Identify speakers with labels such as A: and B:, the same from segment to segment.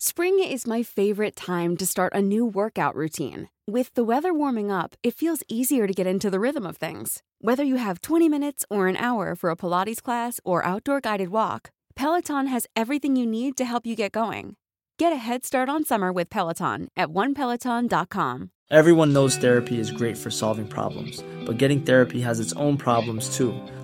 A: Spring is my favorite time to start a new workout routine. With the weather warming up, it feels easier to get into the rhythm of things. Whether you have 20 minutes or an hour for a Pilates class or outdoor guided walk, Peloton has everything you need to help you get going. Get a head start on summer with Peloton at onepeloton.com.
B: Everyone knows therapy is great for solving problems, but getting therapy has its own problems too,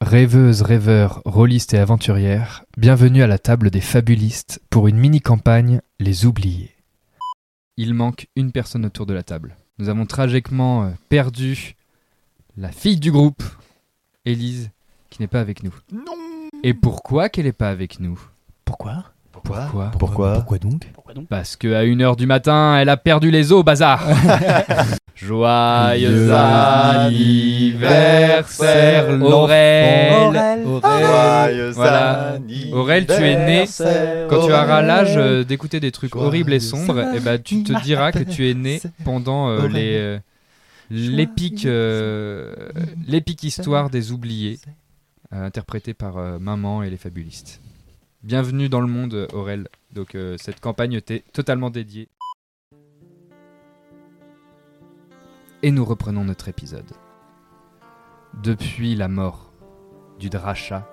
C: Rêveuses, rêveurs, rôlistes et aventurières, bienvenue à la table des fabulistes pour une mini-campagne Les Oubliés. Il manque une personne autour de la table. Nous avons tragiquement euh, perdu la fille du groupe, Élise, qui n'est pas avec nous. Et pourquoi qu'elle n'est pas avec nous
D: Pourquoi Pourquoi
C: Pourquoi
D: Pourquoi Pourquoi donc
C: Parce qu'à 1h du matin, elle a perdu les os, bazar Joyeux
D: Joyeux
C: anniversaire,
D: anniversaire,
C: Laurel
D: Joyeux
C: Voilà. Aurel, tu es né quand tu auras l'âge euh, d'écouter des trucs
D: Joyeux
C: horribles et sombres,
D: anniversaire.
C: et ben tu te diras que tu es né pendant euh,
D: Aurel.
C: les euh, l'épique euh, l'épique histoire des oubliés, euh, interprétée par euh, Maman et les Fabulistes. Bienvenue dans le monde, Aurel. Donc euh, cette campagne t'est totalement dédiée. Et nous reprenons notre épisode. Depuis la mort du Dracha,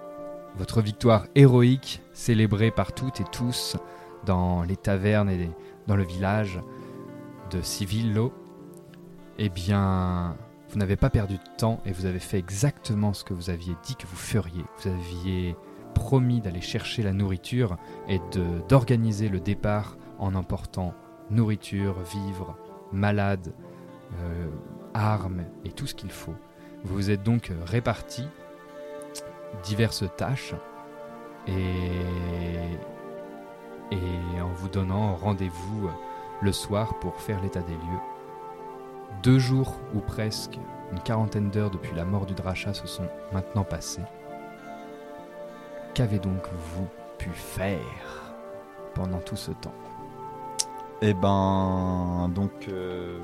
C: votre victoire héroïque, célébrée par toutes et tous dans les tavernes et les- dans le village de Civillo, eh bien, vous n'avez pas perdu de temps et vous avez fait exactement ce que vous aviez dit que vous feriez. Vous aviez promis d'aller chercher la nourriture et de- d'organiser le départ en emportant nourriture, vivres, malades, euh, armes et tout ce qu'il faut. Vous vous êtes donc répartis diverses tâches et, et en vous donnant rendez-vous le soir pour faire l'état des lieux. Deux jours ou presque, une quarantaine d'heures depuis la mort du Dracha se sont maintenant passées. Qu'avez donc vous pu faire pendant tout ce temps
E: Eh ben, donc, euh,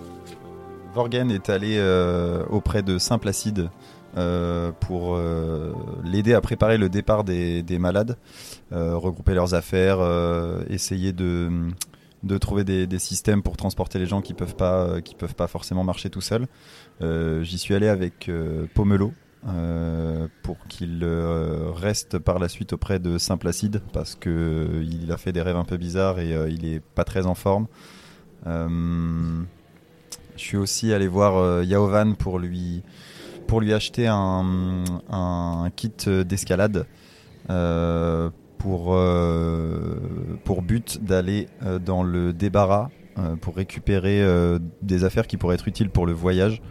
E: Vorgen est allé euh, auprès de Saint Placide euh, pour euh, l'aider à préparer le départ des, des malades, euh, regrouper leurs affaires, euh, essayer de, de trouver des, des systèmes pour transporter les gens qui peuvent pas, euh, qui peuvent pas forcément marcher tout seuls. Euh, J'y suis allé avec euh, Pomelo. euh, pour qu'il euh, reste par la suite auprès de Saint Placide parce que euh, il a fait des rêves un peu bizarres et euh, il est pas très en forme. Euh, je suis aussi allé voir euh, Yaovan pour lui, pour lui acheter un, un kit d'escalade euh, pour, euh, pour but d'aller euh, dans le débarras euh, pour récupérer euh, des affaires qui pourraient être utiles pour le voyage.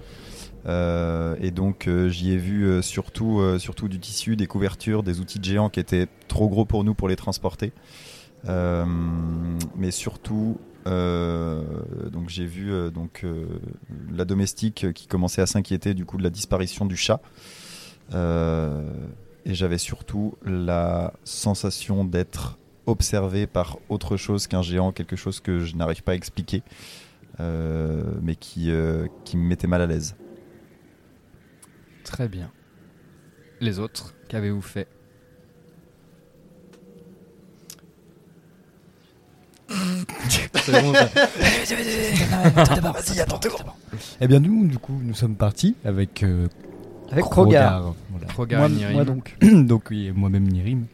E: Euh, et donc euh, j'y ai vu euh, surtout, euh, surtout du tissu, des couvertures, des outils de géants qui étaient trop gros pour nous pour les transporter. Euh, mais surtout, euh, donc j'ai vu euh, donc euh, la domestique euh, qui commençait à s'inquiéter du coup de la disparition du chat. Euh, et j'avais surtout la sensation d'être observé par autre chose qu'un géant, quelque chose que je n'arrive pas à expliquer, euh, mais qui, euh, qui me mettait mal à l'aise.
C: Très bien. Les autres, qu'avez-vous fait C'est bon, ça.
D: Vas-y, attends, Eh bien, nous, du coup, nous sommes partis avec euh,
F: Avec
D: Krogar. Voilà.
C: Krogar
D: Moi-
C: et Nirim.
D: moi donc. donc, oui, et moi-même Nirim.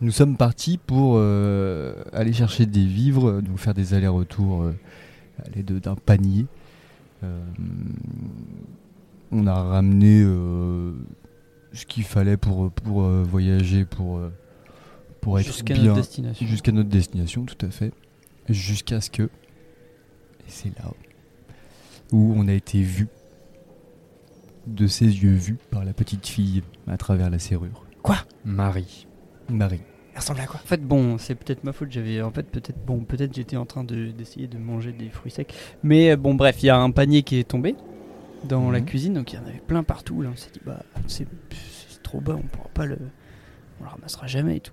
D: Nous sommes partis pour euh, aller chercher des vivres, donc faire des allers-retours euh, à l'aide d'un panier. Euh, on a ramené euh, ce qu'il fallait pour, pour euh, voyager, pour, euh, pour être
F: Jusqu'à
D: bien
F: notre destination.
D: jusqu'à notre destination, tout à fait. Jusqu'à ce que. Et c'est là où on a été vu, de ses yeux vus, par la petite fille à travers la serrure.
C: Marie.
D: Marie.
F: Elle ressemble à quoi En fait, bon, c'est peut-être ma faute. J'avais, en fait, peut-être, bon, peut-être j'étais en train de- d'essayer de manger des fruits secs. Mais euh, bon, bref, il y a un panier qui est tombé dans la
D: Mhm.
F: cuisine, donc il y en avait plein partout. Là, on s'est dit, bah, c'est c'est trop bas, on pourra pas le, on le ramassera jamais et tout.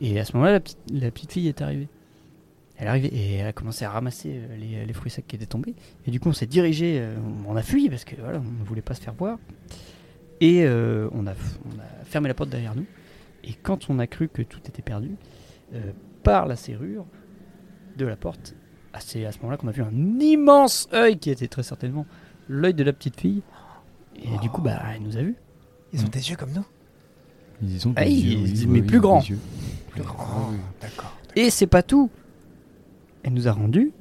F: Et à ce moment-là, la petite, la petite fille est arrivée. Elle est arrivée et elle a commencé à ramasser euh, les, les fruits secs qui étaient tombés. Et du coup, on s'est dirigé, euh, on a fui parce que voilà, on ne voulait pas se faire voir. Et euh, on, a, on a fermé la porte derrière nous. Et quand on a cru que tout était perdu, euh, par la serrure de la porte, ah, c'est à ce moment-là qu'on a vu un immense œil qui était très certainement l'œil de la petite fille. Et du coup, bah, elle nous a vus.
G: Ils ont des yeux comme nous
D: Ils y sont
F: Ah,
D: des
F: il-
D: yeux, oui,
F: il-
D: oui,
F: mais
D: oui,
F: plus
D: des
F: grand.
D: yeux.
G: Oh, D'accord.
F: Et c'est pas tout. Elle nous a rendu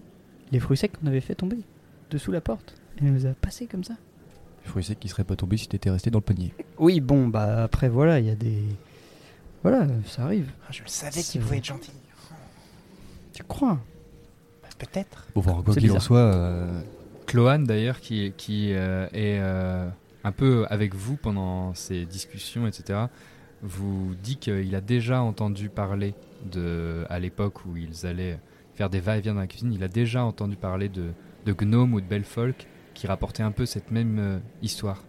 F: les fruits secs qu'on avait fait tomber dessous la porte. Elle nous a passé comme ça.
D: Je pensais qu'il serait pas tombé si t'étais resté dans le panier.
F: Oui, bon, bah après voilà, il y a des. Voilà, ça arrive.
G: Ah, Je le savais
F: C'est- Oh.
G: qu'ils pouvaient être gentils.
F: Tu crois
G: Bah, Peut-être.
D: Bon, enfin, quoi
F: C'est
D: qu'il en
F: bizarre.
D: soit, euh,
C: Cloane d'ailleurs qui, qui euh, est euh, un peu avec vous pendant ces discussions, etc., vous dit qu'il a déjà entendu parler de, à l'époque où ils allaient faire des va-et-vient dans la cuisine, il a déjà entendu parler de, de gnomes ou de belles folk qui rapportaient un peu cette même euh, histoire.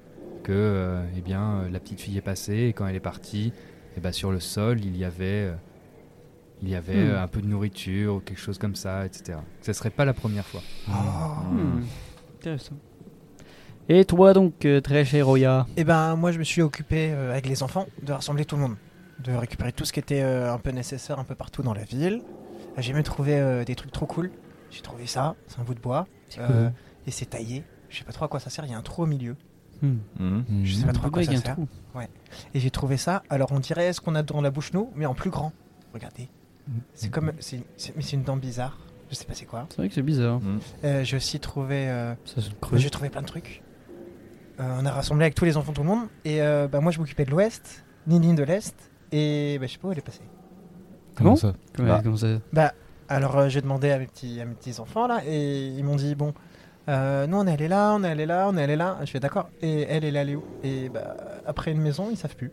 C: Que euh, eh bien, euh, la petite fille est passée et quand elle est partie, eh ben, sur le sol, il y avait, euh, il y avait
F: Hmm.
C: euh, un peu de nourriture ou quelque chose comme ça, etc. Ce serait pas la première fois.
F: Hmm, Intéressant. Et toi donc, euh, très cher Roya
G: Et ben, moi, je me suis occupé euh, avec les enfants de rassembler tout le monde, de récupérer tout ce qui était euh, un peu nécessaire un peu partout dans la ville. J'ai même trouvé euh, des trucs trop cool. J'ai trouvé ça, c'est un bout de bois, euh, et c'est taillé. Je sais pas trop à quoi ça sert. Il y a un trou au milieu.
F: Hmm.
E: Mhm.
G: Je sais pas
F: Un
G: trop à quoi
F: bout de bois avec
G: ça sert.
F: un trou.
G: Et j'ai trouvé ça. Alors on dirait ce qu'on a dans la bouche nous, mais en plus grand. Regardez.
D: hmm.
G: C'est comme, c'est, c'est- mais c'est une dent bizarre. Je sais pas c'est quoi.
F: C'est vrai que c'est bizarre.
G: Euh, j'ai aussi trouvé, euh,
F: Ça se
G: j'ai trouvé plein de trucs. Euh, on a rassemblé avec tous les enfants tout le monde. Et euh, bah moi je m'occupais de l'Ouest, Nini de l'Est, et bah je sais pas où elle est passée.
F: Comment
D: ça
F: Comment,
E: Bah.
F: comment ça
G: Bah alors euh, j'ai demandé à mes petits, à mes petits enfants là, et ils m'ont dit bon, euh, nous on est allé là, on est allé là, on est allé là. Je fais d'accord. Et elle elle est allée où Et bah après une maison ils savent plus.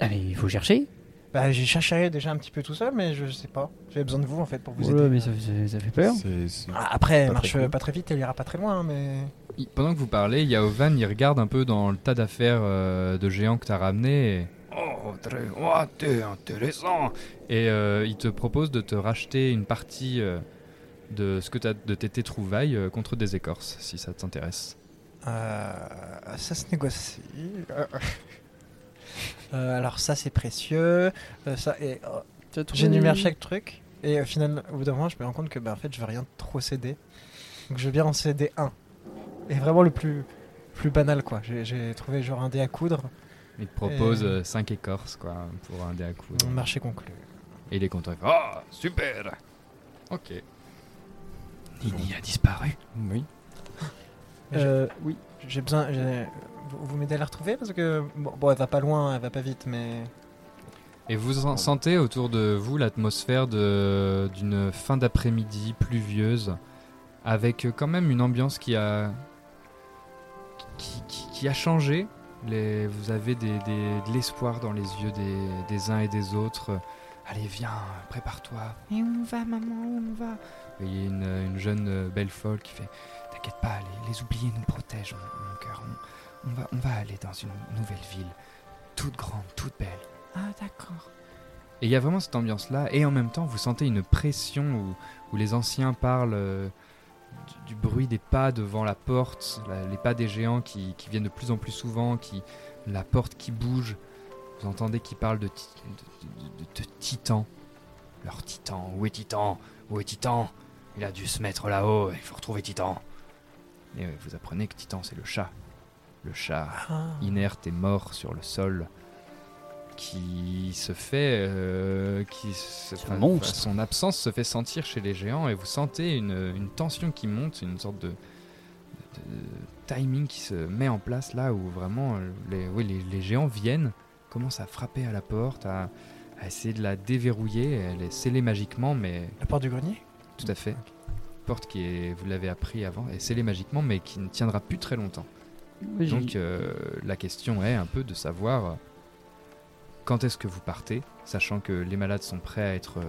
F: Ah, mais il faut chercher.
G: Bah, j'ai cherché déjà un petit peu tout seul, mais je sais pas. J'avais besoin de vous en fait pour vous
F: Oula,
G: aider.
F: mais ça, ça- ça fait peur.
E: C'est- c'est-
G: Ah, Après, elle
E: Eh, Pas
G: marche
E: très
G: euh,
E: cool.
G: pas très vite, elle ira pas très loin, hein, mais.
C: Il- Pendant que vous parlez, il y a Ovan, il regarde un peu dans le tas d'affaires euh, de géants que t'as ramené. Et... Oh, très... oh, t'es intéressant Et euh, il te propose de te racheter une partie euh, de ce que t'as de tes, tes trouvailles euh, contre des écorces, si ça t'intéresse.
G: Euh, ça se négocie. Euh, euh, alors, ça c'est précieux. Euh, ça, et, euh, J'énumère chaque truc, et au final, au bout d'un moment, je me rends compte que bah, en fait, je vais rien trop céder. Donc, je vais bien en céder un. Et vraiment le plus, plus banal, quoi. J'ai- J'ai trouvé genre un dé à coudre,
C: Il te propose
G: Euh.
C: 5 écorces, quoi, pour un dé à coudre.
G: marché conclu.
C: Et il est content. il fait, Oh, super Ok. Nini a disparu.
D: Oui.
G: Euh, oui. J'ai besoin. j'ai- Vous, vous m'aidez à la retrouver parce que bon, bon, elle va pas loin, euh, elle va pas vite, mais
C: Et vous en sentez autour de vous l'atmosphère de- d'une fin d'après-midi pluvieuse, avec quand même une ambiance qui a, qui, qui- qui a changé. Les- vous avez des- des- de l'espoir dans les yeux des, des uns et des autres. Allez, viens, prépare-toi. Et on va, maman, où on va Il y a une, une jeune euh, belle folle qui fait T'inquiète pas, les, les oubliés nous protègent, mon, mon cœur. On, on va, on va aller dans une nouvelle ville, toute grande, toute belle. Ah, d'accord. Et il y a vraiment cette ambiance-là, et en même temps, vous sentez une pression où, où les anciens parlent euh, du, du bruit des pas devant la porte, la- les pas des géants qui, qui viennent de plus en plus souvent, qui, la porte qui bouge. Vous entendez qu'ils parlent de, ti- de, de- de- de titans. Leur titan, où est Titan Où est Titan Il a dû se mettre là-haut, il faut retrouver Titan. Et euh, vous apprenez que Titan, c'est le chat. Le chat
G: Ah.
C: inerte et mort sur le sol. qui se fait, euh, qui se-
H: C'est un
C: enfin,
H: monstre.
C: enfin, son absence se fait sentir chez les géants et vous sentez une, une tension qui monte, une sorte de, de timing qui se met en place là où vraiment euh, les, oui, les, les géants viennent, commencent à frapper à la porte, à, à essayer de la déverrouiller, à les sceller magiquement, mais
G: La porte du grenier
C: tout à fait. Porte qui est, vous l'avez appris avant, est scellée magiquement, mais qui ne tiendra plus très longtemps.
F: Moi, j'ai-
C: Donc euh, la question est un peu de savoir euh, quand est-ce que vous partez, sachant que les malades sont prêts à être euh,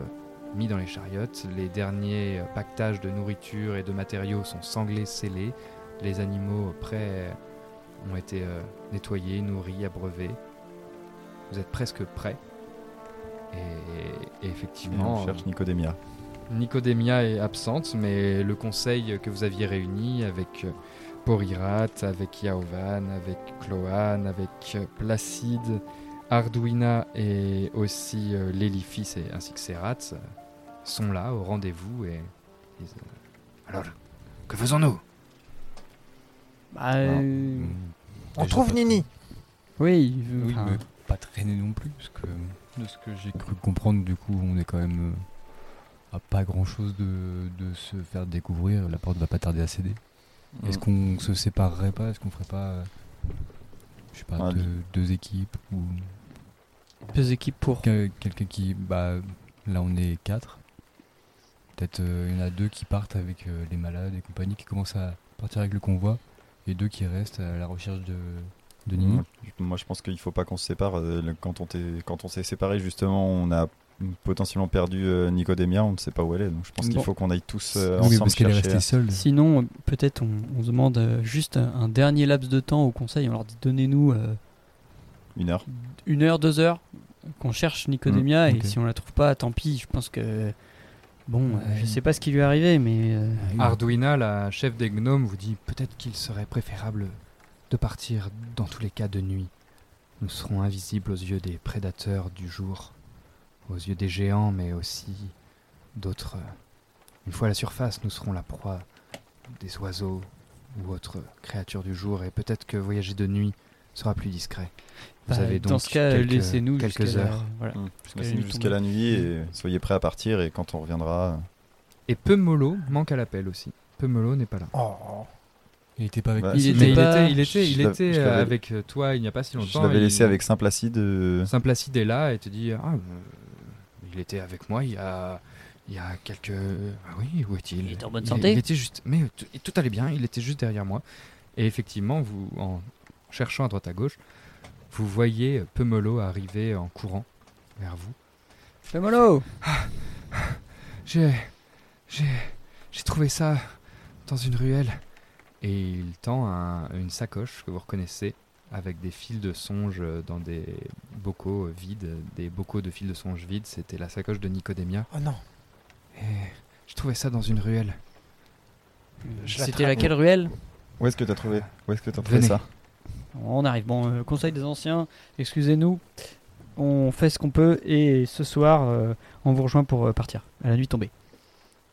C: mis dans les chariotes, les derniers euh, pactages de nourriture et de matériaux sont sanglés, scellés, les animaux euh, prêts euh, ont été euh, nettoyés, nourris, abreuvés. Vous êtes presque prêts. Et, et effectivement,
E: on
C: euh,
E: cherche Nicodémia.
C: Nicodémia est absente, mais le conseil que vous aviez réuni avec euh, Porirat, avec Yaovan, avec Cloan, avec euh, Placide, Arduina et aussi euh, Lélifis et ainsi que Serat euh, sont là au rendez-vous et ils, euh, alors que faisons-nous
F: Bah,
D: Non.
F: euh,
G: On
D: Déjà,
G: trouve
D: pas-
G: Nini
F: Oui, il veut-
D: Hmm. Oui,
F: enfin,
D: mais pas traîner non plus, parce que de ce que j'ai cru comprendre, du coup, on est quand même euh, à pas grand chose de, de se faire découvrir. La porte va pas tarder à céder.
G: Hmm.
D: Est-ce qu'on se séparerait pas Est-ce qu'on ferait pas, euh, je sais pas,
E: Ouais,
D: deux, deux équipes ou
F: deux équipes pour.
D: que- quelqu'un qui, bah, là on est quatre. Peut-être euh, il y en a deux qui partent avec euh, les malades et compagnie, qui commencent à partir avec le convoi, et deux qui restent à la recherche de, de Nini.
E: Moi, je pense qu'il faut pas qu'on se sépare. euh, le- Quand on t'est- quand on s'est séparés, justement, on a potentiellement perdu euh, Nicodémia. On ne sait pas où elle est. Donc, je pense qu'il
F: Bon.
E: faut qu'on aille tous euh,
D: oui, mais
E: ensemble
D: parce qu'elle est
E: chercher.
D: restée seule.
F: Sinon, euh, peut-être on, on demande euh, juste un, un dernier laps de temps au conseil. On leur dit donnez-nous euh,
E: Une heure.
F: une heure, deux heures, qu'on cherche Nicodémia.
D: Mm,
F: Et
D: ok.
F: si on la trouve pas, tant pis. Je pense que. Bon, euh, je sais pas ce qui lui est arrivé, mais. euh,
C: Arduina, Ah, la chef des gnomes, vous dit peut-être qu'il serait préférable de partir dans tous les cas de nuit. Nous serons invisibles aux yeux des prédateurs du jour, aux yeux des géants, mais aussi d'autres. Une fois à la surface, nous serons la proie des oiseaux ou autres créatures du jour, et peut-être que voyager de nuit sera plus discret. Vous
F: bah,
C: avez donc
F: dans ce cas,
C: quelques-
F: laissez-nous
C: quelques
F: jusqu'à la-
C: heures.
F: voilà.
E: Mm.
F: la
E: Laissez-nous
F: nuit
E: Jusqu'à
F: tombe.
E: la nuit et soyez prêts à partir. Et quand on reviendra,
C: Et Pemolo manque à l'appel aussi. Pemolo n'est pas là.
G: Oh
D: Il était pas avec
E: Bah,
D: nous.
F: Il
C: Mais
F: était
C: il
F: pas.
C: était, il était,
E: Je
C: il
E: l'avais-
C: était,
E: je l'avais-
C: avec euh, toi il n'y a pas si
E: je
C: longtemps.
E: l'avais
C: et-
E: laissé avec Saint-Placide. euh,
C: Saint Placide est là et te dit Ah, euh, il était avec moi il y a, il y a quelques. Ah oui, où est-il
F: Il était en bonne santé
C: Il était juste. Mais tout, tout allait bien, il était juste derrière moi. Et effectivement, vous, en cherchant à droite à gauche, vous voyez Pemolo arriver en courant vers vous. Ah,
F: Pemolo
C: J'ai. J'ai. J'ai trouvé ça dans une ruelle. Et il tend un- une sacoche que vous reconnaissez avec des fils de songe euh, dans des bocaux euh, vides, euh, des bocaux de fils de songe vides. C'était la sacoche de Nicodémia.
G: Oh non
C: Et j'ai trouvé ça dans une ruelle.
G: Je
F: C'était
G: l'attrape.
F: laquelle ruelle
E: Où est-ce que t'as trouvé Où est-ce que t'as trouvé
C: Venez.
E: ça
F: On arrive. Bon, euh, conseil des anciens, excusez-nous. On fait ce qu'on peut et ce soir, euh, on vous rejoint pour euh, partir à la nuit tombée.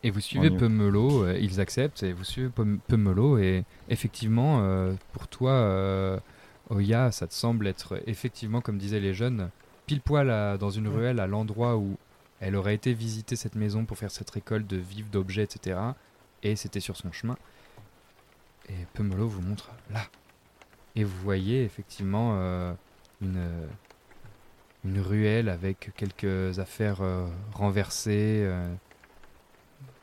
C: Et vous suivez
E: y va.
C: Pemelo, euh, ils acceptent, et vous suivez Pem- Pemelo, et effectivement, euh, pour toi, euh, Oya, ça te semble être effectivement, comme disaient les jeunes, pile poil à- dans une
G: Mm.
C: ruelle, à l'endroit où elle aurait été visiter cette maison pour faire cette récolte de vivres, d'objets, etc. Et c'était sur son chemin. Et Pemelo vous montre là. Et vous voyez effectivement euh, une, euh, une ruelle avec quelques affaires euh, renversées. euh,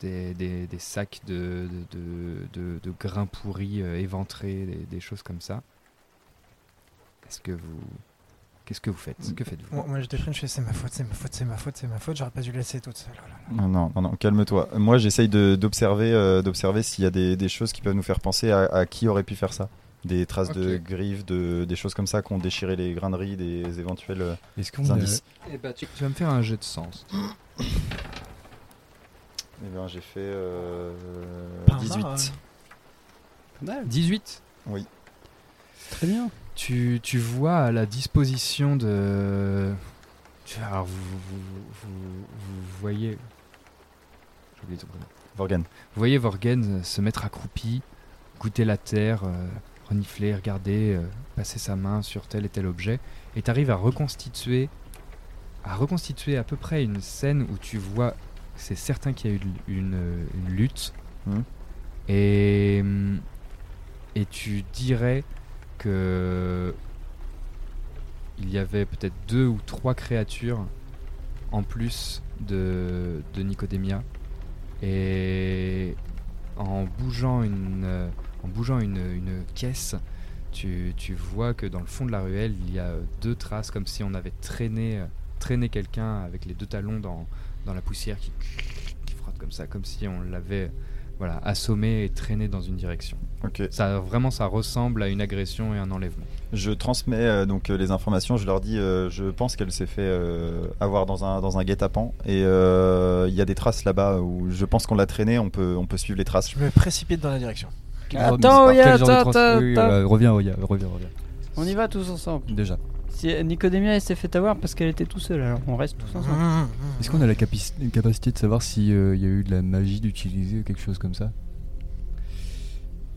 C: des, des- des sacs de, de, de- de- de grains pourris euh, éventrés, des, des choses comme ça. Est-ce que vous. Qu'est-ce que vous faites Que faites-vous
G: Moi, moi, je déprime, je fais c'est ma faute, c'est ma faute, c'est ma faute, c'est ma faute, j'aurais pas dû la laisser toute seule. oh là là.
E: Non, non, non, non, calme-toi. Moi, j'essaye de- d'observer euh, d'observer s'il y a des, des choses qui peuvent nous faire penser à, à qui aurait pu faire ça. Des traces de
C: Ok.
E: griffes, de, des choses comme ça qui ont déchiré les graineries, des éventuels euh,
D: Est-ce
C: ben,
D: qu'on a-
E: indices.
C: tu... vas me faire un jet de sens.
E: Eh bien, j'ai fait euh,
G: Pas mal,
E: 18.
G: hein.
C: 18
E: Oui.
F: Très bien.
C: Tu, tu vois à la disposition de. tu- Alors vous, vous, vous- vous voyez. J'ai oublié ton prénom.
E: Vorgan.
C: Vous voyez Vorgen euh, se mettre accroupi, goûter la terre, euh, renifler, regarder, euh, passer sa main sur tel et tel objet, et t'arrives à reconstituer, à reconstituer à peu près une scène où tu vois, c'est certain qu'il y a eu une, une- une lutte,
E: Mhm.
C: et hum, et tu dirais que il y avait peut-être deux ou trois créatures en plus de, de Nicodémia. Et en bougeant une, euh, en bougeant une, une caisse, tu, tu vois que dans le fond de la ruelle, il y a euh, deux traces comme si on avait traîné, euh, traîné quelqu'un avec les deux talons dans, dans la poussière qui, qui frotte comme ça, comme si on l'avait euh, voilà, assommé et traîné dans une direction.
E: Ok.
C: Ça, vraiment, ça ressemble à une agression et un enlèvement.
E: Je transmets euh, donc euh, les informations. Je leur dis, euh, je pense qu'elle s'est fait euh, avoir dans un dans un guet-apens et euh, il y a des traces là-bas où je pense qu'on l'a traînée. On peut on peut suivre les traces.
G: Je me précipite dans la direction.
D: Ah,
F: Attends,
D: Quel
F: Oya,
D: genre de
F: attends,
D: trans-
F: attends,
D: oui, oui,
F: attends.
D: voilà, Reviens, Oya, reviens, reviens.
F: On y va tous ensemble.
D: Déjà.
F: Si Nicodémia elle s'est fait avoir parce qu'elle était tout seule, alors on reste tous ensemble.
G: Mmh,
D: Est-ce qu'on a la capi- une capacité de savoir s'il y a eu de la magie d'utiliser ou quelque chose comme ça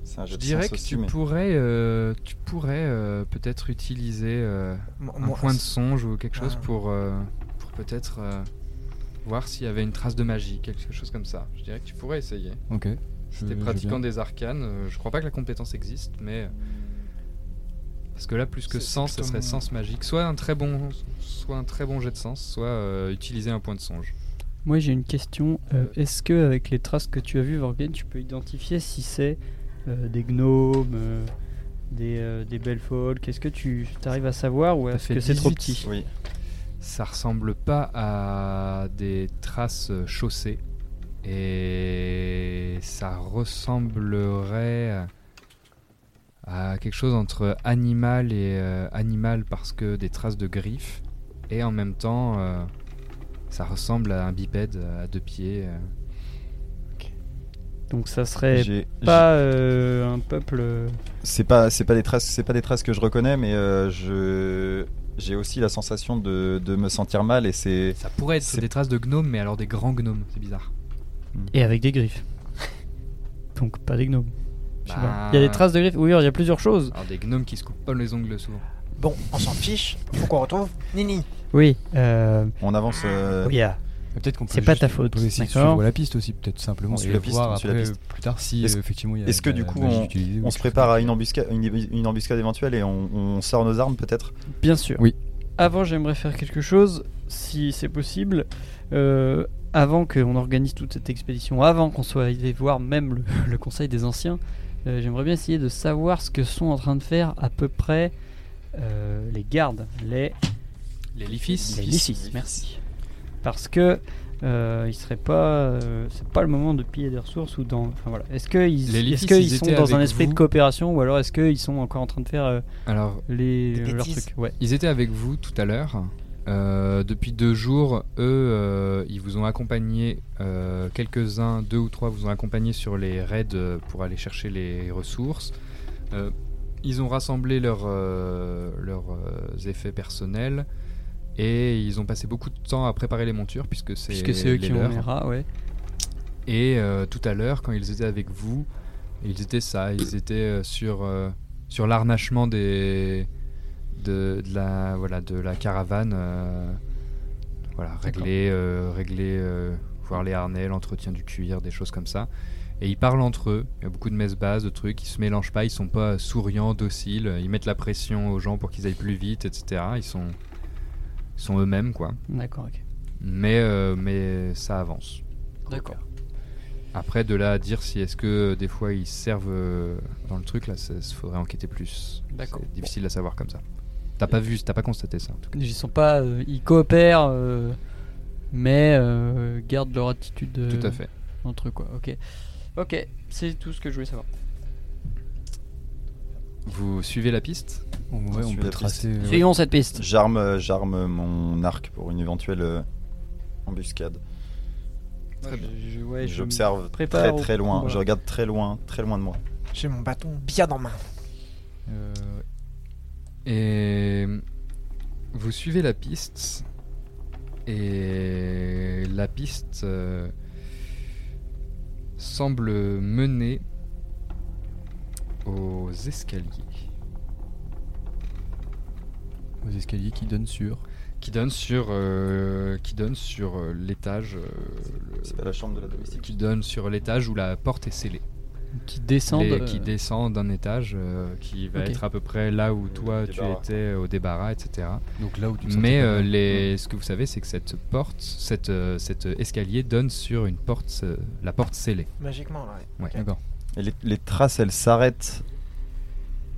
E: C'est un jeu
C: Je
E: de
C: dirais
E: sens
C: que
E: aussi,
C: tu
E: mais-
C: pourrais, euh, tu pourrais euh, peut-être utiliser euh,
G: Moi-
C: un
G: moi,
C: point de songe ou quelque chose
G: Ah.
C: pour, euh, pour peut-être euh, voir s'il y avait une trace de magie, quelque chose comme ça. Je dirais que tu pourrais essayer.
D: Ok.
C: Si t'es pratiquant des arcanes, euh, je crois pas que la compétence existe, mais. euh, Parce que là, plus que
G: C'est- c'est
C: sens, ce
G: plutôt
C: serait
G: mon-
C: sens magique. Soit un très bon, soit un très bon jet de sens, soit euh, utiliser un point de songe.
F: Moi j'ai une question. Euh, Est-ce que avec les traces que tu as vues, Vorgen, tu peux identifier si c'est euh, des gnomes, euh, des, euh, des belles folk Est-ce que tu arrives à savoir ou
C: T'as
F: est-ce
C: fait
F: que c'est trop
C: 18.
F: petit
E: Oui.
C: ça ressemble pas à des traces euh, chaussées et ça ressemblerait à quelque chose entre animal et euh, animal parce que des traces de griffes et en même temps euh, ça ressemble à un bipède à deux pieds euh.
F: Donc ça serait
E: J'ai-
F: pas euh, un peuple. euh,
E: c'est pas c'est pas des traces c'est pas des traces que je reconnais mais euh, je j'ai aussi la sensation de, de me sentir mal et c'est
C: ça pourrait être
E: C'est-
C: des traces de gnomes mais alors des grands gnomes c'est bizarre
F: Et avec des griffes. Donc pas des gnomes. Je sais pas.
C: Bah,
F: Il y a des traces de griffes. Oui, il y a plusieurs choses.
C: alors des gnomes qui se coupent pas les ongles souvent
G: Bon, on s'en fiche. Faut qu'on retrouve Nini.
F: Oui. Euh,
E: on avance euh,
F: oui, ah.
D: Peut-être qu'on peut
F: C'est pas
D: juste-
F: ta faute,
D: On peut essayer de
F: d'accord
D: suivre la piste aussi, peut-être simplement.
E: On suit
D: et
E: la piste,
D: voir
E: on suit la
D: après,
E: piste.
D: euh, plus tard si
E: Est-ce-
D: euh, effectivement il y a.
E: est-ce que
D: de la
E: du coup,
D: magie
E: on-
D: utilisée ou
E: on
D: quelque
E: se
D: chose
E: prépare
D: comme
E: à
D: ça.
E: une embuscade une, une embuscade éventuelle et on, on sort nos armes peut-être
F: Bien sûr.
D: Oui.
F: Avant, j'aimerais faire quelque chose, si c'est possible, euh, avant qu'on organise toute cette expédition, avant qu'on soit arrivé voir même le, le Conseil des Anciens, euh, j'aimerais bien essayer de savoir ce que sont en train de faire à peu près euh, les gardes, les
C: les lifis
F: les Lifis, merci. Parce que euh, il serait pas, euh, c'est pas le moment de piller des ressources ou dans, enfin voilà. Est-ce qu'ils,
C: Les Lifis,
F: est-ce qu'ils
C: ils
F: sont
C: étaient
F: dans un
C: avec
F: esprit de
C: vous
F: coopération ou alors est-ce qu'ils sont encore en train de faire euh,
C: alors
F: les euh,
G: Des
F: leurs
G: bêtises.
F: trucs Ouais.
C: Ils étaient avec vous tout à l'heure. Euh, depuis deux jours, eux, euh, ils vous ont accompagné, euh, quelques-uns, deux ou trois vous ont accompagné sur les raids euh, pour aller chercher les ressources. Euh, ils ont rassemblé leurs, euh, leurs euh, effets personnels et ils ont passé beaucoup de temps à préparer les montures puisque c'est
F: Puisque c'est eux
C: les
F: qui ont
C: leurs.
F: les rats, ouais.
C: Et euh, tout à l'heure, quand ils étaient avec vous, ils étaient ça, ils étaient euh, sur, euh, sur l'arnachement des, de, de la, voilà, de la caravane. euh, voilà, régler, euh, régler euh, voir les harnais, l'entretien du cuir, des choses comme ça. Et ils parlent entre eux, il y a beaucoup de messes basses, de trucs, ils se mélangent pas, ils sont pas souriants, dociles, ils mettent la pression aux gens pour qu'ils aillent plus vite, etc. Ils sont, ils sont eux-mêmes, quoi.
F: D'accord, ok.
C: Mais, euh, mais ça avance.
F: D'accord.
C: euh, Après, de là à dire si est-ce que euh, des fois ils servent euh, dans le truc, là, il faudrait enquêter plus.
F: D'accord.
C: C'est difficile à savoir comme ça. T'as pas vu, t'as pas constaté ça en tout cas.
F: Ils sont pas, euh, ils coopèrent, euh, mais euh, gardent leur attitude euh,
C: Tout à fait.
F: entre eux, quoi. Ok. Ok, c'est tout ce que je voulais savoir.
C: Vous suivez la piste
D: On- ouais,
E: On
D: on
E: suit
D: peut
E: la piste.
D: tracer. euh,
F: Suivons cette piste.
E: j'arme euh, j'arme mon arc pour une éventuelle euh, embuscade
C: Très bien.
F: Je, je- ouais, je me
E: j'observe très
F: prépare au
E: très loin
F: combat.
E: je regarde très loin très loin de moi
G: J'ai mon bâton bien en main.
C: Euh, Et vous suivez la piste. Et la piste euh, semble mener aux escaliers
D: aux escaliers qui donnent sur.
C: qui donnent sur, euh, qui donnent sur euh, l'étage. euh, le-
E: C'est pas la chambre de la domestique.
C: Qui donne sur l'étage où la porte est scellée.
F: Qui descendent.
C: Les-
F: euh,
C: qui descend d'un étage euh, qui va
F: Ok.
C: être à peu près là
G: Euh,
C: où
E: Le
C: toi tu
E: débarras.
C: étais euh, au débarras, etc.
D: Donc là où tu te
C: Mais
D: sentais pas
C: euh,
D: bien.
C: les, ce que vous savez, c'est que cette porte, cette, euh, cet escalier donne sur une porte, euh, la porte scellée.
G: Magiquement, là. ouais.
D: D'accord.
E: Et les, les traces, elles s'arrêtent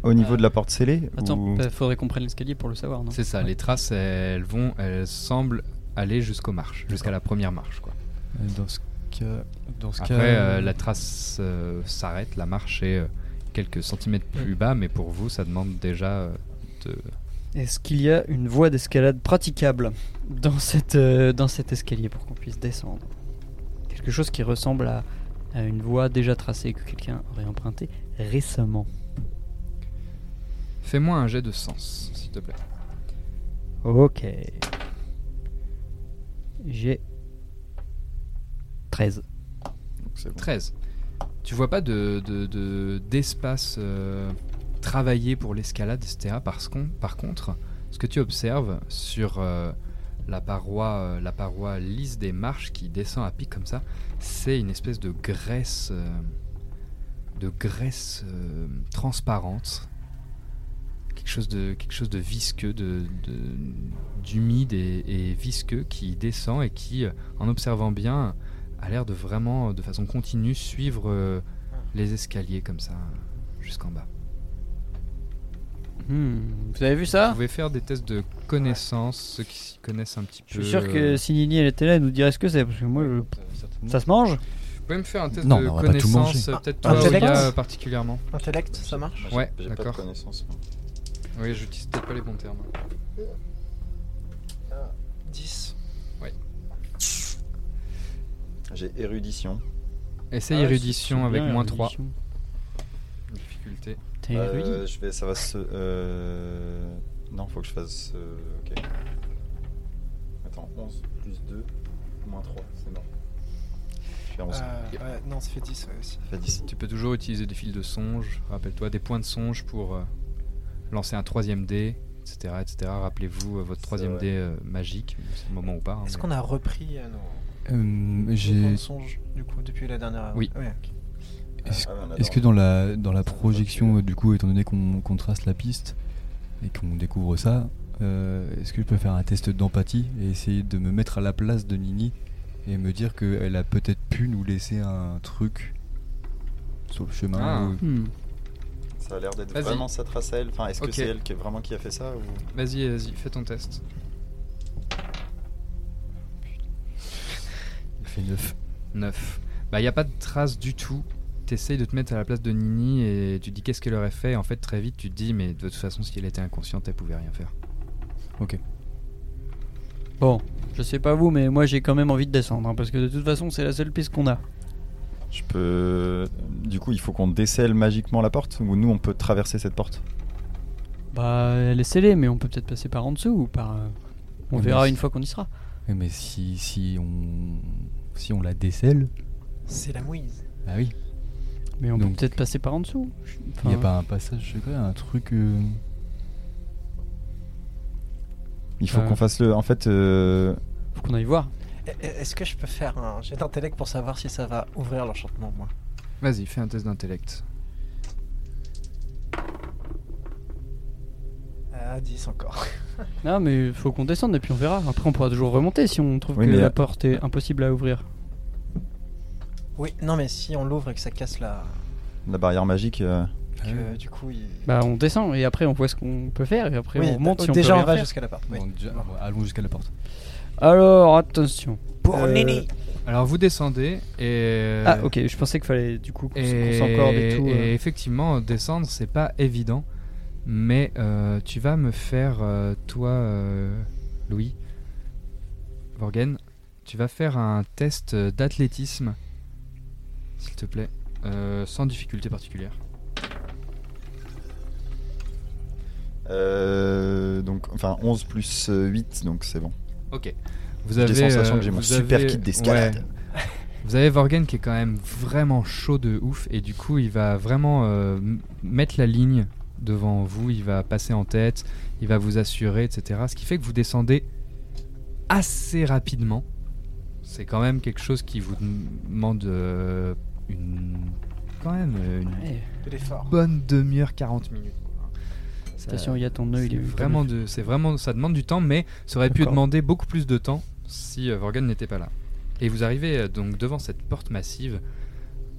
E: au niveau
F: Euh,
E: de la porte scellée
F: Attends,
E: ou-
F: bah, faudrait qu'on prenne l'escalier pour le savoir, non
C: C'est ça. Les traces, elles vont, elles semblent aller jusqu'aux marches, jusqu'à la première marche. Quoi.
D: Euh, Dans ce cas. Dans ce
C: Après,
D: cas.
C: euh, la trace euh, s'arrête, la marche est euh, quelques centimètres plus bas, mais pour vous, ça demande déjà euh, de.
F: Est-ce qu'il y a une voie d'escalade praticable dans, cette, euh, dans cet escalier pour qu'on puisse descendre Quelque chose qui ressemble à, à une voie déjà tracée que quelqu'un aurait empruntée récemment.
C: Fais-moi un jet de sens, s'il te plaît.
F: Ok. J'ai 13.
E: Donc c'est bon.
C: 13. Tu vois pas de, de- de- d'espace euh, travaillé pour l'escalade, etc. Parce qu'on, par contre, ce que tu observes sur euh, la, paroi, euh, la paroi lisse des marches qui descend à pic comme ça, c'est une espèce de graisse, euh, de graisse euh, transparente. Quelque chose, de, quelque chose de visqueux, de, de- d'humide et, et visqueux qui descend et qui, euh, en observant bien, a l'air de vraiment, de façon continue, suivre euh,
F: Ah.
C: les escaliers comme ça, euh, jusqu'en bas.
F: Hmm, Vous avez vu ça
C: Vous pouvez faire des tests de connaissances, ceux qui s'y connaissent un petit
F: Je
C: peu.
F: suis sûr que
C: euh, Hmm.
F: si Nini elle était là, elle nous dirait ce que c'est. Parce que moi, je- ça se mange
C: Vous pouvez me faire un test
D: Non,
C: de
D: mais on va pas tout manger.
C: connaissances, euh, peut-être
G: Ah,
C: toi,
G: intellect
C: Olga, euh, particulièrement.
G: Intellect, ça marche
C: Ouais,
E: J'ai pas de
C: d'accord.
E: connaissances. moi.
C: Oui, j'utilise peut-être pas les bons termes.
F: Ah.
G: 10.
E: J'ai érudition.
C: Essaye
F: Ah ouais,
C: érudition
F: c'est
C: avec
F: bien,
C: moins 3.
F: érudition.
C: Difficulté.
F: T'as
E: Euh,
F: érudit
E: je vais, ça va se. euh, Non, faut que je fasse. euh, Ok. Attends, 11 plus 2 moins 3, c'est mort. Je suis à 11.
G: Euh, ouais, non, ça fait 10 ouais, aussi.
E: Ça fait 10.
C: Tu peux toujours utiliser des fils de songe, rappelle-toi, des points de songe pour euh, lancer un troisième dé, etc. etc. Rappelez-vous euh, votre troisième
E: vrai.
C: dé euh, magique, c'est le moment ou pas. hein,
G: Est-ce
C: mais-
G: qu'on a repris euh, nos,
D: Euh,
G: nos plans
D: J'ai.
G: de songe, du coup, depuis la dernière
C: Oui.
G: Ouais, ok.
D: Est-ce
E: Ah, ouais, on a
D: est-ce que dans la, dans la projection, euh, du coup, étant donné qu'on qu'on trace la piste et qu'on découvre ça, euh, est-ce que je peux faire un test d'empathie et essayer de me mettre à la place de Nini et me dire qu'elle a peut-être pu nous laisser un truc sur le chemin
C: Ah.
D: ou-
F: Hmm.
E: Ça a l'air d'être
C: Vas-y.
E: vraiment sa trace à elle. Enfin, est-ce
C: Ok.
E: que c'est elle qui est vraiment qui a fait ça ou...
C: Vas-y, vas-y, fais ton test.
D: Il fait neuf.
C: 9. Bah, il n'y a pas de trace du tout. T'essayes de te mettre à la place de Nini et tu te dis qu'est-ce qu'elle aurait fait. En fait, très vite, tu te dis, mais de toute façon, si elle était inconsciente, elle pouvait rien faire.
F: Bon, je sais pas vous, mais moi j'ai quand même envie de descendre. hein, parce que de toute façon, c'est la seule piste qu'on a.
E: Je peux. Du coup, il faut qu'on décèle magiquement la porte ou nous on peut traverser cette porte
F: Bah, elle est scellée, mais on peut peut-être passer par en dessous ou par. euh, On
D: Oui,
F: verra
D: mais
F: une
D: si-
F: fois qu'on y sera.
D: Oui, Mais si, si, on, si on la décèle,
G: C'est la mouise.
D: bah oui,
F: Mais on
D: Donc-
F: peut peut-être passer par en dessous. Je-
D: il n'y a
F: enfin,
D: pas un passage secret, un truc. euh,
E: Il faut
F: Euh.
E: qu'on fasse le. En fait, euh,
F: Faut qu'on aille voir.
G: Eh, eh, Est-ce que je peux faire un jet d'intellect pour savoir si ça va ouvrir l'enchantement, moi
C: Vas-y, fais un test d'intellect.
G: Ah, 10 encore.
F: Non, mais faut qu'on descende et puis on verra. Après, on pourra toujours remonter si on trouve
E: Oui,
F: que
E: mais
F: la
E: là-
F: porte est impossible à ouvrir.
G: Oui, non, mais si on l'ouvre et que ça casse la.
E: la barrière magique. euh,
F: Ah
G: que, du coup, il.
F: Bah, on descend et après, on voit ce qu'on peut faire et après,
G: Oui,
F: on remonte
G: d-
F: si on peut
G: déjà
F: rien
G: on va
F: faire.
G: jusqu'à la porte. oui.
D: bon, déjà, bon, allons jusqu'à la porte.
F: Alors, attention.
G: Pour
F: Euh,
G: Nini
C: Alors, vous descendez et.
F: Ah, ok, je pensais qu'il fallait du coup qu'on s- qu'on
C: Euh, Et,
F: s'encorde et tout.
C: et
F: euh.
C: effectivement, descendre, c'est pas évident. Mais euh, tu vas me faire, euh, toi, euh, Louis, Morgan, tu vas faire un test euh, d'athlétisme, s'il te plaît, euh, sans difficulté particulière.
E: euh, donc, enfin, 11 plus euh, 8, donc c'est bon.
C: Ok. Vous
E: J'ai
C: avez,
E: sensation
C: euh,
E: que j'ai mon
C: vous
E: super
C: avez-
E: kit d'escalade.
C: ouais. Vous avez Vorgen qui est quand même vraiment chaud de ouf et du coup il va vraiment euh, m- mettre la ligne devant vous, il va passer en tête, il va vous assurer, etc. Ce qui fait que vous descendez assez rapidement. C'est quand même quelque chose qui vous demande euh, une quand même euh, une
F: Ouais,
G: de l'effort.
C: bonne demi-heure, 40 minutes. Ça-
F: attention, il y a ton œil.
C: c'est
F: il est
C: vraiment, de- c'est vraiment, ça demande du temps, mais ça aurait pu
F: D'accord.
C: demander beaucoup plus de temps si euh, Vorgan n'était pas là. Et vous arrivez euh, donc devant cette porte massive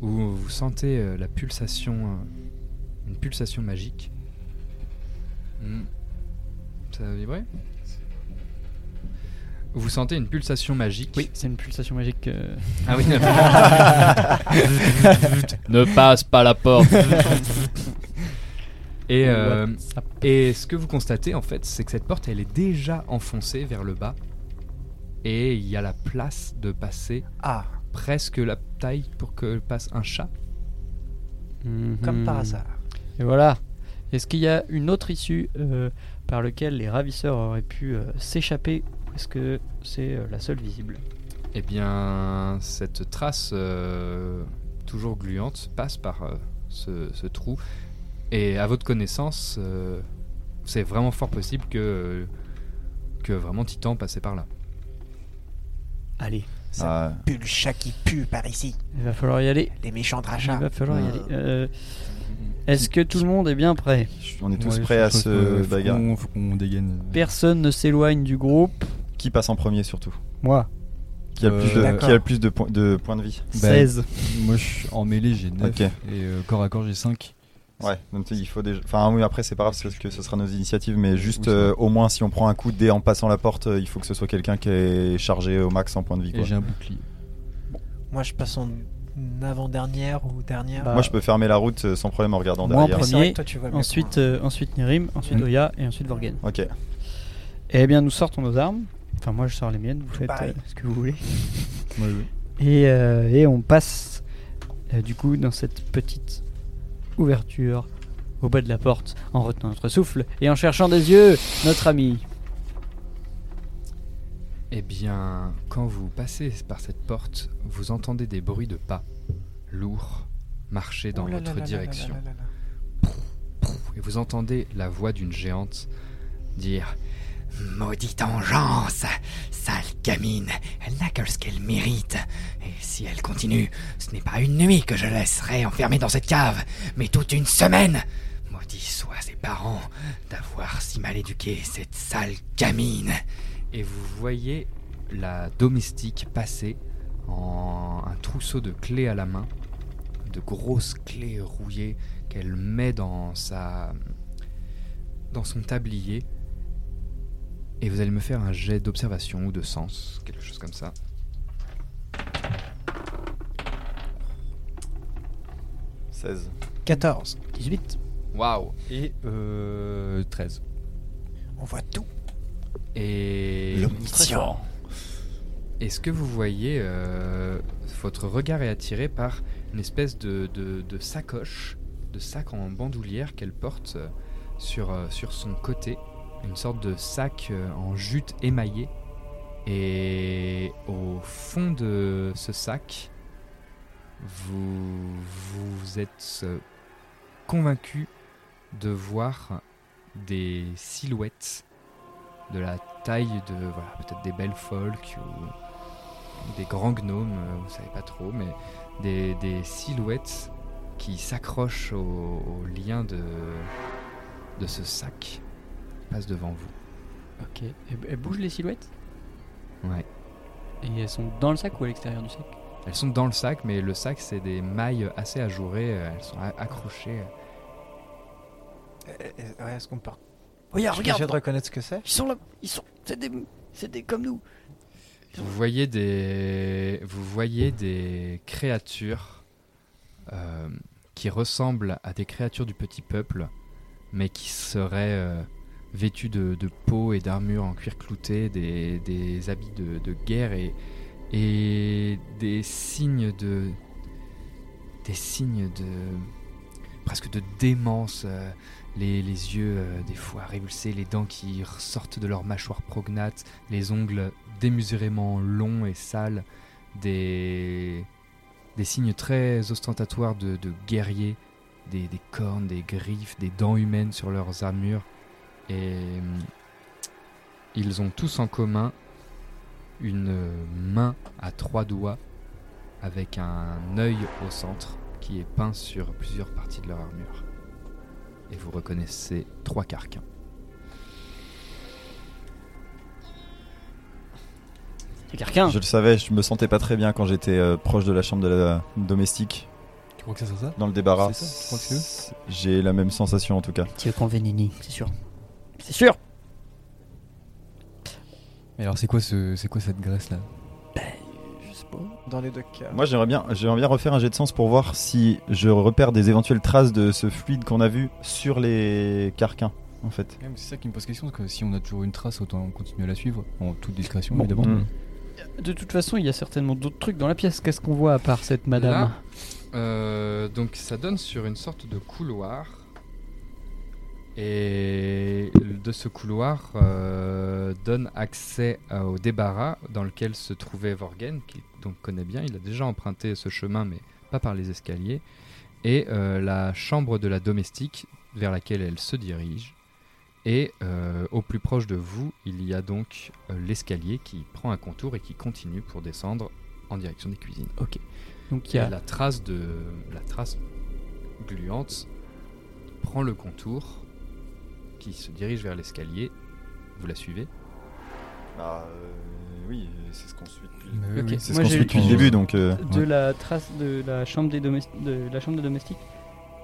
C: où vous sentez euh, la pulsation, euh, une pulsation magique. Hmm. Ça a vibré Vous sentez une pulsation magique.
F: Oui, c'est une pulsation magique. euh,
C: Ah oui. ne passe pas la porte. et, euh, et ce que vous constatez en fait, c'est que cette porte, elle est déjà enfoncée vers le bas. Et il y a la place de passer
G: Ah,
C: presque la taille pour que passe un chat.
G: comme
F: mhm.
G: par hasard.
F: Et voilà. Est-ce qu'il y a une autre issue euh, par laquelle les ravisseurs auraient pu euh, s'échapper ou est-ce que c'est euh, la seule visible
C: Eh bien, cette trace euh, toujours gluante passe par euh, ce, ce trou. Et à votre connaissance, euh, c'est vraiment fort possible que, que vraiment Titan passait par là.
F: Allez,
E: Ah,
G: Pue le chat qui pue par ici.
F: il va falloir y aller.
G: Les méchants
F: Il
G: drachats.
F: va falloir y aller.
E: Ah.
F: Euh, Est-ce que tout le monde est bien prêt
E: on est tous
D: Ouais,
E: prêts
D: je
E: à
D: pense
E: se
D: que faut
E: bagarre.
D: qu'on- faut qu'on dégaine. euh,
F: Personne ne s'éloigne du groupe.
E: Qui passe en premier surtout
F: Moi,
E: Qui a le
D: Euh,
E: plus de,
G: d'accord.
E: qui a le plus de, points- de points de vie
F: 16.
D: Moi, je suis en mêlée, j'ai 9.
E: Ok.
D: Et euh, corps à corps, j'ai 5.
E: Ouais, donc il faut déjà. Enfin, oui, après, c'est pas grave parce que ce sera nos initiatives, mais juste
D: Oui, c'est
E: euh, au moins si on prend un coup dès en passant la porte, euh, il faut que ce soit quelqu'un qui est chargé au max en points de vie.
D: Et
E: Quoi.
D: j'ai un bouclier.
G: Moi, je passe en avant-dernière ou dernière.
F: Bah,
E: Moi, je peux fermer la route euh, sans problème en regardant
F: Moi, en
E: derrière. Mhm.
G: C'est vrai
F: premier,
G: que toi, tu vois mes
F: Ensuite,
G: points.
F: euh, ensuite Nirim, ensuite
C: Mm.
F: Oya et ensuite Vorgen.
E: Ok.
F: Eh bien, nous sortons nos armes. Enfin, moi, je sors les miennes. Vous faites
G: Pareil.
F: euh, ce que vous voulez.
D: Ouais, ouais.
F: Et, euh, et on passe euh, du coup dans cette petite ouverture au bas de la porte en retenant notre souffle et en cherchant des yeux notre ami.
C: Eh bien, quand vous passez par cette porte, vous entendez des bruits de pas lourds marcher dans
G: Ouh Oh là là
C: votre
G: là là
C: direction.
G: là là là là.
C: et vous entendez la voix d'une géante dire Maudite engeance Sale gamine Elle n'a que ce qu'elle mérite Et si elle continue, ce n'est pas une nuit que je laisserai enfermée dans cette cave, mais toute une semaine Maudit soient ses parents d'avoir si mal éduqué cette sale gamine Et vous voyez la domestique passer en un trousseau de clés à la main, de grosses clés rouillées qu'elle met dans sa dans son tablier et vous allez me faire un jet d'observation ou de sens, quelque chose comme ça.
E: Ouais. 16.
G: 14.
F: 18.
C: Waouh
D: Et euh, 13.
G: On voit tout.
C: Et
G: L'omniscient.
C: Et ce que vous voyez, euh, votre regard est attiré par une espèce de, de- de sacoche, de sac en bandoulière qu'elle porte euh, sur, euh, sur son côté, une sorte de sac euh, en jute émaillée. Et au fond de ce sac, vous, vous êtes euh, convaincu de voir des silhouettes de la taille de voilà, peut-être des belles folk ou des grands gnomes, euh, vous savez pas trop, mais des, des silhouettes qui s'accrochent au, au lien de, de ce sac qui passe devant vous.
F: Ok. Et, elles bougent les silhouettes
C: Ouais.
F: Et elles sont dans le sac ou à l'extérieur du sac
C: Elles sont dans le sac, mais le sac c'est des mailles assez ajourées, euh, elles sont a- accrochées.
G: Euh, euh, ouais, est-ce qu'on peut.
F: Regarde,
G: Je suis obligé de reconnaître ce que c'est.
F: Ils sont là. Ils sont. C'est des. C'est des comme nous.
C: Vous voyez des, vous voyez des créatures euh, qui ressemblent à des créatures du petit peuple, mais qui seraient euh, vêtues de, de peau et d'armure en cuir clouté, des, des habits de, de guerre et, et des signes de, des signes de, presque de démence. euh, les, les yeux euh, des fois révulsés, les dents qui ressortent de leur mâchoire prognate, les ongles démesurément longs et sales, des, des signes très ostentatoires de, de guerriers, des, des cornes, des griffes, des dents humaines sur leurs armures. Et hum, ils ont tous en commun une euh, main à trois doigts avec un œil au centre qui est peint sur plusieurs parties de leur armure. Et vous reconnaissez trois carquins.
F: C'est quelqu'un.
E: Je le savais, je me sentais pas très bien quand j'étais euh, proche de la chambre de la domestique
D: Tu crois que ça sera ça
E: dans le débarras.
D: C'est ça, tu crois que c'est
E: J'ai la même sensation en tout cas.
F: Tu veux qu'on vénine, c'est sûr. C'est sûr.
D: Mais alors c'est quoi ce, c'est quoi cette graisse là
F: Je sais pas.
G: Dans les deux cas.
E: Moi j'aimerais bien, j'aimerais bien refaire un jet de sens pour voir si je repère des éventuelles traces de ce fluide qu'on a vu sur les carquins en fait.
D: Ouais, mais C'est ça qui me pose question, parce que si on a toujours une trace, autant continuer à la suivre, en toute discrétion
F: Bon.
D: évidemment.
E: Mm.
F: De toute façon, il y a certainement d'autres trucs dans la pièce. Qu'est-ce qu'on voit à part cette madame
C: Euh, donc ça donne sur une sorte de couloir. Et de ce couloir euh, donne accès à- au débarras dans lequel se trouvait Vorgen, qui donc connaît bien. Il a déjà emprunté ce chemin, mais pas par les escaliers. Et euh, la chambre de la domestique vers laquelle elle se dirige. Et euh, au plus proche de vous, il y a donc euh, l'escalier qui prend un contour et qui continue pour descendre en direction des cuisines.
F: Donc il
C: Et
F: y a
C: la trace de la trace gluante prend le contour qui se dirige vers l'escalier. Vous la suivez
E: Ah, euh, oui, c'est ce qu'on suit depuis,
D: Mais
F: Ok.
D: oui,
E: c'est ce
F: Moi,
E: qu'on
F: j'ai-
E: suit depuis le
D: j'ai-
E: début donc. euh,
F: de la trace de la chambre des domestiques, de la chambre de domestique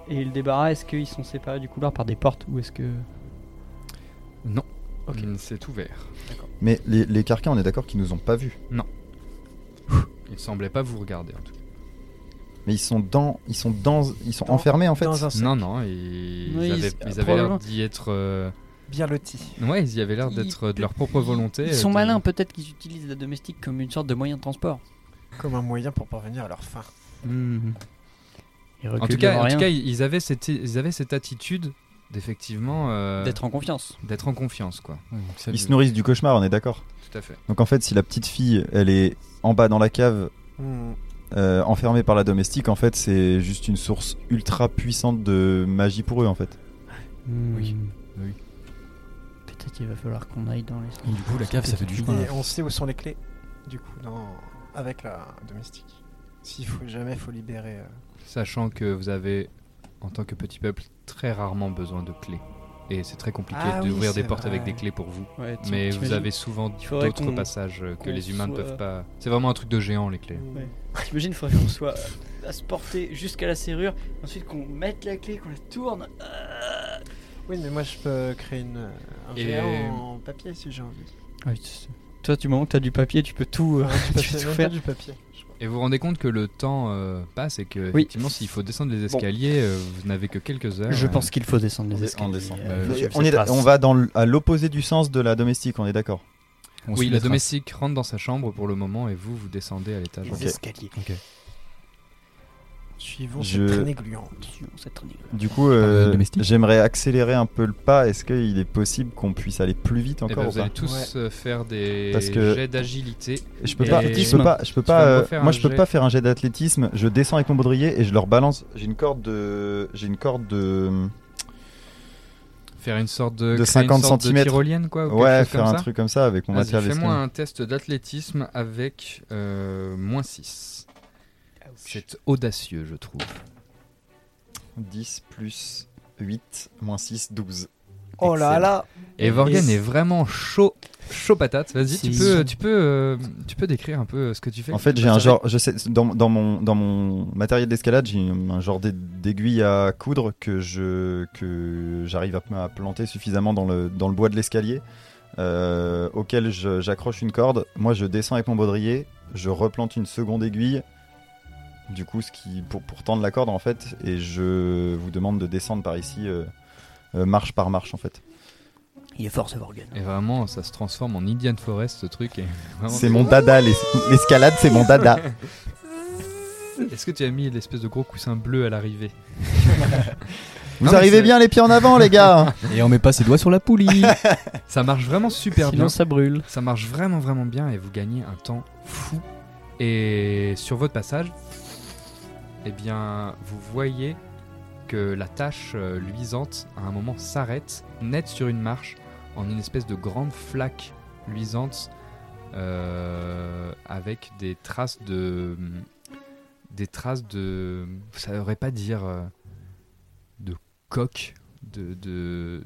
F: et le débarras. Est-ce qu'ils sont séparés du couloir par des portes ou est-ce que
C: Non.
F: Ok.
C: Mm, C'est ouvert.
E: Mais les, les carquins, on est d'accord qu'ils nous ont pas vus.
C: Il semblait pas vous regarder en tout cas.
E: Mais ils sont dans, ils sont dans, ils sont
G: Dans-
E: enfermés en fait.
G: Dans un sac
C: Non, non, ils,
F: Oui, ils-
C: avaient,
F: euh,
C: ils avaient l'air
F: probablement.
C: d'y être. euh,
G: bien loti.
C: Ouais, ils y avaient l'air
F: Ils
C: d'être euh, de
F: pe-
C: leur propre volonté.
F: ils
C: euh,
F: sont
C: de-
F: malins Peut-être qu'ils utilisent la domestique comme une sorte de moyen de transport.
G: Comme un moyen pour parvenir à leur fin.
F: Ils
C: Hmm. En
F: reculent
C: tout, cas,
F: devant
C: en
F: rien,
C: tout cas, ils avaient cette, ils avaient cette attitude d'effectivement euh,
F: d'être en confiance.
C: d'être en confiance, quoi.
D: Ouais, donc ça,
E: Ils
D: je-
E: se nourrissent du cauchemar, on est d'accord.
C: Tout à fait.
E: Donc en fait, si la petite fille, elle est en bas dans la cave,
G: Hmm.
E: euh, enfermée par la domestique, en fait, c'est juste une source ultra puissante de magie pour eux, en fait.
D: Oui.
F: Hmm.
D: Oui.
F: Peut-être qu'il va falloir qu'on aille dans les.
D: Et du coup, la cave, ça fait du chemin.
G: Et on sait où sont les clés, du coup, dans... avec la domestique. S'il faut jamais, faut libérer. euh,
C: Sachant que vous avez, en tant que petit peuple, très rarement besoin de clés. Et c'est très compliqué
G: Ah oui,
C: d'ouvrir des
G: c'est
C: portes avec
G: vrai.
C: des clés pour vous.
F: Ouais, Bah, tu-
C: Mais vous
F: t'imagines-
C: avez souvent
F: Il faudrait
C: d'autres
F: qu'on-
C: passages euh, que
F: qu'on
C: les humains ne
F: soit- Mm.
C: peuvent pas. C'est vraiment un truc de géant, les clés.
G: hmm.
F: Ouais. T'imagines, il faudrait qu'on soit euh, à se porter jusqu'à la serrure, ensuite qu'on mette la clé, qu'on la tourne. Euh,
G: Oui, mais moi je peux euh, créer une, un
C: Et-
G: géant en papier si j'ai envie.
F: Ouais, tu- Toi, du moment que t'as du papier, tu peux tout, euh,
G: Enfin, du
F: tu
G: papier,
F: peux tout
G: même pas
F: faire.
G: du papier. je crois.
C: Et vous vous rendez compte que le temps euh, passe et que,
F: Oui.
C: effectivement, s'il faut descendre les escaliers, euh, vous n'avez que quelques heures.
F: Je
C: Euh,
F: pense qu'il faut descendre les
E: On
F: escaliers.
E: descend.
F: Euh,
D: Bah,
F: je-
E: on, est,
F: je passe.
E: on va dans l- à l'opposé du sens de la domestique, on est d'accord.
D: on
C: Oui,
D: suit
C: la
D: les traces.
C: domestique rentre dans sa chambre pour le moment et vous, vous descendez à l'étage.
F: Les
E: Ok.
F: escaliers.
G: Suivons
E: Je-
G: cette traînée gluante.
F: Cette traînée.
E: Du coup,
D: Euh,
E: euh,
D: domestique
E: j'aimerais accélérer un peu le pas. Est-ce qu'il est possible qu'on puisse aller plus vite
C: Eh ben,
E: encore ou
C: vous allez
E: pas
C: tous euh, faire des
E: Parce que-
C: jets d'agilité.
E: Je peux
C: Et-
E: pas, je peux pas, je peux
C: Tu vas
E: pas.
C: me
E: euh,
C: refaire
E: moi,
C: un
E: je peux
C: jet.
E: pas faire un jet d'athlétisme. Je descends avec mon baudrier et je leur balance. J'ai une corde de, j'ai une corde de.
C: Faire une sorte de,
E: De
C: créer une
E: 50
C: sorte de
E: centimètres.
C: tyrolienne, quoi. ou
E: Ouais,
C: quelque chose
E: faire
C: comme
E: un
C: ça.
E: truc comme ça avec mon
C: Vas-y,
E: matériel
C: Fais-moi
E: d'escrime.
C: un test d'athlétisme avec euh, moins 6. C'est audacieux, je trouve.
E: 10 plus 8 moins 6, 12.
G: Oh là
C: Excellent.
G: là
C: Et Vorgen
G: Et-
C: est vraiment chaud, chaud patate. Vas-y, tu
F: Si.
C: peux, tu, peux, euh, tu peux décrire un peu euh, ce que tu fais.
E: En fait, j'ai
C: Parce
E: un
C: que-
E: genre, je sais, dans, dans mon, dans mon matériel d'escalade, j'ai un genre d'ai- d'aiguille à coudre que je, que j'arrive à, à planter suffisamment dans le, dans le bois de l'escalier, euh, auquel je- j'accroche une corde. Moi, je descends avec mon baudrier, je replante une seconde aiguille, du coup, ce qui, pour, pour tendre la corde en fait, et je vous demande de descendre par ici, euh, euh, marche par marche en fait.
F: Il est fort ce Vorgan.
C: Et vraiment, ça se transforme en Indian Forest, ce truc. et
I: Ah,
C: vraiment-
E: C'est mon dada, l'es- l'escalade, c'est mon dada.
C: Est-ce que tu as mis l'espèce de gros coussin bleu à l'arrivée
E: Vous
C: Non, mais
E: arrivez
C: c'est-
E: bien les pieds en avant, les gars. hein.
D: Et on met pas ses doigts sur la poulie.
C: Ça marche vraiment super bien.
F: Sinon, ça brûle.
C: Ça marche vraiment vraiment bien et vous gagnez un temps fou. Et sur votre passage, eh bien, vous voyez que la tache euh, luisante, à un moment, s'arrête net sur une marche en une espèce de grande flaque luisante euh, avec des traces de. Des traces de. Ça ne devrait pas dire. euh, de coque. De. de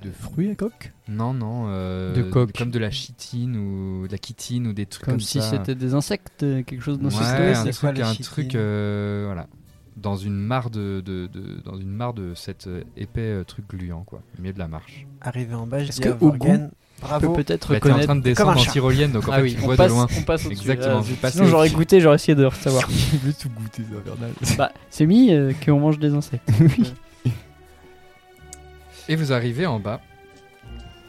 D: De fruits à coque
C: non, non. euh,
F: De coque.
C: Comme de la chitine ou de la chitine ou des trucs comme,
F: Comme si
C: ça.
F: c'était des insectes, euh, quelque chose dans
C: Ouais,
F: ce
I: style,
C: un
I: c'est quoi,
C: truc,
I: la
C: un
I: chitine
C: truc, euh, voilà, dans une mare de, de- de- dans une mare de cet euh, épais euh, truc gluant quoi, au milieu de la marche.
I: Arrivé en bas, je
F: Est-ce
I: dis
F: que
I: à
F: au
I: Vorgan,
F: On peut
I: bravo.
F: peut-être
C: Bah, t'es en
F: reconnaître. Ah
C: train de descendre
I: un
C: en
I: chat.
C: tyrolienne, donc en fait, tu vois
F: on passe,
C: de loin.
F: on passe au-dessus.
C: Exactement,
F: Ah,
C: vous
F: zut.
C: passez
F: Sinon, j'aurais
C: au-dessus.
F: goûté, j'aurais essayé de savoir.
D: Je veux tout goûter, c'est infernal.
F: bah, c'est mis euh, qu'on mange des insectes.
C: Et vous arrivez en bas,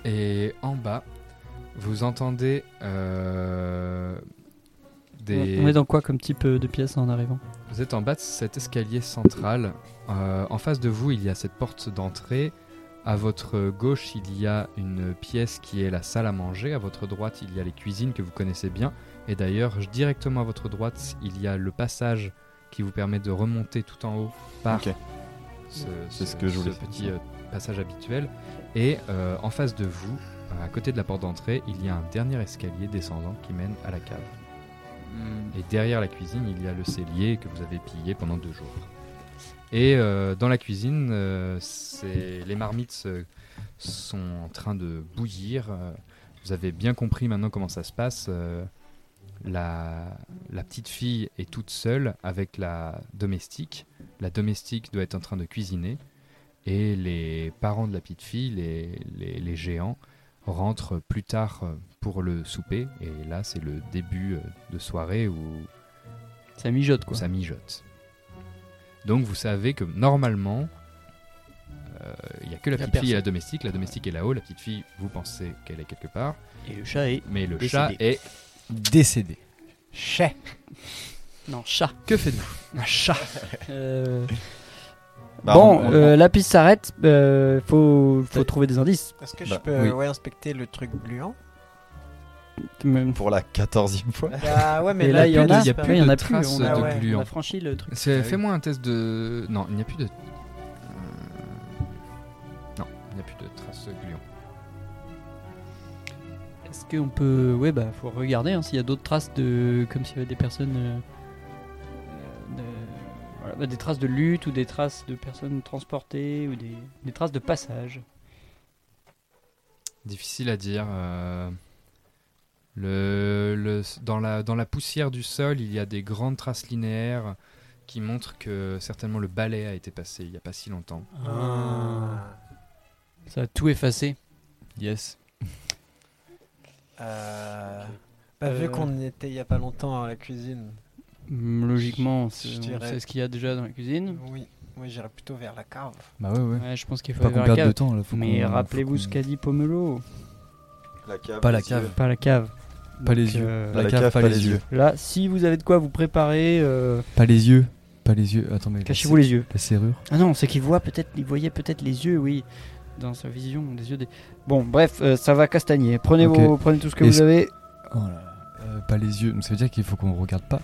C: et en bas, vous entendez euh, des.
F: On est dans quoi comme type euh, de pièce en arrivant
C: Vous êtes en bas de cet escalier central. Euh, en face de vous, il y a cette porte d'entrée. À votre gauche, il y a une pièce qui est la salle à manger. À votre droite, il y a les cuisines que vous connaissez bien. Et d'ailleurs, j- directement à votre droite, il y a le passage qui vous permet de remonter tout en haut
I: Bah.
C: par
E: Ok.
C: ce,
E: C'est ce que je voulais faire,
C: petit
E: ça.
C: euh, passage habituel. Et euh, en face de vous, à côté de la porte d'entrée, il y a un dernier escalier descendant qui mène à la cave.
E: Hmm.
C: Et derrière la cuisine, il y a le cellier que vous avez pillé pendant deux jours. Et euh, dans la cuisine, euh, c'est- les marmites euh, sont en train de bouillir. Euh, Vous avez bien compris maintenant comment ça se passe. Euh, la, la petite fille est toute seule avec la domestique. La domestique doit être en train de cuisiner. Et les parents de la petite fille, les, les- les géants, rentrent plus tard euh, pour le souper. Et là, c'est le début euh, de soirée où
F: Ça mijote quoi.
C: ça mijote. Donc vous savez que normalement, euh, il n'y a que la
F: Il y a
C: petite fille et la
F: personne.
C: domestique. La domestique est là-haut, la petite fille, vous pensez qu'elle est quelque part,
B: Et le chat est.
C: mais le
B: Décédée.
C: chat est...
D: Décédé.
I: Chais.
F: Non, chat.
C: Que faites-vous
F: Un chat. Euh,
E: Bah,
F: bon,
E: on- on-
F: euh, la piste s'arrête. euh, faut, faut trouver des indices.
I: Est-ce que je
E: Bah,
I: peux
E: oui.
I: ouais, inspecter le truc gluant
F: Mais-
E: Pour la quatorzième fois.
I: Bah ouais, mais
F: Et
I: là, il y en a.
C: il y a
I: c'est pas-
C: plus
F: il y en
C: de hein.
F: a plus.
C: traces
F: On a,
I: de
F: ouais,
C: gluant.
F: on a franchi le truc.
C: C'est-
I: Ah oui.
C: Fais-moi un test de... Non, il n'y a plus de... Euh, Non, il n'y a plus de traces gluant.
F: Est-ce qu'on peut. Ouais, bah, faut regarder hein, s'il y a d'autres traces de. Comme s'il y avait des personnes. euh, euh, de- voilà, bah, des traces de lutte ou des traces de personnes transportées ou des, des traces de passage.
C: Difficile à dire. euh, Le, le- dans, la, dans la poussière du sol, il y a des grandes traces linéaires qui montrent que certainement le balai a été passé il n'y a pas si longtemps.
I: Ah.
F: Ça a tout effacé.
D: Yes.
I: Euh, bah,
F: Euh.
I: Vu qu'on était il y a pas longtemps à la cuisine,
F: Mm, Logiquement, c'est-
I: Je
F: on
I: dirais-
F: sait ce qu'il y a déjà dans la cuisine.
I: oui, moi j'irais plutôt vers la cave.
D: Bah ouais, ouais.
F: Ouais, je pense qu'il faut
D: Pas
F: aller
D: qu'on
F: vers la
D: perde de
F: cave.
D: temps là. faut
F: Mais
D: qu'on- faut
F: rappelez-vous
D: qu'on-
F: ce qu'a dit Pomelo.
E: La cave.
D: Pas la cave.
F: Pas la cave.
D: Pas les
F: Donc,
D: yeux.
F: euh,
E: La cave, pas les yeux.
F: Là, si vous avez de quoi vous préparer, euh,
D: Pas les yeux. Pas les yeux. Attends, mais. la
F: cachez-vous les yeux.
D: serrure- La serrure.
F: Ah non, c'est qu'il voit peut-être, il voyait peut-être les yeux, oui, dans sa vision, des yeux des. Bon, bref, euh, ça va castagner. Prenez
D: Ok.
F: vos, prenez tout ce que
D: Est-ce-
F: vous avez.
D: Oh là là. Euh, pas les yeux. Donc, ça veut dire qu'il faut qu'on regarde pas.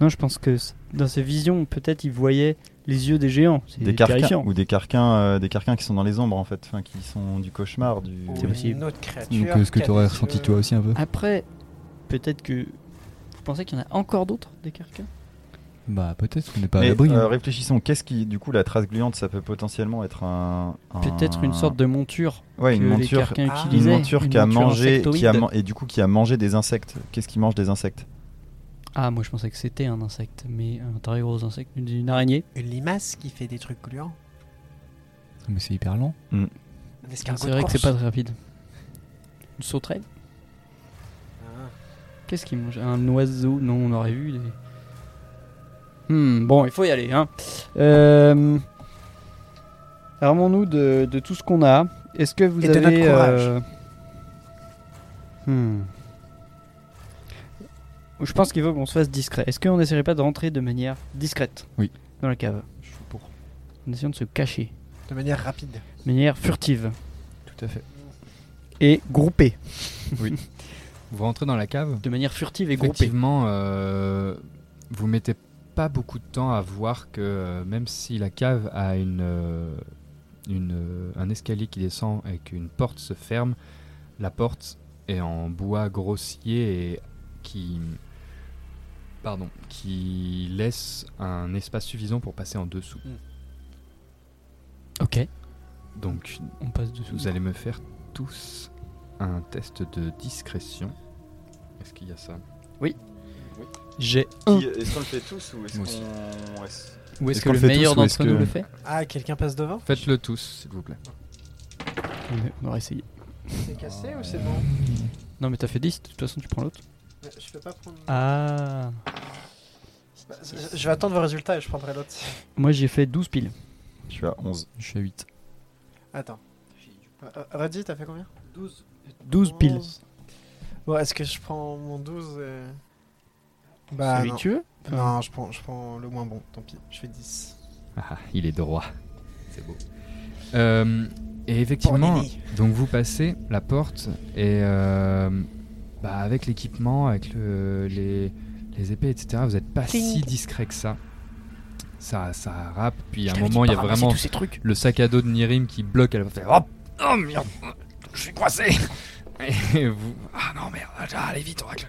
F: Non, je pense que c- dans ses visions, peut-être il voyait les yeux des géants. C'est
E: Des carquins
F: terrifiant.
E: ou des carquins, euh, des carquins qui sont dans les ombres en fait, enfin, qui sont du cauchemar, du.
I: Ou
F: possible.
I: Une autre créature.
D: Donc, euh, ce que
I: qui a
D: t'aurais
I: des
D: ressenti
I: yeux.
D: toi aussi un peu.
F: Après, peut-être que vous pensez qu'il y en a encore d'autres des carcans.
D: Bah peut-être. On n'est pas à
E: Mais
D: l'abri.
E: euh,
D: hein.
E: réfléchissons, qu'est-ce qui, du coup, la trace gluante, ça peut potentiellement être un.
D: Ah.
E: un-
F: Peut-être une sorte de monture
E: Ouais,
F: que
E: une
F: les
E: monture.
F: carcans
I: Ah.
E: Une
F: utilisaient.
E: monture qui a
F: monture
E: mangé, qui a
F: insectoïde.
E: man- et du coup qui a mangé des insectes. Qu'est-ce qui mange des insectes
F: Ah, moi je pensais que c'était un insecte, mais un très gros insecte, une, une araignée.
I: Une limace qui fait des trucs gluants.
D: Mais c'est hyper lent.
I: Un
F: C'est
I: escargot de
F: vrai que c'est pas
I: Corse.
F: très rapide. Une sauterelle
I: Ah.
F: Qu'est-ce qu'il mange Un oiseau Non, on aurait vu. Des... Hmm, bon, il faut y aller. Hein. Euh... Armons-nous de, de tout ce qu'on a. Est-ce que vous
I: Et de
F: avez.
I: notre courage.
F: euh, hmm. Je pense qu'il faut qu'on se fasse discret. Est-ce qu'on n'essaierait pas de rentrer de manière discrète
D: Oui.
F: Dans la cave. Je suis pour. En essayant de se cacher.
I: De manière rapide.
F: De manière furtive.
D: Tout à fait.
F: Et groupée.
C: Vous rentrez dans la cave
F: De manière furtive et groupée.
C: Effectivement, euh, vous mettez pas beaucoup de temps à voir que euh, même si la cave a une, euh, une, euh, un escalier qui descend et qu'une porte se ferme, la porte est en bois grossier et qui, pardon, qui laisse un espace suffisant pour passer en dessous.
F: Ok,
C: Donc
F: on passe dessous.
C: vous allez me faire tous un test de discrétion. Est-ce qu'il y a ça
F: J'ai un.
E: Qui- Est-ce qu'on le fait tous ou est-ce
C: Moi aussi.
E: qu'on. est-ce-
F: Ou est-ce
D: Est-ce
F: que
D: qu'on
F: le
D: le fait
F: meilleur
D: tous ou est-ce
F: d'entre nous
D: que-
F: le fait
G: Ah, quelqu'un passe devant
C: Faites-le tous, s'il vous plaît.
F: On aurait essayé.
G: C'est cassé ou c'est bon
F: Non, mais t'as fait 10, de toute façon, tu prends l'autre.
G: Je peux pas prendre.
F: Ah
G: Bah, je- je vais attendre vos résultats et je prendrai l'autre.
F: Moi, j'ai fait 12 piles.
E: Je suis à 11.
D: Je suis à 8.
G: Attends. Euh, Reddy, t'as fait combien 12.
F: 12 piles.
G: Bon, est-ce que je prends mon 12 et...
F: Celui
G: non.
F: que tu veux Ah.
G: Non, je prends, je prends le moins bon, tant pis, je fais 10.
C: Ah, il est droit. C'est beau. Euh, et effectivement,
G: Pour Lily.
C: donc vous passez la porte et euh, bah, avec l'équipement, avec le- les, les épées, etc., vous n'êtes pas si discret que ça. Ça, ça rappe, puis à un moment, il y a vraiment
F: ces trucs.
C: le sac à dos de Nirim qui bloque, elle va faire Hop Oh merde Je suis coincé Et vous. Ah non merde, ah, allez vite, on va cla-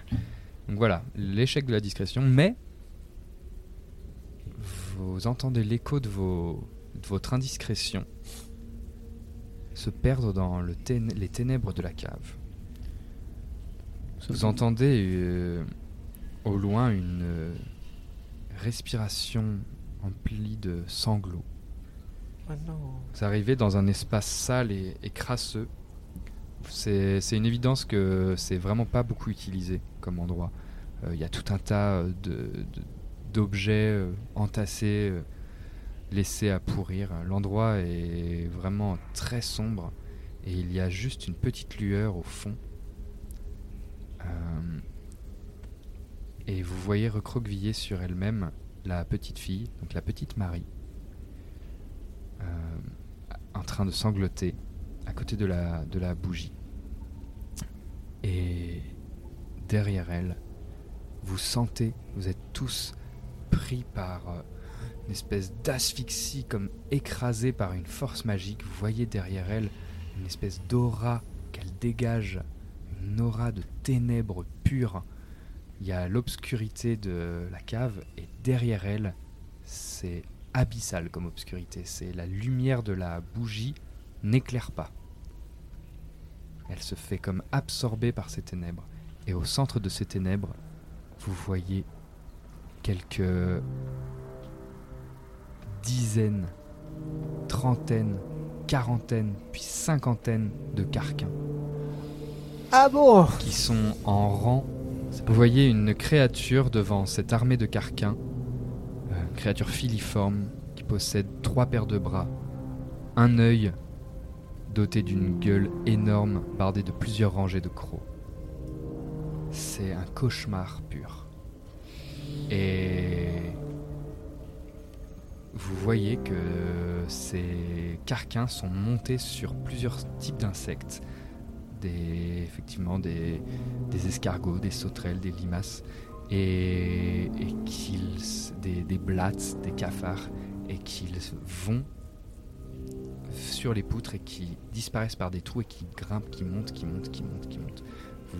C: Donc voilà, l'échec de la discrétion, mais vous entendez l'écho de, vos, de votre indiscrétion se perdre dans le tén- les ténèbres de la cave. Vous entendez euh, au loin une euh, respiration emplie de sanglots.
G: Oh non.
C: Vous arrivez dans un espace sale et, et crasseux. C'est c'est une évidence que c'est vraiment pas beaucoup utilisé comme endroit. Euh, Il y a tout un tas euh, de- de- d'objets euh, entassés, euh, laissés à pourrir. L'endroit est vraiment très sombre et il y a juste une petite lueur au fond. Euh, et vous voyez recroquevillée sur elle-même la petite fille, donc la petite Marie. Euh, en train de sangloter à côté de la, de la bougie. Et derrière elle, vous sentez, vous êtes tous pris par euh, une espèce d'asphyxie, comme écrasés par une force magique. Vous voyez derrière elle une espèce d'aura qu'elle dégage, une aura de ténèbres pures. Il y a l'obscurité de la cave et derrière elle, c'est abyssal comme obscurité. C'est la lumière de la bougie n'éclaire pas. Elle se fait comme absorbée par ces ténèbres. Et au centre de ces ténèbres, vous voyez quelques dizaines, trentaines, quarantaines, puis cinquantaines de carquins
G: Ah bon
C: qui sont en rang. Vous voyez une créature devant cette armée de carquins, euh, une créature filiforme qui possède trois paires de bras, un œil doté d'une gueule énorme bardée de plusieurs rangées de crocs. C'est un cauchemar pur. Et vous voyez que ces carquins sont montés sur plusieurs types d'insectes des, effectivement des, des escargots, des sauterelles, des limaces, et, et qu'ils, des, des blattes, des cafards, et qu'ils vont sur les poutres et qui disparaissent par des trous et qui grimpent, qui montent, qui montent, qui montent, qui montent. Vous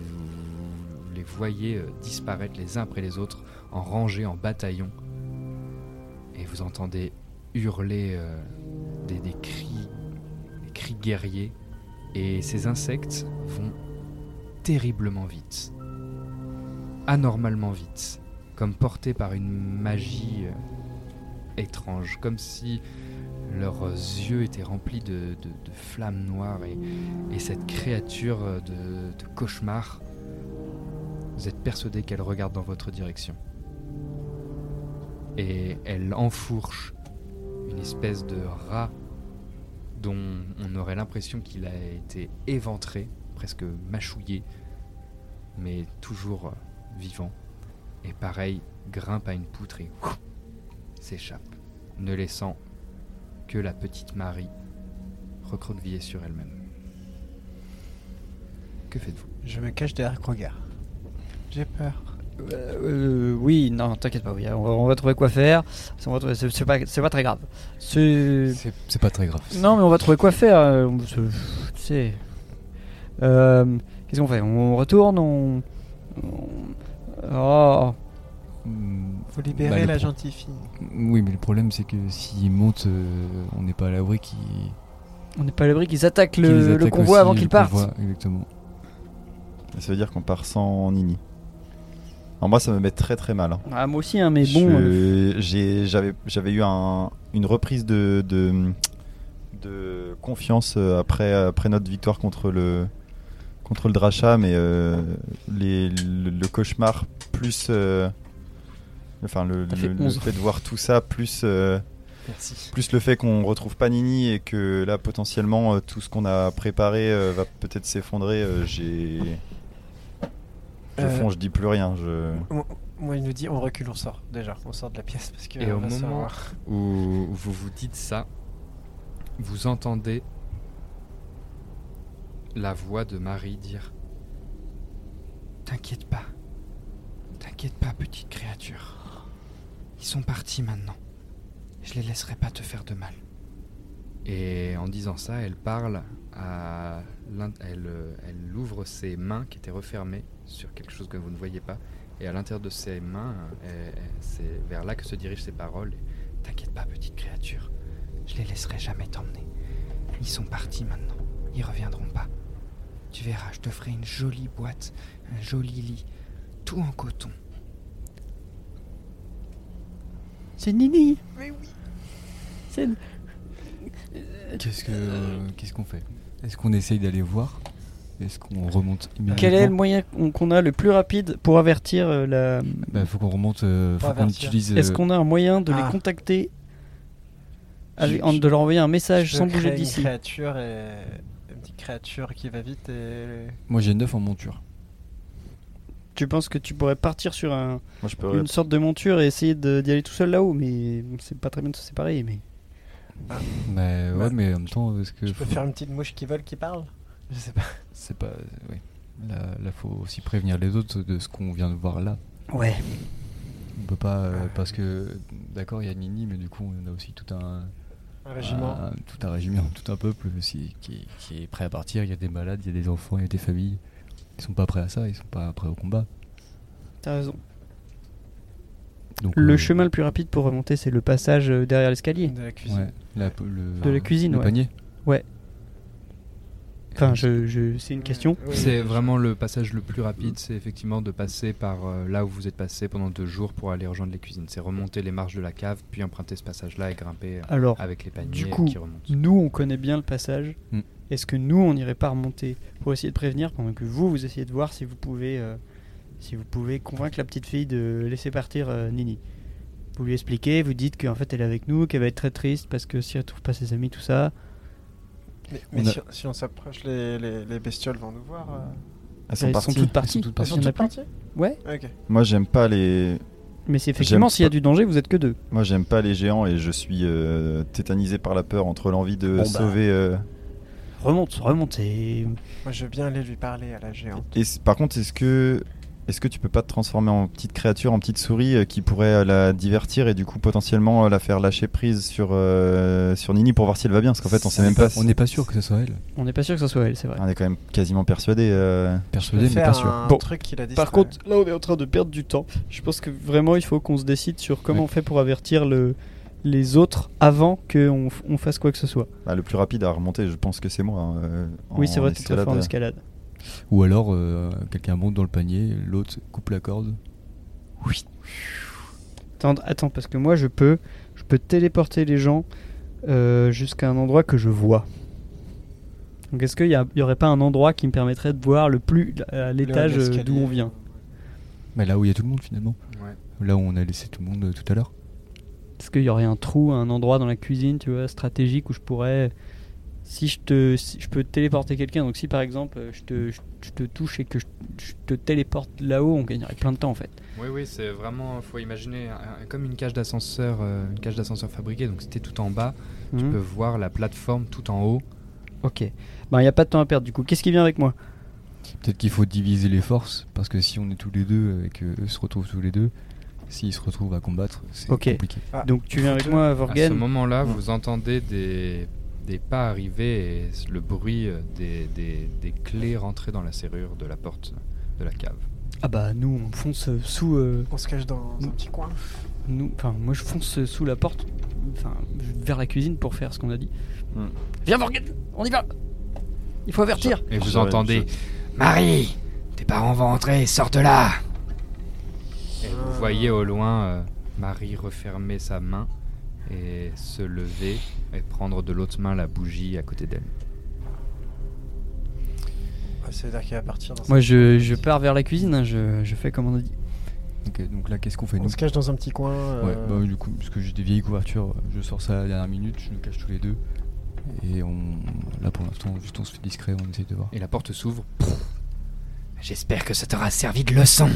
C: les voyez euh, disparaître les uns après les autres en rangée, en bataillon, et vous entendez hurler euh, des, des cris, des cris guerriers et ces insectes vont terriblement vite, anormalement vite, comme portés par une magie euh, étrange, comme si leurs yeux étaient remplis de, de- de flammes noires et, et cette créature euh, de, de cauchemar, vous êtes persuadé qu'elle regarde dans votre direction. Et elle enfourche une espèce de rat dont on aurait l'impression qu'il a été éventré, presque mâchouillé, mais toujours euh, vivant. Et pareil, grimpe à une poutre et ouf, s'échappe, ne laissant que la petite Marie recroquevillée sur elle-même. Que faites-vous
G: Je me cache derrière Kroger. J'ai peur.
F: Euh, euh, oui, non, t'inquiète pas, oui, on va, on va trouver quoi faire. C'est- on va trouver- C'est c'est pas, c'est pas très grave. C'est-
D: C'est c'est pas très grave.
F: Non, mais on va trouver quoi faire. euh, on se- Tu sais. Euh, Qu'est-ce qu'on fait On retourne On. on- Oh.
D: Mm,
G: Faut
D: Bah,
G: libérer
D: le
G: la
D: pro-
G: gentille fille.
D: Oui, mais le problème, c'est que s'ils montent, euh, on n'est pas à l'abri qui.
F: On n'est pas à l'abri qu'ils attaquent le, le convoi avant qu'ils partent.
D: exactement.
E: Ça veut dire qu'on part sans Nini. Alors moi, ça me met très très mal. hein.
F: Ah, moi aussi, hein, mais
E: Je-
F: bon. euh,
E: j'ai- j'avais j'avais eu un- une reprise de, de, de confiance euh, après, après notre victoire contre le, contre le Dracha, mais euh, les- le, le cauchemar plus. euh, Enfin, le,
F: T'as
E: le-
F: fait
E: le
F: 11.
E: fait de voir tout ça, plus, euh,
D: Merci.
E: plus le fait qu'on retrouve Panini et que là, potentiellement, euh, tout ce qu'on a préparé euh, va peut-être s'effondrer. euh, j'ai. Je
G: Euh,
E: fonds, je dis plus rien. Je...
G: Moi, il nous dit on recule, on sort déjà, on sort de la pièce parce que.
C: Et
G: on
C: au
G: va se faire
C: moment-
G: voir.
C: où vous vous dites ça, vous entendez la voix de Marie dire T'inquiète pas, t'inquiète pas, petite créature. Ils sont partis maintenant. Je les laisserai pas te faire de mal. Et en disant ça, elle parle à. l'in- Elle, euh, elle ouvre ses mains qui étaient refermées sur quelque chose que vous ne voyez pas. Et à l'intérieur de ses mains, euh, elle- c'est vers là que se dirigent ses paroles. T'inquiète pas, petite créature. Je les laisserai jamais t'emmener. Ils sont partis maintenant. Ils reviendront pas. Tu verras, je te ferai une jolie boîte, un joli lit, tout en coton.
F: C'est Nini
G: Mais oui.
F: C'est-
D: Qu'est-ce que qu'est-ce qu'on fait Est-ce qu'on essaye d'aller voir Est-ce qu'on remonte immédiatement
F: Quel est le moyen qu'on- qu'on a le plus rapide pour avertir euh, la.
D: Bah, faut qu'on remonte. euh,
G: Faut
D: faut qu'on
G: avertir.
D: utilise.
F: Est-ce
D: euh,
F: qu'on a un moyen de
G: Ah.
F: les contacter avec-
G: Je-
F: en- De leur envoyer un message
G: Je
F: sans
G: crée
F: bouger
G: une
F: d'ici
G: Créature et... Une petite créature qui va vite et.
D: Moi, j'ai 9 en monture.
F: Tu penses que tu pourrais partir sur un,
E: Moi, je peux
F: une sorte de monture et essayer de- d'y aller tout seul là-haut, mais c'est pas très bien de se séparer. Mais
D: Mais ouais,
G: Bah,
D: mais en même temps, est-ce que
G: Je peux faire une petite mouche qui vole, qui parle Je sais pas.
D: c'est pas. euh, oui. Là, là, faut aussi prévenir les autres de ce qu'on vient de voir là.
F: ouais,
D: On peut pas euh, parce que d'accord, il y a Nini, mais du coup, on a aussi tout un
G: Un régiment.
D: un- tout un régiment, tout un peuple aussi qui, qui est prêt à partir. Il y a des malades, il y a des enfants, il y a des familles. Ils sont pas prêts à ça, ils sont pas prêts au combat.
F: t'as raison.
D: Donc
F: Le
D: euh,
F: chemin le plus rapide pour remonter, c'est le passage euh, derrière l'escalier.
G: De la cuisine.
D: ouais, la, le,
F: De la cuisine,
D: le
F: ouais.
D: panier.
F: Enfin, je, je- c'est une question.
G: Oui,
C: C'est
G: oui.
C: vraiment le passage le plus rapide, c'est effectivement de passer par euh, là où vous êtes passé pendant deux jours pour aller rejoindre les cuisines. C'est remonter les marches de la cave, puis emprunter ce passage-là et grimper euh,
F: Alors,
C: avec les paniers
F: du coup,
C: qui remontent.
F: nous, on connaît bien le passage.
D: Mm.
F: Est-ce que nous, on n'irait pas remonter pour essayer de prévenir, pendant que vous, vous essayez de voir si vous pouvez, euh, si vous pouvez convaincre la petite fille de laisser partir euh, Nini. Vous lui expliquez, vous dites qu'en fait elle est avec nous, qu'elle va être très triste parce que si elle trouve pas ses amis, tout ça.
G: Mais, mais
D: On a-
G: si, si on s'approche, les, les, les bestioles vont nous voir. euh.
E: Elles
F: elles
E: sont
F: Ah, sont
E: parties.
F: toutes parties.
D: toutes
F: Il y en a plus. Ouais,
G: Ok.
E: Moi, j'aime pas les.
F: mais c'est effectivement
E: J'aime
F: s'il y a
E: pas.
F: du danger, vous êtes que deux.
E: Moi, j'aime pas les géants et je suis euh, tétanisé par la peur entre l'envie de
F: Bon, bah.
E: sauver. euh,
F: Remonte, remonte. Et...
G: Moi, je veux bien aller lui parler à la géante.
E: Et c- par contre, est-ce que est-ce que tu peux pas te transformer en petite créature, en petite souris euh, qui pourrait euh, la divertir et du coup potentiellement euh, la faire lâcher prise sur euh, sur Nini pour voir si elle va bien Parce qu'en fait, on sait même pas. si-
D: On n'est pas sûr que ce soit elle.
F: On n'est pas sûr que ça soit elle, c'est vrai.
E: on est quand même quasiment persuadé. euh,
G: Je peux
D: Persuadé, mais
G: faire
D: pas sûr.
G: un
F: Bon.
G: truc qu'il a dit.
F: Par contre, là, on est en train de perdre du temps. Je pense que vraiment, il faut qu'on se décide sur comment
D: Oui.
F: on fait pour avertir le, les autres avant qu'on f- on fasse quoi que ce soit.
E: bah, le plus rapide à remonter, je pense que c'est moi. hein, euh,
F: oui,
E: en
F: c'est vrai, t'es très
E: escalade.
F: fort en escalade.
D: Ou alors, euh, quelqu'un monte dans le panier, l'autre coupe la corde.
F: Attends, attends, parce que moi, je peux, je peux téléporter les gens euh, jusqu'à un endroit que je vois. Donc, est-ce qu'il n'y y aurait pas un endroit qui me permettrait de voir le plus à l'étage euh, d'où on vient
D: Mais là où il y a tout le monde finalement.
C: Ouais.
D: Là où on a laissé tout le monde euh, tout à l'heure.
F: Est-ce qu'il y aurait un trou, un endroit dans la cuisine, tu vois, stratégique où je pourrais. Si je, te, si je peux téléporter quelqu'un, donc si par exemple euh, je te, je, je te touche et que je, je te téléporte là-haut, on gagnerait plein de temps en fait.
C: Oui, oui, c'est vraiment, faut imaginer un- comme une cage d'ascenseur, euh, une cage d'ascenseur fabriquée. Donc c'était tout en bas, tu
G: Hmm.
F: Mhm.
C: peux voir la plateforme tout en haut.
F: Ok. Ben il n'y a pas de temps à perdre du coup. Qu'est-ce qui vient avec moi
D: Peut-être qu'il faut diviser les forces, parce que si on est tous les deux euh, et qu'eux se retrouvent tous les deux, s'ils se retrouvent à combattre, c'est
F: Ok.
D: compliqué.
F: Donc tu viens avec moi,
C: À ce
F: Vorgan.
C: moment-là,
G: Hmm.
F: Ouais.
C: vous entendez des, des pas arriver et le bruit euh, des, des- des clés rentrées dans la serrure de la porte de la cave.
F: Ah bah nous, on fonce euh, sous. euh,
G: On se cache dans un petit coin.
F: nous, enfin, moi je fonce euh, sous la porte, enfin vers la cuisine pour faire ce qu'on a dit.
E: Hmm.
F: Viens Vorgan, on y va. Il faut avertir.
C: Et vous
E: J'aurais-
C: entendez Marie, tes parents vont entrer, sors de là Et vous voyez au loin euh, Marie refermer sa main et se lever et prendre de l'autre main la bougie à côté d'elle.
G: Ouais, ça veut dire qu'il va Bah, partir dans un-
F: Moi je, je pars vers la cuisine, hein, je, je fais comme on a dit.
D: Ok, donc là, qu'est-ce qu'on fait
G: On
D: nous
G: se cache dans un petit coin. euh,
D: Ouais, bah du coup, parce que j'ai des vieilles couvertures, je sors ça à la dernière minute, je nous cache tous les deux. Et on, là pour l'instant, juste on se fait discret, on essaie de voir.
C: Et la porte s'ouvre. J'espère que ça t'aura servi de leçon,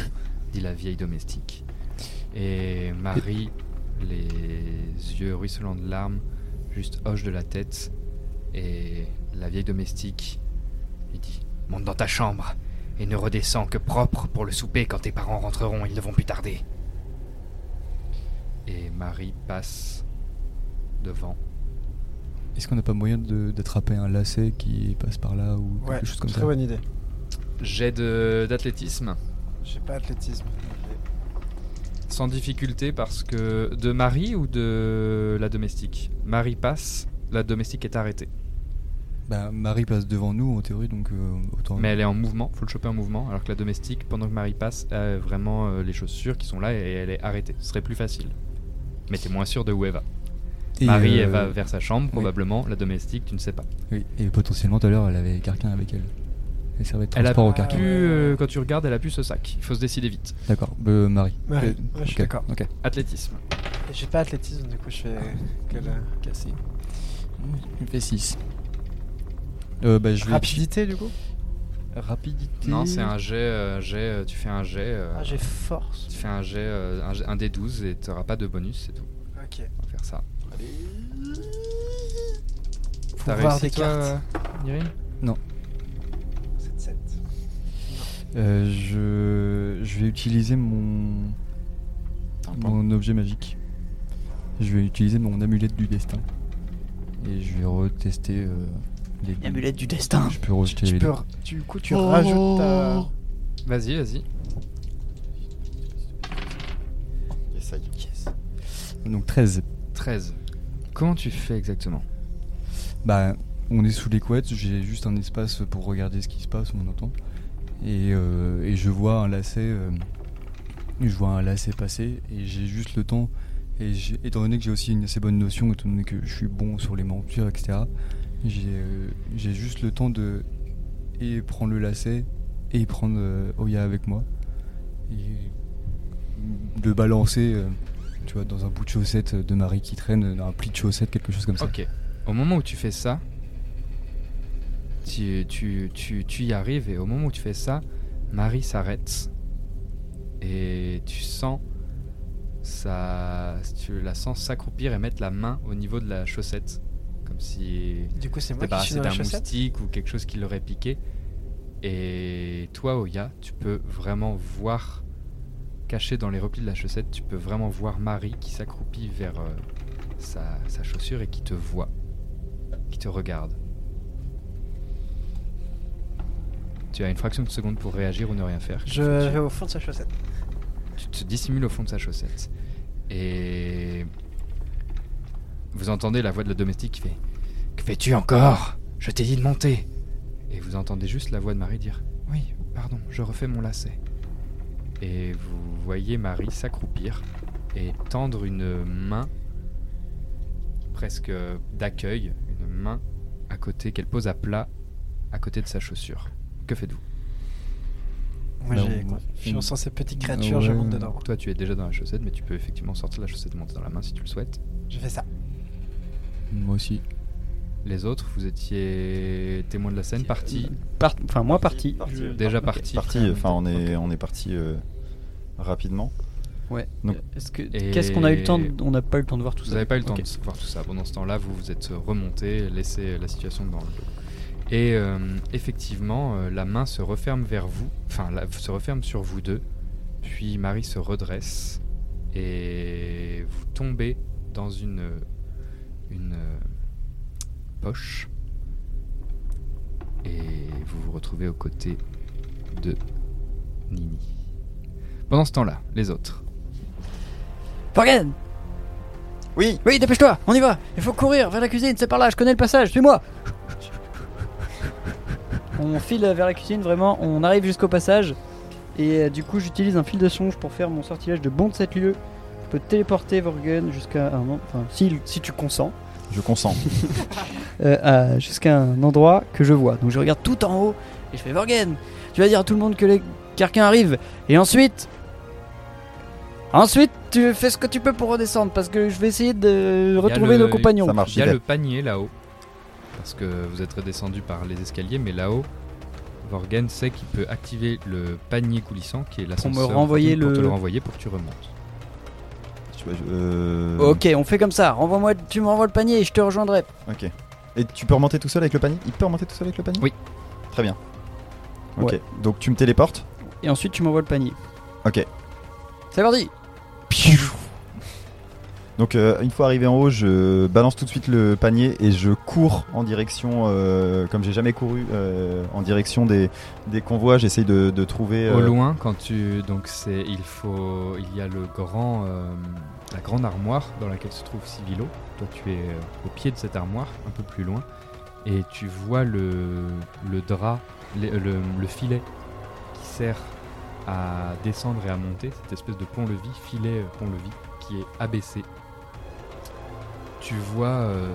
C: dit la vieille domestique. Et Marie, les yeux ruisselants de larmes, juste hoche de la tête. Et la vieille domestique lui dit Monte dans ta chambre et ne redescends que propre pour le souper quand tes parents rentreront, ils ne vont plus tarder. Et Marie passe devant.
D: Est-ce qu'on n'a pas moyen de- d'attraper un lacet qui passe par là ou quelque
G: Ouais,
D: chose comme
G: très
D: ça
G: bonne idée.
C: Jet de- d'athlétisme.
G: J'ai pas athlétisme.
C: Sans difficulté parce que de Marie ou de la domestique Marie passe, la domestique est arrêtée.
D: Bah Marie passe devant nous en théorie, donc euh, autant.
C: Mais elle est en mouvement, faut le choper en mouvement, alors que la domestique, pendant que Marie passe, a vraiment euh, les chaussures qui sont là et elle est arrêtée. Ce serait plus facile. Mais t'es moins sûr de où elle va.
D: Et,
C: Marie,
D: euh,
C: elle va vers sa chambre,
D: oui.
C: probablement. La domestique, tu ne sais pas.
D: oui, et potentiellement tout à l'heure, elle avait quelqu'un avec elle. Elle servait de
C: Elle a
D: transport au
G: Ah,
C: pu,
D: carquin.
C: euh, quand tu regardes, elle a pu ce sac. Il faut se décider vite.
D: D'accord, bah, Marie.
G: Marie,
D: Euh,
G: ouais, je suis
D: ok,
G: d'accord.
D: Ok.
C: Athlétisme.
G: Et J'ai pas athlétisme, du coup, je fais. quel, euh,
D: Cassé. Mmh, Il fait 6. Euh, bah, je vais-
G: Rapidité, du coup
D: Rapidité.
C: Non, c'est un jet. euh, jet euh, tu fais un jet. euh,
G: Ah, j'ai force.
C: tu fais un jet, euh, un, jet- un des 12 et t'auras pas de bonus, c'est tout.
G: Ok.
C: On va faire ça.
G: Faut
C: T'as
G: voir
C: réussi,
G: des
C: toi,
G: cartes.
C: euh, Irine
G: 7-7.
D: Euh, je... je vais utiliser mon... mon objet magique. Je vais utiliser mon amulette du destin. Et je vais retester euh, les deux.
F: Amulette du destin.
D: Je peux rejeter
G: Tu
D: les
G: peux,
D: deux.
G: r- du coup, tu rajoutes ta.
C: Vas-y, vas-y.
E: Essaye.
D: Donc 13.
C: 13. Comment tu fais exactement
D: Bah, on est sous les couettes, j'ai juste un espace pour regarder ce qui se passe, on entend. Et, euh, et je vois un lacet. euh, je vois un lacet passer et j'ai juste le temps. Et j'ai- étant donné que j'ai aussi une assez bonne notion, étant donné que je suis bon sur les mentures, etc., j'ai euh, j'ai juste le temps de. Et prendre le lacet et prendre euh, Oya avec moi. Et le balancer, euh, tu vois, dans un bout de chaussette de Marie qui traîne, dans un pli de chaussette, quelque chose comme ça.
C: Ok. Au moment où tu fais ça, tu, tu, tu, tu y arrives et au moment où tu fais ça, Marie s'arrête et tu sens ça, tu la sens s'accroupir et mettre la main au niveau de la chaussette, comme si
G: Du coup, c'est moi qui suis
C: débarrassée
G: dans la
C: d'un
G: chaussette.
C: moustique ou quelque chose qui l'aurait piqué. Et toi, Oya, tu peux vraiment voir, caché dans les replis de la chaussette, tu peux vraiment voir Marie qui s'accroupit vers euh, sa, sa chaussure et qui te voit, qui te regarde. Tu as une fraction de seconde pour réagir ou ne rien faire.
G: Je
C: Tu-
G: vais au fond de sa chaussette.
C: tu te dissimules au fond de sa chaussette. Et vous entendez la voix de la domestique qui fait Que fais-tu encore Je t'ai dit de monter. Et vous entendez juste la voix de Marie dire Oui, pardon, je refais mon lacet. Et vous voyez Marie s'accroupir et tendre une main presque d'accueil, une main à côté qu'elle pose à plat à côté de sa chaussure. Que faites-vous
G: Moi,
D: Bah,
G: j'ai.
D: on-
G: Je suis
D: on-
G: censé ces petites créatures, je
D: ouais.
G: monte dedans.
C: Toi, tu es déjà dans la chaussette, mais tu peux effectivement sortir la chaussette montée dans la main si tu le souhaites.
G: Je fais ça.
D: Moi aussi.
C: Les autres, vous étiez témoins de la scène, partis,
F: Part- Enfin moi parti.
E: Parti,
F: Je-
E: euh,
C: déjà
F: Ok.
C: partis.
E: Parti, enfin, on est, on est parti euh, rapidement.
F: Ouais.
E: Donc-
F: Est-ce que
C: Et-
F: qu'est-ce qu'on a eu le temps de- On n'a pas eu le temps de voir tout
C: Vous
F: ça.
C: n'avez pas eu le temps
F: Ok.
C: de voir tout ça. Pendant ce temps-là, vous vous êtes remontés, laissé la situation dans le dos. Et euh, effectivement, euh, la main se referme vers vous, enfin, la- se referme sur vous deux. Puis Marie se redresse et vous tombez dans une, euh, une euh, poche. Et vous vous retrouvez aux côtés de Nini. Pendant ce temps-là, les autres.
F: Morgan
E: Oui
F: Oui, dépêche-toi, on y va Il faut courir vers la cuisine, c'est par là, je connais le passage, suis-moi On file vers la cuisine, vraiment, on arrive jusqu'au passage. Et euh, du coup, j'utilise un fil de songe pour faire mon sortilège de bon de 7 lieux. Je peux téléporter Vorgen jusqu'à un en- Enfin, si, si tu consens,
E: Je consens.
F: euh, à- jusqu'à un endroit que je vois. Donc je regarde tout en haut et je fais Vorgen Tu vas dire à tout le monde que les carquins arrivent. Et ensuite. Ensuite, tu fais ce que tu peux pour redescendre parce que je vais essayer de retrouver
C: le-
F: nos compagnons.
E: Ça marche.
C: Il y a
E: il est.
C: le panier là-haut. Parce que vous êtes redescendu par les escaliers, mais là-haut, Vorgen sait qu'il peut activer le panier coulissant qui est l'ascenseur.
F: renvoyer
C: pour te
F: le-
C: le renvoyer pour que tu remontes.
E: Tu vois, je- euh,
F: Ok, on fait comme ça. Renvoie-moi, tu me renvoies le panier et je te rejoindrai.
E: Ok. Et tu peux remonter tout seul avec le panier Il peut remonter tout seul avec le panier
C: Oui.
E: Très bien. Ok.
F: Ouais.
E: Donc tu me téléportes
F: Et ensuite, tu m'envoies le panier.
E: Ok.
F: C'est parti.
E: Donc euh, une fois arrivé en haut, je balance tout de suite le panier et je cours en direction, euh, comme j'ai jamais couru, euh, en direction des, des convois. J'essaye de, de trouver.
C: Au
E: euh,
C: loin, quand tu donc c'est il faut il y a le grand euh, la grande armoire dans laquelle se trouve Civilo. Toi tu es euh, au pied de cette armoire, un peu plus loin, et tu vois le le drap, les- euh, le, le filet qui sert à descendre et à monter, cette espèce de pont-levis, filet euh, pont-levis qui est abaissé. Tu vois euh,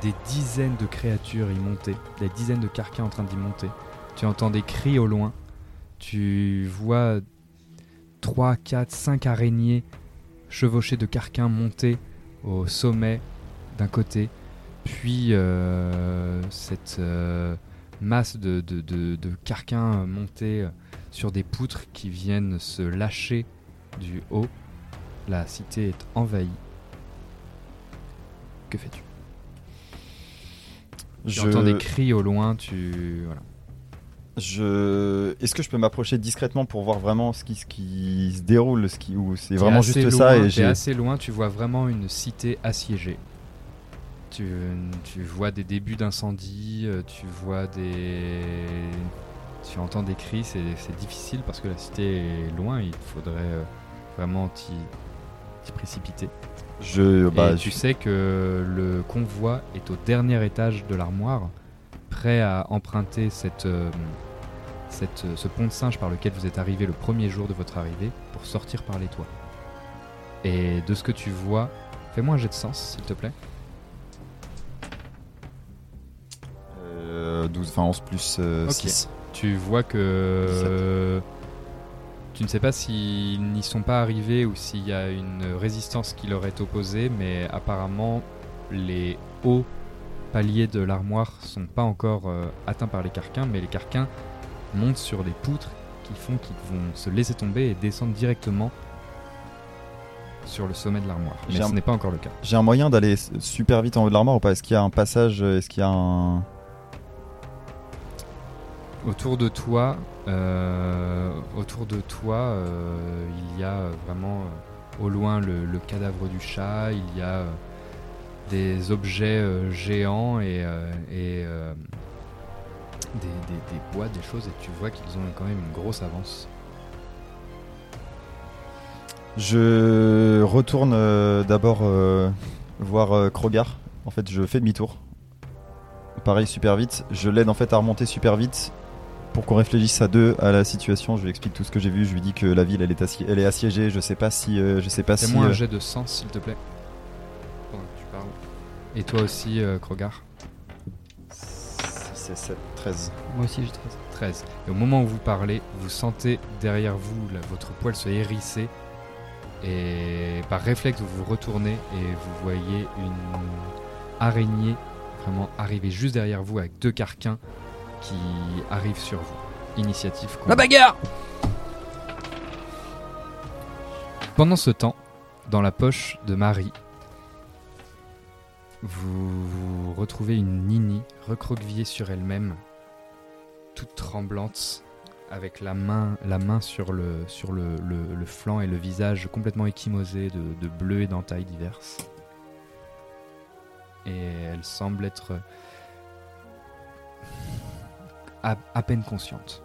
C: des dizaines de créatures y monter, des dizaines de carquins en train d'y monter. Tu entends des cris au loin. Tu vois 3, 4, 5 araignées chevauchées de carquins monter au sommet d'un côté, puis euh, cette euh, masse de, de- de- de carquins montés sur des poutres qui viennent se lâcher du haut. La cité est envahie. Que fais-tu
E: je-
C: J'entends des cris au loin, tu... Voilà.
E: Je... Est-ce que je peux m'approcher discrètement pour voir vraiment ce qui, ce qui se déroule, ce qui... ou c'est vraiment
C: T'es assez
E: juste ça
C: loin,
E: et
C: t'es
E: j'ai...
C: assez loin, tu vois vraiment une cité assiégée. Tu, tu vois des débuts d'incendie, euh, tu vois des... Tu entends des cris, c'est c'est difficile parce que la cité est loin, il te faudrait euh, vraiment t'y t'y précipiter.
E: Je... Bah,
C: Et tu
E: je-
C: sais que le convoi est au dernier étage de l'armoire, prêt à emprunter cette, euh, cette, euh, ce pont de singe par lequel vous êtes arrivé le premier jour de votre arrivée pour sortir par les toits. Et de ce que tu vois, fais-moi un jet de sens, s'il te plaît.
E: euh, 12, enfin 11 plus euh,
C: Ok.
E: 6.
C: Tu vois que euh, tu ne sais pas s'ils n'y sont pas arrivés ou s'il y a une résistance qui leur est opposée, mais apparemment les hauts paliers de l'armoire sont pas encore euh, atteints par les carquins, mais les carquins montent sur des poutres qui font qu'ils vont se laisser tomber et descendre directement sur le sommet de l'armoire. Mais
E: J'ai un-
C: ce n'est pas encore le cas.
E: J'ai un moyen d'aller s- super vite en haut de l'armoire ou pas Est-ce qu'il y a un passage euh, Est-ce qu'il y a un...
C: Autour de toi, euh, autour de toi, euh, il y a euh, vraiment euh, au loin le, le cadavre du chat. Il y a euh, des objets euh, géants et, euh, et, euh, des, des- des bois, des choses. Et tu vois qu'ils ont quand même une grosse avance.
E: Je retourne euh, d'abord euh, voir euh, Krogar. En fait, je fais demi-tour. Pareil, super vite. Je l'aide en fait à remonter super vite pour qu'on réfléchisse à deux à la situation. Je lui explique tout ce que j'ai vu. Je lui dis que la ville, elle est, assi- elle est assiégée. Je sais pas si, euh, je sais pas si.
C: Fais-moi
E: euh,
C: un jet de sens, s'il te plaît. Pendant que tu parles. Et toi aussi, euh, Krogar.
E: 6 et 7, 13.
F: Moi aussi, j'ai 13.
C: 13. Et au moment où vous parlez, vous sentez derrière vous là, votre poil se hérisser. Et par réflexe, vous vous retournez et vous voyez une araignée vraiment arriver juste derrière vous avec deux carquins qui arrivent sur vous. Initiative.
F: La
C: combat.
F: bagarre
C: Pendant ce temps, dans la poche de Marie, Vous, vous retrouvez une Nini recroquevillée sur elle-même, toute tremblante, avec la main, la main sur, le, sur le, le- le flanc et le visage complètement échymosé de, de bleu et d'entailles diverses. Et elle semble être à, à peine consciente.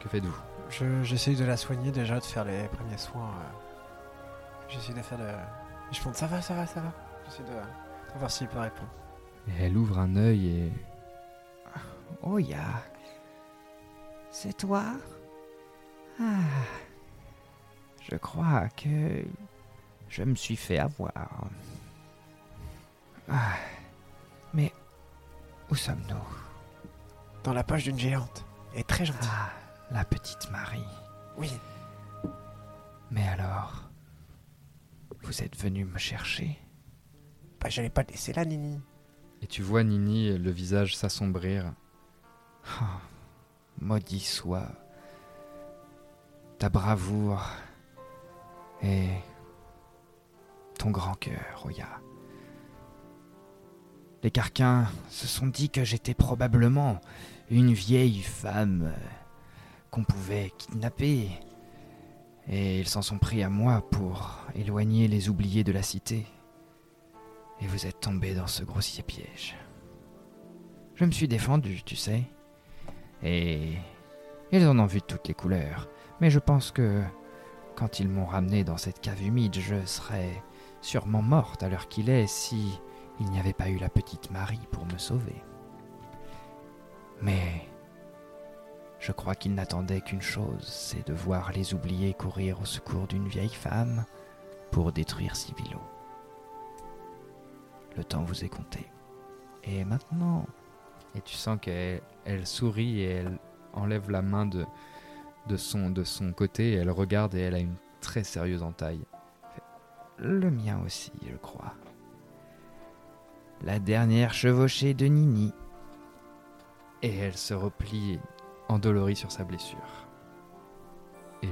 C: Que faites-vous
G: Je- J'essaye de la soigner déjà, de faire les premiers soins. euh. J'essaye de faire de. Je pense ça va, ça va, ça va. J'essaie de, de voir s'il peut répondre.
C: Et Elle ouvre un œil et
H: Oh, ya. C'est toi Ah. Je crois que je me suis fait avoir. Ah. Mais où sommes-nous
G: Dans la poche d'une géante. Elle est très gentille.
H: Ah, la petite Marie.
G: Oui.
H: Mais alors, vous êtes venu me chercher
G: Bah, j'allais pas te laisser là, Nini.
C: Et tu vois Nini le visage s'assombrir.
H: Ah, Maudit soit ta bravoure et ton grand cœur, Roya. Les carquins se sont dit que j'étais probablement une vieille femme euh, qu'on pouvait kidnapper. Et ils s'en sont pris à moi pour éloigner les oubliés de la cité. Et vous êtes tombé dans ce grossier piège. Je me suis défendu, tu sais. Et ils en ont vu de toutes les couleurs. Mais je pense que quand ils m'ont ramené dans cette cave humide, je serais sûrement morte à l'heure qu'il est si il n'y avait pas eu la petite Marie pour me sauver. Mais je crois qu'ils n'attendaient qu'une chose, c'est de voir les oubliés courir au secours d'une vieille femme pour détruire Sibilo. Le temps vous est compté. Et maintenant,
C: Et tu sens qu'elle elle sourit et elle enlève la main de, de, son, de son côté et elle regarde et elle a une très sérieuse entaille.
H: Le mien aussi, je crois. La dernière chevauchée de Nini.
C: Et elle se replie endolorie sur sa blessure. Et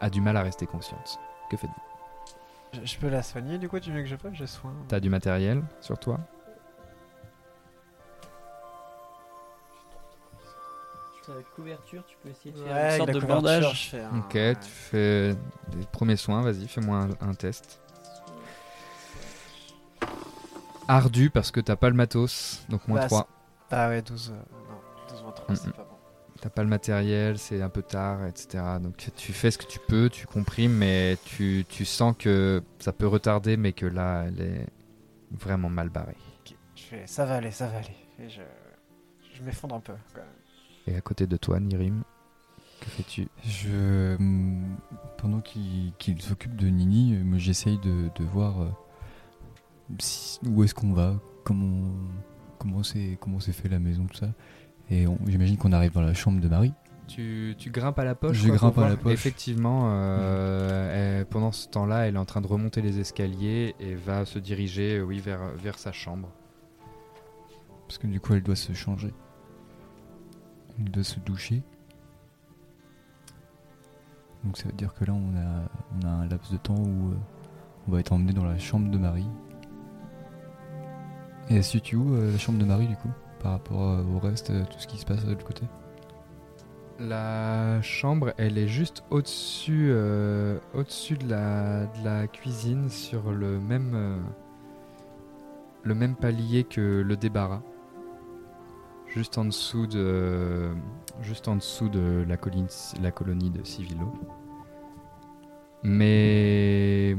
C: a du mal à rester consciente. Que faites-vous
G: Je, je peux la soigner, du coup, tu veux que je fasse J'ai soin.
C: T'as du matériel sur toi
B: La couverture, tu peux essayer de faire
G: Ouais,
B: une
G: avec
B: sorte
G: la
B: de
G: couverture,
B: bandage.
G: je fais un-
C: Ok, tu fais des premiers soins, vas-y, fais-moi un, un test. Ardu parce que t'as pas le matos, donc moins
G: Bah,
C: 3.
G: Ah ouais, 12. euh, non, 12 moins 3,
C: Mm,
G: c'est pas bon.
C: T'as pas le matériel, c'est un peu tard, etc. Donc tu fais ce que tu peux, tu comprimes, mais tu, tu sens que ça peut retarder, mais que là, elle est vraiment mal barrée.
G: Ok, Je fais ça va aller, ça va aller. Et je, je m'effondre un peu. quand même.
C: Et à côté de toi, Nirim, que fais-tu
D: Je, hum, pendant qu'il qu'il s'occupe de Nini, euh, moi, j'essaye de, de voir euh, si- où est-ce qu'on va, comment comment c'est comment c'est fait la maison tout ça. Et on- j'imagine qu'on arrive dans la chambre de Marie.
C: tu, grimpes à la poche
D: Je quoi, grimpe pour à la voir poche. Mhm.
C: Effectivement, euh, elle- pendant ce temps-là, elle est en train de remonter les escaliers et va se diriger, euh, oui, vers, vers sa chambre.
D: Parce que du coup, elle doit se changer. Elle doit se doucher. Donc ça veut dire que là, on a, on a un laps de temps où euh, on va être emmené dans la chambre de Marie. Et elle se situe où, euh, la chambre de Marie, du coup Par rapport euh, au reste, euh, tout ce qui se passe de l'autre côté
C: La chambre, elle est juste au-dessus, euh, au-dessus de la, de la cuisine, sur le même, euh, le même palier que le débarras, juste en dessous de, juste en dessous de la colline, la colonie de Civilo. Mais,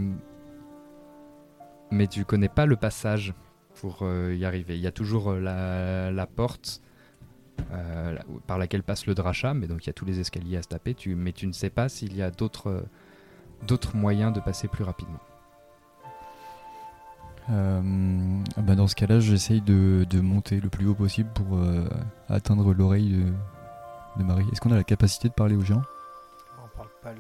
C: mais tu connais pas le passage pour euh, y arriver. Il y a toujours euh, la, la porte euh, la- par laquelle passe le drachat, mais donc il y a tous les escaliers à se taper, tu, mais tu ne sais pas s'il y a d'autres euh, d'autres moyens de passer plus rapidement.
D: Euh, ah bah, Dans ce cas-là, j'essaye de, de monter le plus haut possible pour euh, atteindre l'oreille de, de Marie. Est-ce qu'on a la capacité de parler aux géants
G: On parle pas le.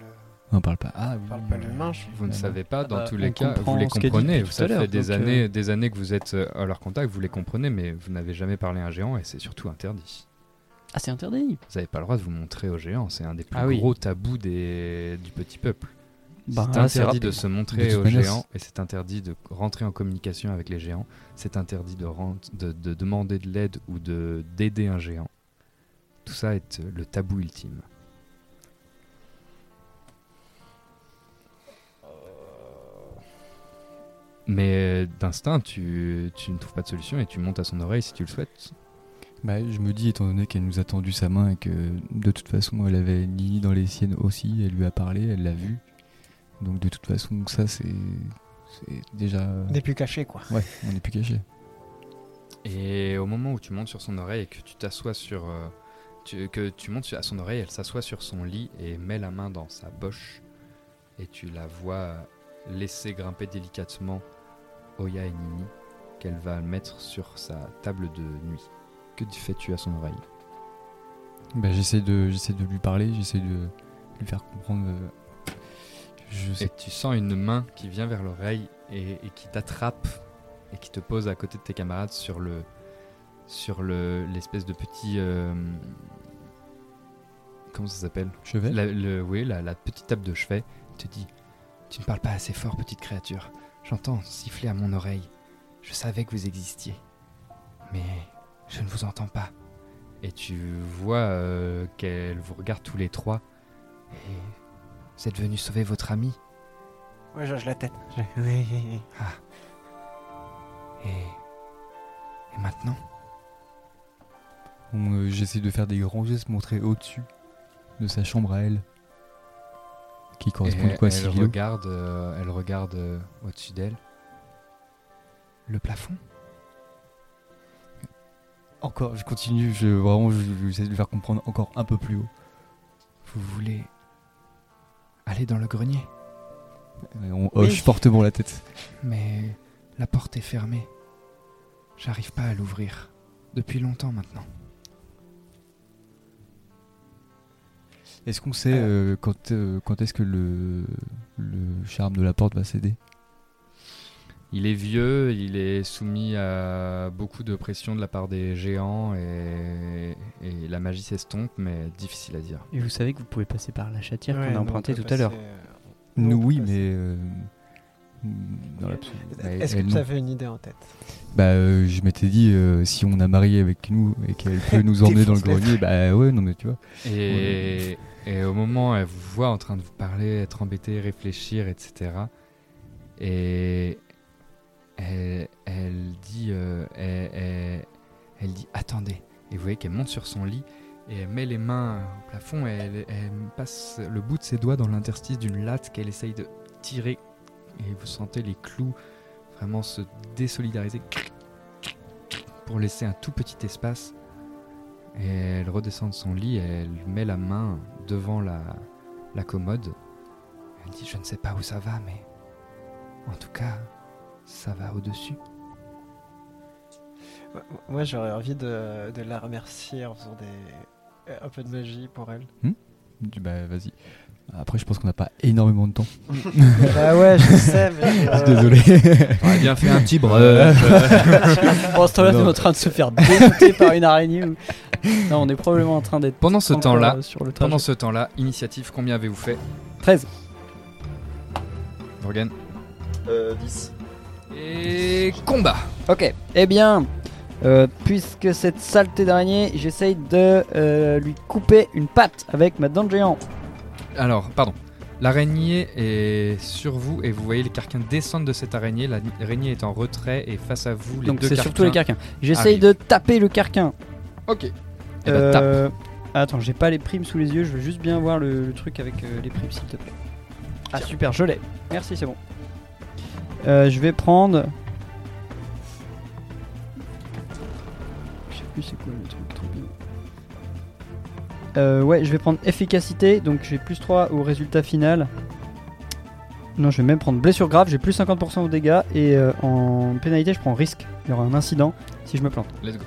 D: On parle pas. Ah,
G: On
D: oui,
G: parle pas
D: euh,
G: l'humain, je
C: Vous ne
D: Ah
C: savez pas, dans
B: bah,
C: tous
B: on
C: les cas, vous
B: comprend
C: les
B: ce qu'elle dit
C: comprenez,
B: depuis tout à
C: ça
B: l'heure,
C: fait des
B: donc,
C: années, des années que vous êtes euh, à leur contact, vous les comprenez, mais vous n'avez jamais parlé à un géant et c'est surtout interdit.
B: Ah, c'est interdit
C: Vous n'avez pas le droit de vous montrer aux géants, c'est un des plus
B: Ah oui.
C: gros tabous des, du petit peuple.
F: Bah,
C: c'est
F: là,
C: interdit
F: rapide.
C: de se montrer
D: toute
C: aux
D: manière,
C: géants et c'est interdit de rentrer en communication avec les géants. C'est interdit de, rent- de, de demander de l'aide ou de d'aider un géant. Tout ça est euh, le tabou ultime. Mais euh, d'instinct, tu, tu ne trouves pas de solution et tu montes à son oreille si tu le souhaites.
D: Bah, je me dis, étant donné qu'elle nous a tendu sa main et que de toute façon elle avait Nini dans les siennes aussi, elle lui a parlé, elle l'a vu. Donc de toute façon, ça c'est c'est déjà.
G: On n'est plus caché, quoi.
D: Ouais, on n'est plus caché.
C: Et au moment où tu montes sur son oreille et que tu t'assois sur. euh, tu- que tu montes sur- à son oreille, elle s'assoit sur son lit et met la main dans sa boche. Et tu la vois euh, laisser grimper délicatement Oya et Nini, qu'elle va mettre sur sa table de nuit. Que tu- fais-tu à son oreille
D: Bah, j'essaie de j'essaie de lui parler, j'essaie de lui faire comprendre. euh, Je sais.
C: Et tu sens une main qui vient vers l'oreille et, et qui t'attrape et qui te pose à côté de tes camarades sur le sur le l'espèce de petit euh, comment ça s'appelle
D: Chevet.
C: La- le- oui, la, la petite table de chevet te dit
H: Tu ne parles pas assez fort, petite créature. J'entends siffler à mon oreille. Je savais que vous existiez. Mais je ne vous entends pas.
C: et tu vois euh, qu'elle vous regarde tous les trois.
H: Et vous êtes venu sauver votre ami.
G: Ouais, je, je la tête. Je- Oui, oui, oui.
H: Et. Ah. Et maintenant
D: On, euh, j'essaie de faire des grands gestes, montrer au-dessus de sa chambre à elle. Qui correspondent
C: Et
D: quoi à
C: elle,
D: Cyrilo
C: regarde, euh, elle regarde euh, au-dessus d'elle.
H: Le plafond
D: Encore, je continue, je, vraiment, je- j'essaie de lui faire comprendre encore un peu plus haut.
H: Vous voulez. aller dans le grenier
D: Et on hoche fortement la tête.
H: Mais la porte est fermée. J'arrive pas à l'ouvrir. Depuis longtemps maintenant.
D: Est-ce qu'on sait euh, quand, euh, quand est-ce que le, le charme de la porte va céder
C: Il est vieux, il est soumis à beaucoup de pression de la part des géants et, et la magie s'estompe, mais difficile à dire.
F: Et vous savez que vous pouvez passer par la chatière
G: Ouais,
F: qu'on a
G: nous, on
F: empruntée
G: peut
F: tout à l'heure.
G: passer, euh,
D: Nous,
G: on peut
D: oui,
G: passer.
D: mais. euh, dans l'absolu. elle-
G: Est-ce que
D: elle,
G: tu
D: non.
G: avais une idée en tête
D: Bah, euh, je m'étais dit, euh, si on a marié avec nous et qu'elle peut nous emmener dans le
G: Défonce-les.
D: grenier, bah ouais, non, mais tu vois.
C: Et, et au moment où elle vous voit en train de vous parler, être embêté, réfléchir, etc. Et elle, elle dit, euh, elle, elle- elle dit attendez. Et vous voyez qu'elle monte sur son lit et elle met les mains au plafond et elle, elle passe le bout de ses doigts dans l'interstice d'une latte qu'elle essaye de tirer. Et vous sentez les clous vraiment se désolidariser pour laisser un tout petit espace. Et elle redescend de son lit, elle met la main devant la, la commode.
H: Elle dit Je ne sais pas où ça va, mais. En tout cas, ça va au-dessus.
G: Moi- Moi, Ah, j'aurais envie de, de la remercier en faisant des, euh, un peu de magie pour elle.
D: Je dis, Bah, vas-y. Après, je pense qu'on n'a pas énormément de temps.
G: bah ouais, je sais, mais. euh,
D: Désolé.
C: T'aurais bien fait un petit
F: Pendant ce temps-là,
D: Non.
F: on est en train de se faire dégoûter par une araignée. ou- Non, on est probablement en train d'être.
C: Pendant ce
F: encore,
C: temps-là,
F: euh, sur le trajet.
C: pendant ce temps-là, initiative, combien avez-vous fait
F: 13.
C: Morgan
G: euh,
E: 10.
C: Et combat
F: Ok. Eh bien, euh, puisque cette saleté d'araignée, j'essaye de euh, lui couper une patte avec ma dent de géant.
C: Alors, pardon. L'araignée est sur vous et vous voyez les carquins descendre de cette araignée. L'araignée est en retrait et face à vous, les
F: Donc
C: deux
F: c'est surtout les carquins. J'essaye
C: arrivent.
F: de taper le carquin.
C: Ok. Et
F: Euh, Attends, j'ai pas les primes sous les yeux, je veux juste bien voir le, le truc avec euh, les primes, s'il te plaît. Ah super, je l'ai. Merci, c'est bon. Euh, je vais prendre. Je sais plus c'est quoi le truc, trop bien. Euh, ouais, je vais prendre efficacité, donc j'ai plus 3 au résultat final. Non, je vais même prendre blessure grave, j'ai plus 50% aux dégâts, et euh, en pénalité, je prends risque. Il y aura un incident si je me plante.
C: Let's go.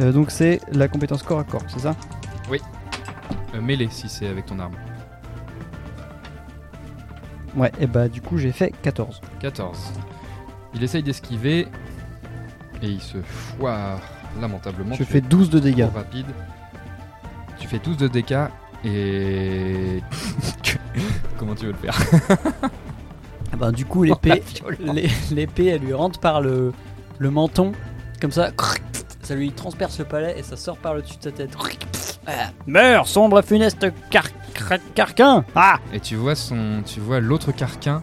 F: Euh, donc c'est la compétence corps à corps, c'est ça
C: Euh, mêlée si c'est avec ton arme.
F: Ouais, et bah du coup j'ai fait 14.
C: 14. Il essaye d'esquiver et il se foire lamentablement.
F: je
C: Tu
F: fais 12 de dégâts.
C: trop rapide. Tu fais 12 de dégâts et Comment tu veux le faire
F: Ah ben, du coup, l'épée, l'é- l'épée, elle lui rentre par le, le menton, comme ça. Ça lui transperce le palais et ça sort par le dessus de sa tête. Ah, Meurs, sombre et funeste car- car- carquin Ah
C: Et tu vois son, tu vois l'autre carquin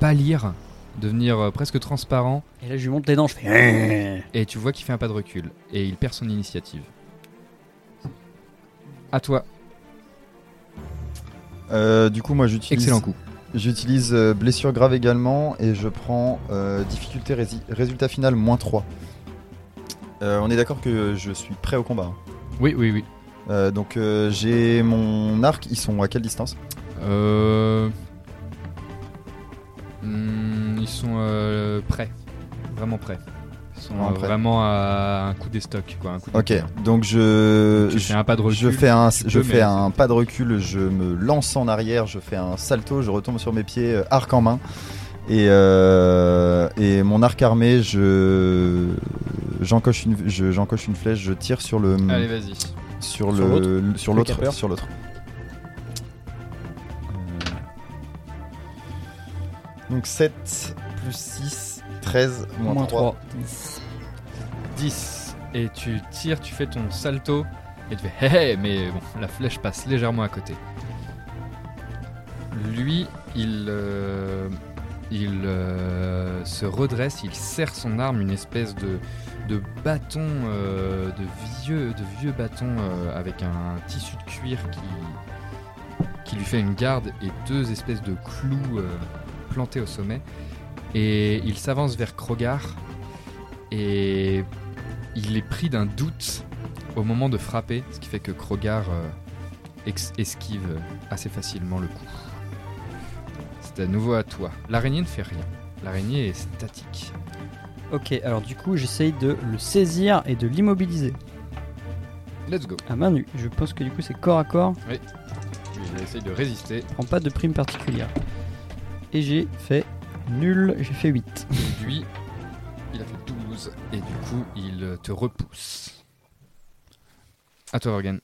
C: pâlir, devenir euh, presque transparent,
F: Et là, je lui monte les dents, je fais.
C: et tu vois qu'il fait un pas de recul et il perd son initiative. À toi,
E: Euh, du coup, moi j'utilise.
C: excellent coup.
E: J'utilise euh, blessure grave également et je prends euh, difficulté rési- résultat final moins 3. Euh, on est d'accord que je suis prêt au combat. hein.
C: Oui, oui, oui.
E: Euh, donc euh, j'ai mon arc, ils sont à quelle distance
C: Euh... hmm, ils sont euh, prêts, vraiment prêts. Ils sont
E: Vraiment
C: euh,
E: prêts.
C: vraiment à un coup des stocks, quoi. Un coup de-
E: Ok, donc je,
C: Tu
E: je,
C: fais un pas de recul.
E: je fais un, je
C: peux, mais
E: fais un pas de recul, je me lance en arrière, je fais un salto, je retombe sur mes pieds, euh, arc en main. Et, euh, et mon arc armé, je j'encoche une, je- j'encoche une flèche, je tire sur le
C: Allez, vas-y.
E: sur
G: Sur l'autre
E: le sur l'autre
G: capeur.
E: sur l'autre. Euh, Donc 7 plus 6, 13, Eh, moins, 3.
C: 10. Et tu tires, tu fais ton salto. Et tu fais hé hé, mais bon, la flèche passe légèrement à côté. Lui, il, euh, il euh, se redresse, il serre son arme, une espèce de, de bâton, euh, de vieux, de vieux bâton euh, avec un tissu de cuir qui, qui lui fait une garde et deux espèces de clous euh, plantés au sommet. Et il s'avance vers Krogar et il est pris d'un doute au moment de frapper, ce qui fait que Krogar euh, ex- esquive assez facilement le coup. C'est à nouveau à toi. L'araignée ne fait rien. L'araignée est statique.
F: Ok, alors du coup, j'essaye de le saisir et de l'immobiliser
C: Let's go.
F: à main nue. Je pense que du coup, c'est corps à corps,
C: Il essaye de résister.
F: je prends pas de prime particulière. Et j'ai fait nul, j'ai fait 8.
C: Et lui, il a fait 12. Et du coup, il te repousse. À toi, Morgan.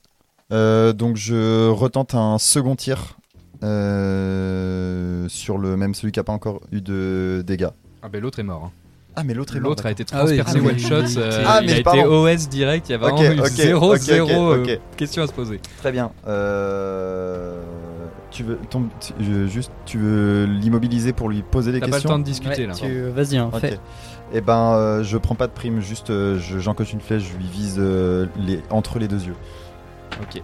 E: Euh, donc je retente un second tir euh, sur le même celui qui n'a pas encore eu de dégâts.
C: Ah ben l'autre est mort. hein.
E: Ah mais l'autre est mort.
C: L'autre a été
F: Ah oui,
C: transpercé
F: ah oui.
C: one shot. euh,
E: Ah,
C: il
E: mais
C: a été
E: pardon.
C: OS direct. Il y a vraiment
E: Ok,
C: eu
E: ok,
C: 0-0
E: ok, ok,
C: euh,
E: ok.
C: question à se poser.
E: d'accord. Très bien. Euh, tu veux ton- tu- je- juste tu veux l'immobiliser pour lui poser des
C: T'as pas le temps
E: questions.
C: de discuter là.
F: tu- Vas-y, hein,
E: Ok.
F: fais.
E: Eh ben euh, je prends pas de prime, juste euh, je- j'encoche une flèche, je lui vise euh, les, entre les deux yeux.
C: Ok.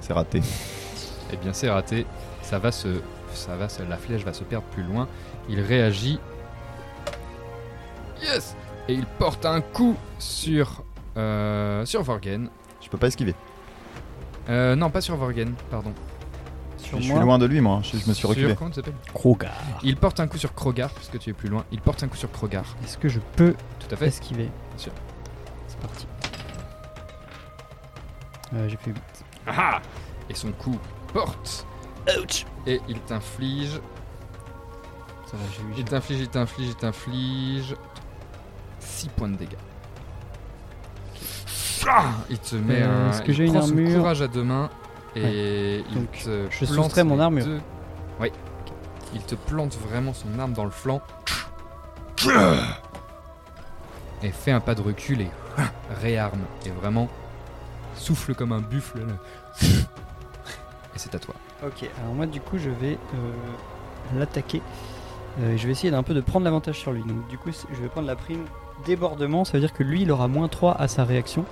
E: C'est raté.
C: Eh bien, c'est raté. Ça va se, ça va se- la flèche va se perdre plus loin. Il réagit. Yes. Et il porte un coup sur euh, sur Vorgen.
E: Je peux pas esquiver.
C: Euh, non, pas sur Vorgen, pardon.
F: Sur
E: je suis
F: moi.
E: loin de lui moi, hein. je, je me suis
C: Sur-
E: reculé. Ah.
C: comment ça s'appelle
F: Krogar.
C: Il porte un coup sur Krogar puisque tu es plus loin. Il porte un coup sur Krogar.
F: Est-ce que je peux
C: Tout à fait.
F: esquiver
C: sûr.
F: C'est parti. Euh, j'ai fait 8.
C: Ah ah Et son coup porte. Et il t'inflige.
F: Ça va, j'ai eu-
C: Il t'inflige, il t'inflige, il t'inflige. 6 points de dégâts. Ah il te met
F: Euh,
C: un.
F: est-ce que
C: il
F: j'ai une
C: prend son
F: armure
C: courage à deux mains et il
F: Donc,
C: te
F: je
C: plante
F: soustrais mon
C: les
F: armure.
C: deux- Oui. Il te plante vraiment son arme dans le flanc. Et fait un pas de recul et réarme. Et vraiment souffle comme un buffle. là. Et c'est à toi.
F: Ok, alors moi du coup je vais euh, l'attaquer. Euh, je vais essayer d'un peu de prendre l'avantage sur lui. Donc du coup c'est- je vais prendre la prime débordement, ça veut dire que lui il aura moins 3 à sa réaction.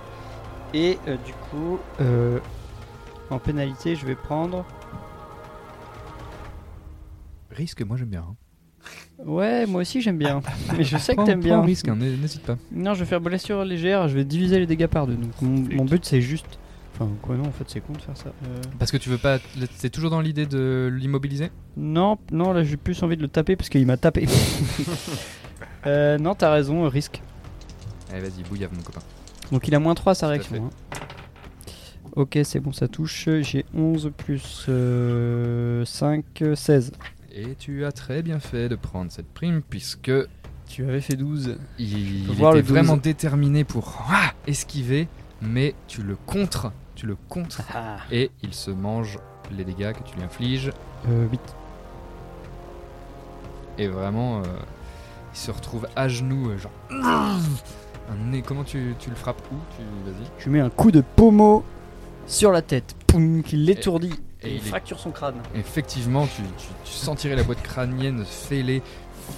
F: Et euh, du coup euh, en pénalité je vais prendre...
C: Risque, moi j'aime bien. hein.
F: Ouais moi aussi j'aime bien. Mais je sais que t'aimes bien.
C: risque, hein, n'hésite pas.
F: Non je vais faire blessure légère, je vais diviser les dégâts par deux. Donc mon, mon but c'est juste... Enfin quoi non en fait c'est con de faire ça. Euh,
C: Parce que tu veux pas. C'est toujours dans l'idée de l'immobiliser
F: Non, non, là j'ai plus envie de le taper parce qu'il m'a tapé. Euh, non, t'as raison, euh, risque.
C: Allez, vas-y, bouillave, mon copain.
F: Donc il a moins 3 à sa
C: Tout à
F: réaction. hein. Ok, c'est bon, ça touche. J'ai 11 plus euh, 5, 16.
C: Et tu as très bien fait de prendre cette prime, puisque
F: Tu avais fait 12.
C: il,
F: peux
C: il
F: voir
C: était
F: le 12.
C: vraiment déterminé pour ah, esquiver. mais tu le contres, tu le contres,
F: Ah.
C: et il se mange les dégâts que tu lui infliges.
D: Euh, 8.
C: Et vraiment, euh, il se retrouve à genoux, euh, genre.
F: Ah.
C: Un nez. Comment tu, tu le frappes où Tu vas-y.
F: Je lui mets un coup de pommeau sur la tête, poum, qui l'étourdit
C: Et
F: et,
C: il est-
F: fracture son crâne.
C: Effectivement, tu, tu, tu sentirais la boîte crânienne fêlée.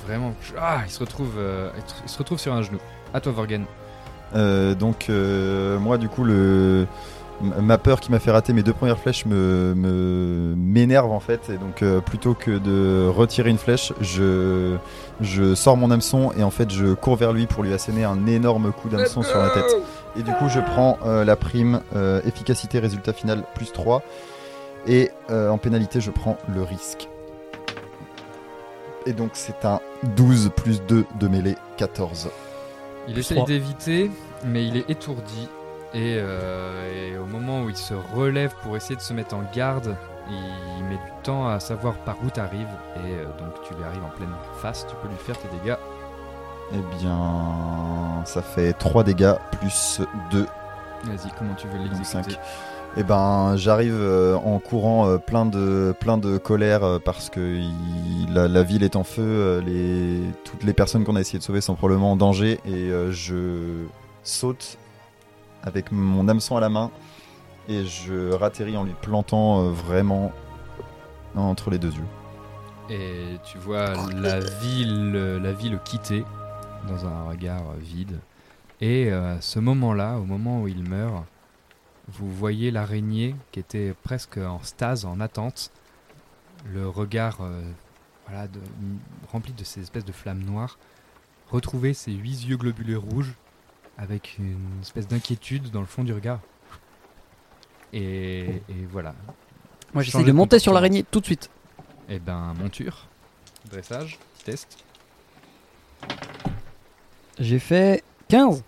C: Vraiment, ah, il se retrouve, euh, il se retrouve sur un genou. À toi, Vorgen.
E: Euh, donc euh, moi du coup le m- ma peur qui m'a fait rater mes deux premières flèches me me- m'énerve en fait et donc euh, plutôt que de retirer une flèche je je sors mon hameçon et en fait je cours vers lui pour lui asséner un énorme coup d'hameçon sur la tête et du coup je prends euh, la prime euh, efficacité résultat final plus 3 et euh, en pénalité je prends le risque et donc c'est un 12 plus 2 de mêlée 14
C: Il
D: Plus
C: essaye
D: trois.
C: d'éviter, mais il est étourdi. Et, euh, et au moment où il se relève pour essayer de se mettre en garde, il met du temps à savoir par où t'arrives. Et euh, donc tu lui arrives en pleine face, tu peux lui faire tes dégâts.
E: Eh bien, ça fait 3 dégâts plus 2,
C: Vas-y, comment tu veux
E: donc 5.
C: l'exécuter
E: Eh ben, j'arrive euh, en courant euh, plein, de, plein de colère euh, parce que il- la, la ville est en feu, euh, les, toutes les personnes qu'on a essayé de sauver sont probablement en danger et euh, je saute avec mon hameçon à la main et je ratterris en lui plantant euh, vraiment entre les deux yeux.
C: Et tu vois la ville, euh, la ville quitter dans un regard euh, vide. Et euh, à ce moment-là, au moment où il meurt, vous voyez l'araignée qui était presque en stase, en attente, le regard euh, voilà, de- m- rempli de ces espèces de flammes noires, retrouver ses huit yeux globulés rouges avec une espèce d'inquiétude dans le fond du regard. Et, et voilà.
F: Moi
C: Changer
F: j'essaie
C: de
F: de monter sur
C: comportement.
F: l'araignée tout de suite.
C: Et ben, monture, dressage, test.
F: J'ai fait 15.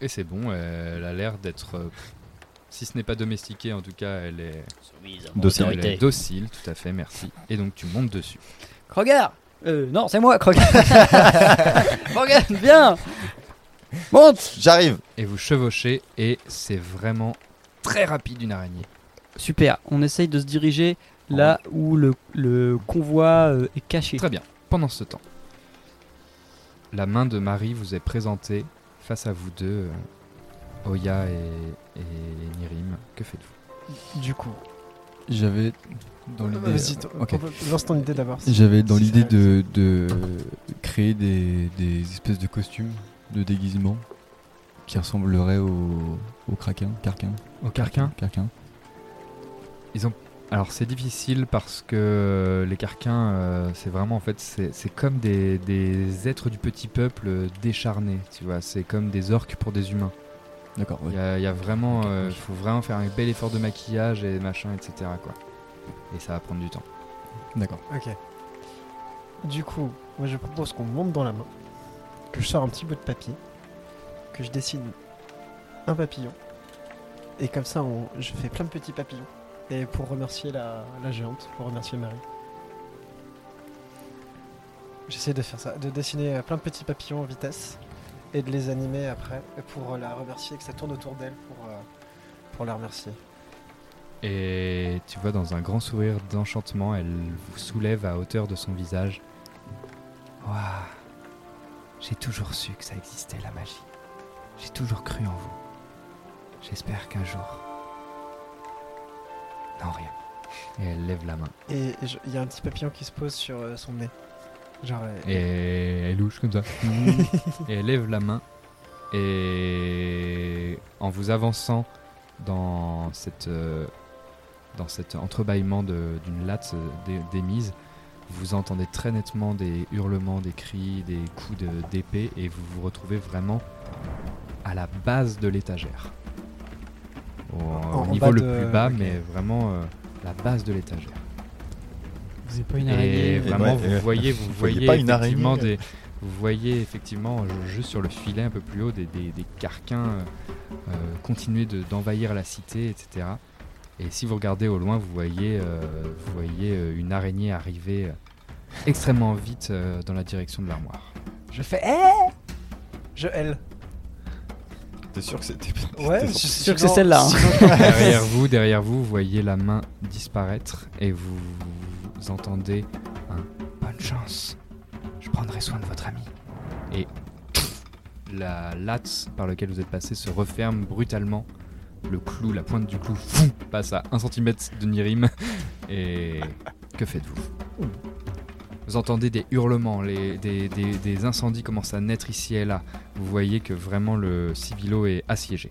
C: Et c'est bon, euh, elle a l'air d'être, euh, si ce n'est pas domestiquée, en tout cas, elle est,
E: Docile.
C: elle est docile, tout à fait, merci. Et donc tu montes dessus.
F: Kroger Euh, non, c'est moi, Kroger Kroger, viens Monte
E: J'arrive
C: Et vous chevauchez, et c'est vraiment très rapide une araignée.
F: Super, on essaye de se diriger là où le, le convoi euh, est caché.
C: Très bien. Pendant ce temps, la main de Marie vous est présentée face à vous deux, euh, Oya et, et Nirim. Que faites-vous
G: Du coup,
D: J'avais dans l'idée.
G: vas-y,
D: euh,
G: toi,
D: ok.
G: lance ton idée d'abord.
D: J'avais dans
G: C'est
D: l'idée
G: ça.
D: de, de créer des, des espèces de costumes, de déguisements qui ressembleraient au, au kraken, carquin,
C: Au carquin
D: carquin.
C: Alors c'est difficile parce que les carquins, euh, c'est vraiment en fait, c'est c'est comme des, des êtres du petit peuple euh, décharnés, tu vois. C'est comme des orques pour des humains.
D: D'accord,
C: Il
D: ouais.
C: y a, il y a vraiment,
D: Ok,
C: euh,
D: ok.
C: faut vraiment faire un bel effort de maquillage et machin, etc. Quoi. Et ça va prendre du temps.
D: D'accord.
G: Ok. Du coup, moi je propose qu'on monte dans la main, que je sors un petit bout de papier, que je dessine un papillon, et comme ça on, je fais plein de petits papillons. Et pour remercier la, la géante, pour remercier Marie. J'essaie de faire ça, de dessiner euh, plein de petits papillons en vitesse et de les animer après pour euh, la remercier, que ça tourne autour d'elle pour, euh, pour la remercier.
C: Et tu vois, dans un grand sourire d'enchantement, elle vous soulève à hauteur de son visage.
H: Waouh. J'ai toujours su que ça existait la magie. J'ai toujours cru en vous. J'espère qu'un jour. Non, rien.
C: Et elle lève la main.
G: Et et je- il y a un petit papillon qui se pose sur euh, son nez. Genre, euh,
C: Et elle louche comme ça. et elle lève la main. Et en vous avançant dans cette euh, dans cet entrebâillement de- d'une latte euh, dé- démise, vous entendez très nettement des hurlements, des cris, des coups de- d'épée et vous vous retrouvez vraiment à la base de l'étagère. Au, au
G: en
C: niveau
G: bas
C: le
G: de-
C: plus bas,
G: ok.
C: mais vraiment euh, la base de l'étagère.
F: Vous n'avez pas une euh,
C: Et vraiment,
E: ouais,
C: vous
E: et ouais.
C: voyez, vous voyez
E: voyez pas une
C: effectivement
E: araignée.
C: des, vous voyez effectivement euh, juste sur le filet un peu plus haut des, des, des carquins euh, euh, continuer de- d'envahir la cité, etc. Et si vous regardez au loin, vous voyez, euh, vous voyez euh, une araignée arriver euh, extrêmement vite euh,
G: Eh
C: dans la direction de l'armoire.
G: Je fais Eh Je L.
E: T'es sûr que c'était
G: Ouais, je
E: c'était-
G: suis
F: sûr que c'est celle-là, hein.
C: derrière vous, derrière vous, vous voyez la main disparaître et vous, vous entendez
H: Bonne chance. Je prendrai soin de votre ami.
C: la latte par laquelle vous êtes passé se referme brutalement. Le clou, la pointe du clou, fou, passe à 1 cm de Nirim. Et que faites-vous Vous entendez des hurlements, les- des, des- des incendies commencent à naître ici et là. Vous voyez que vraiment le Sibilo est assiégé.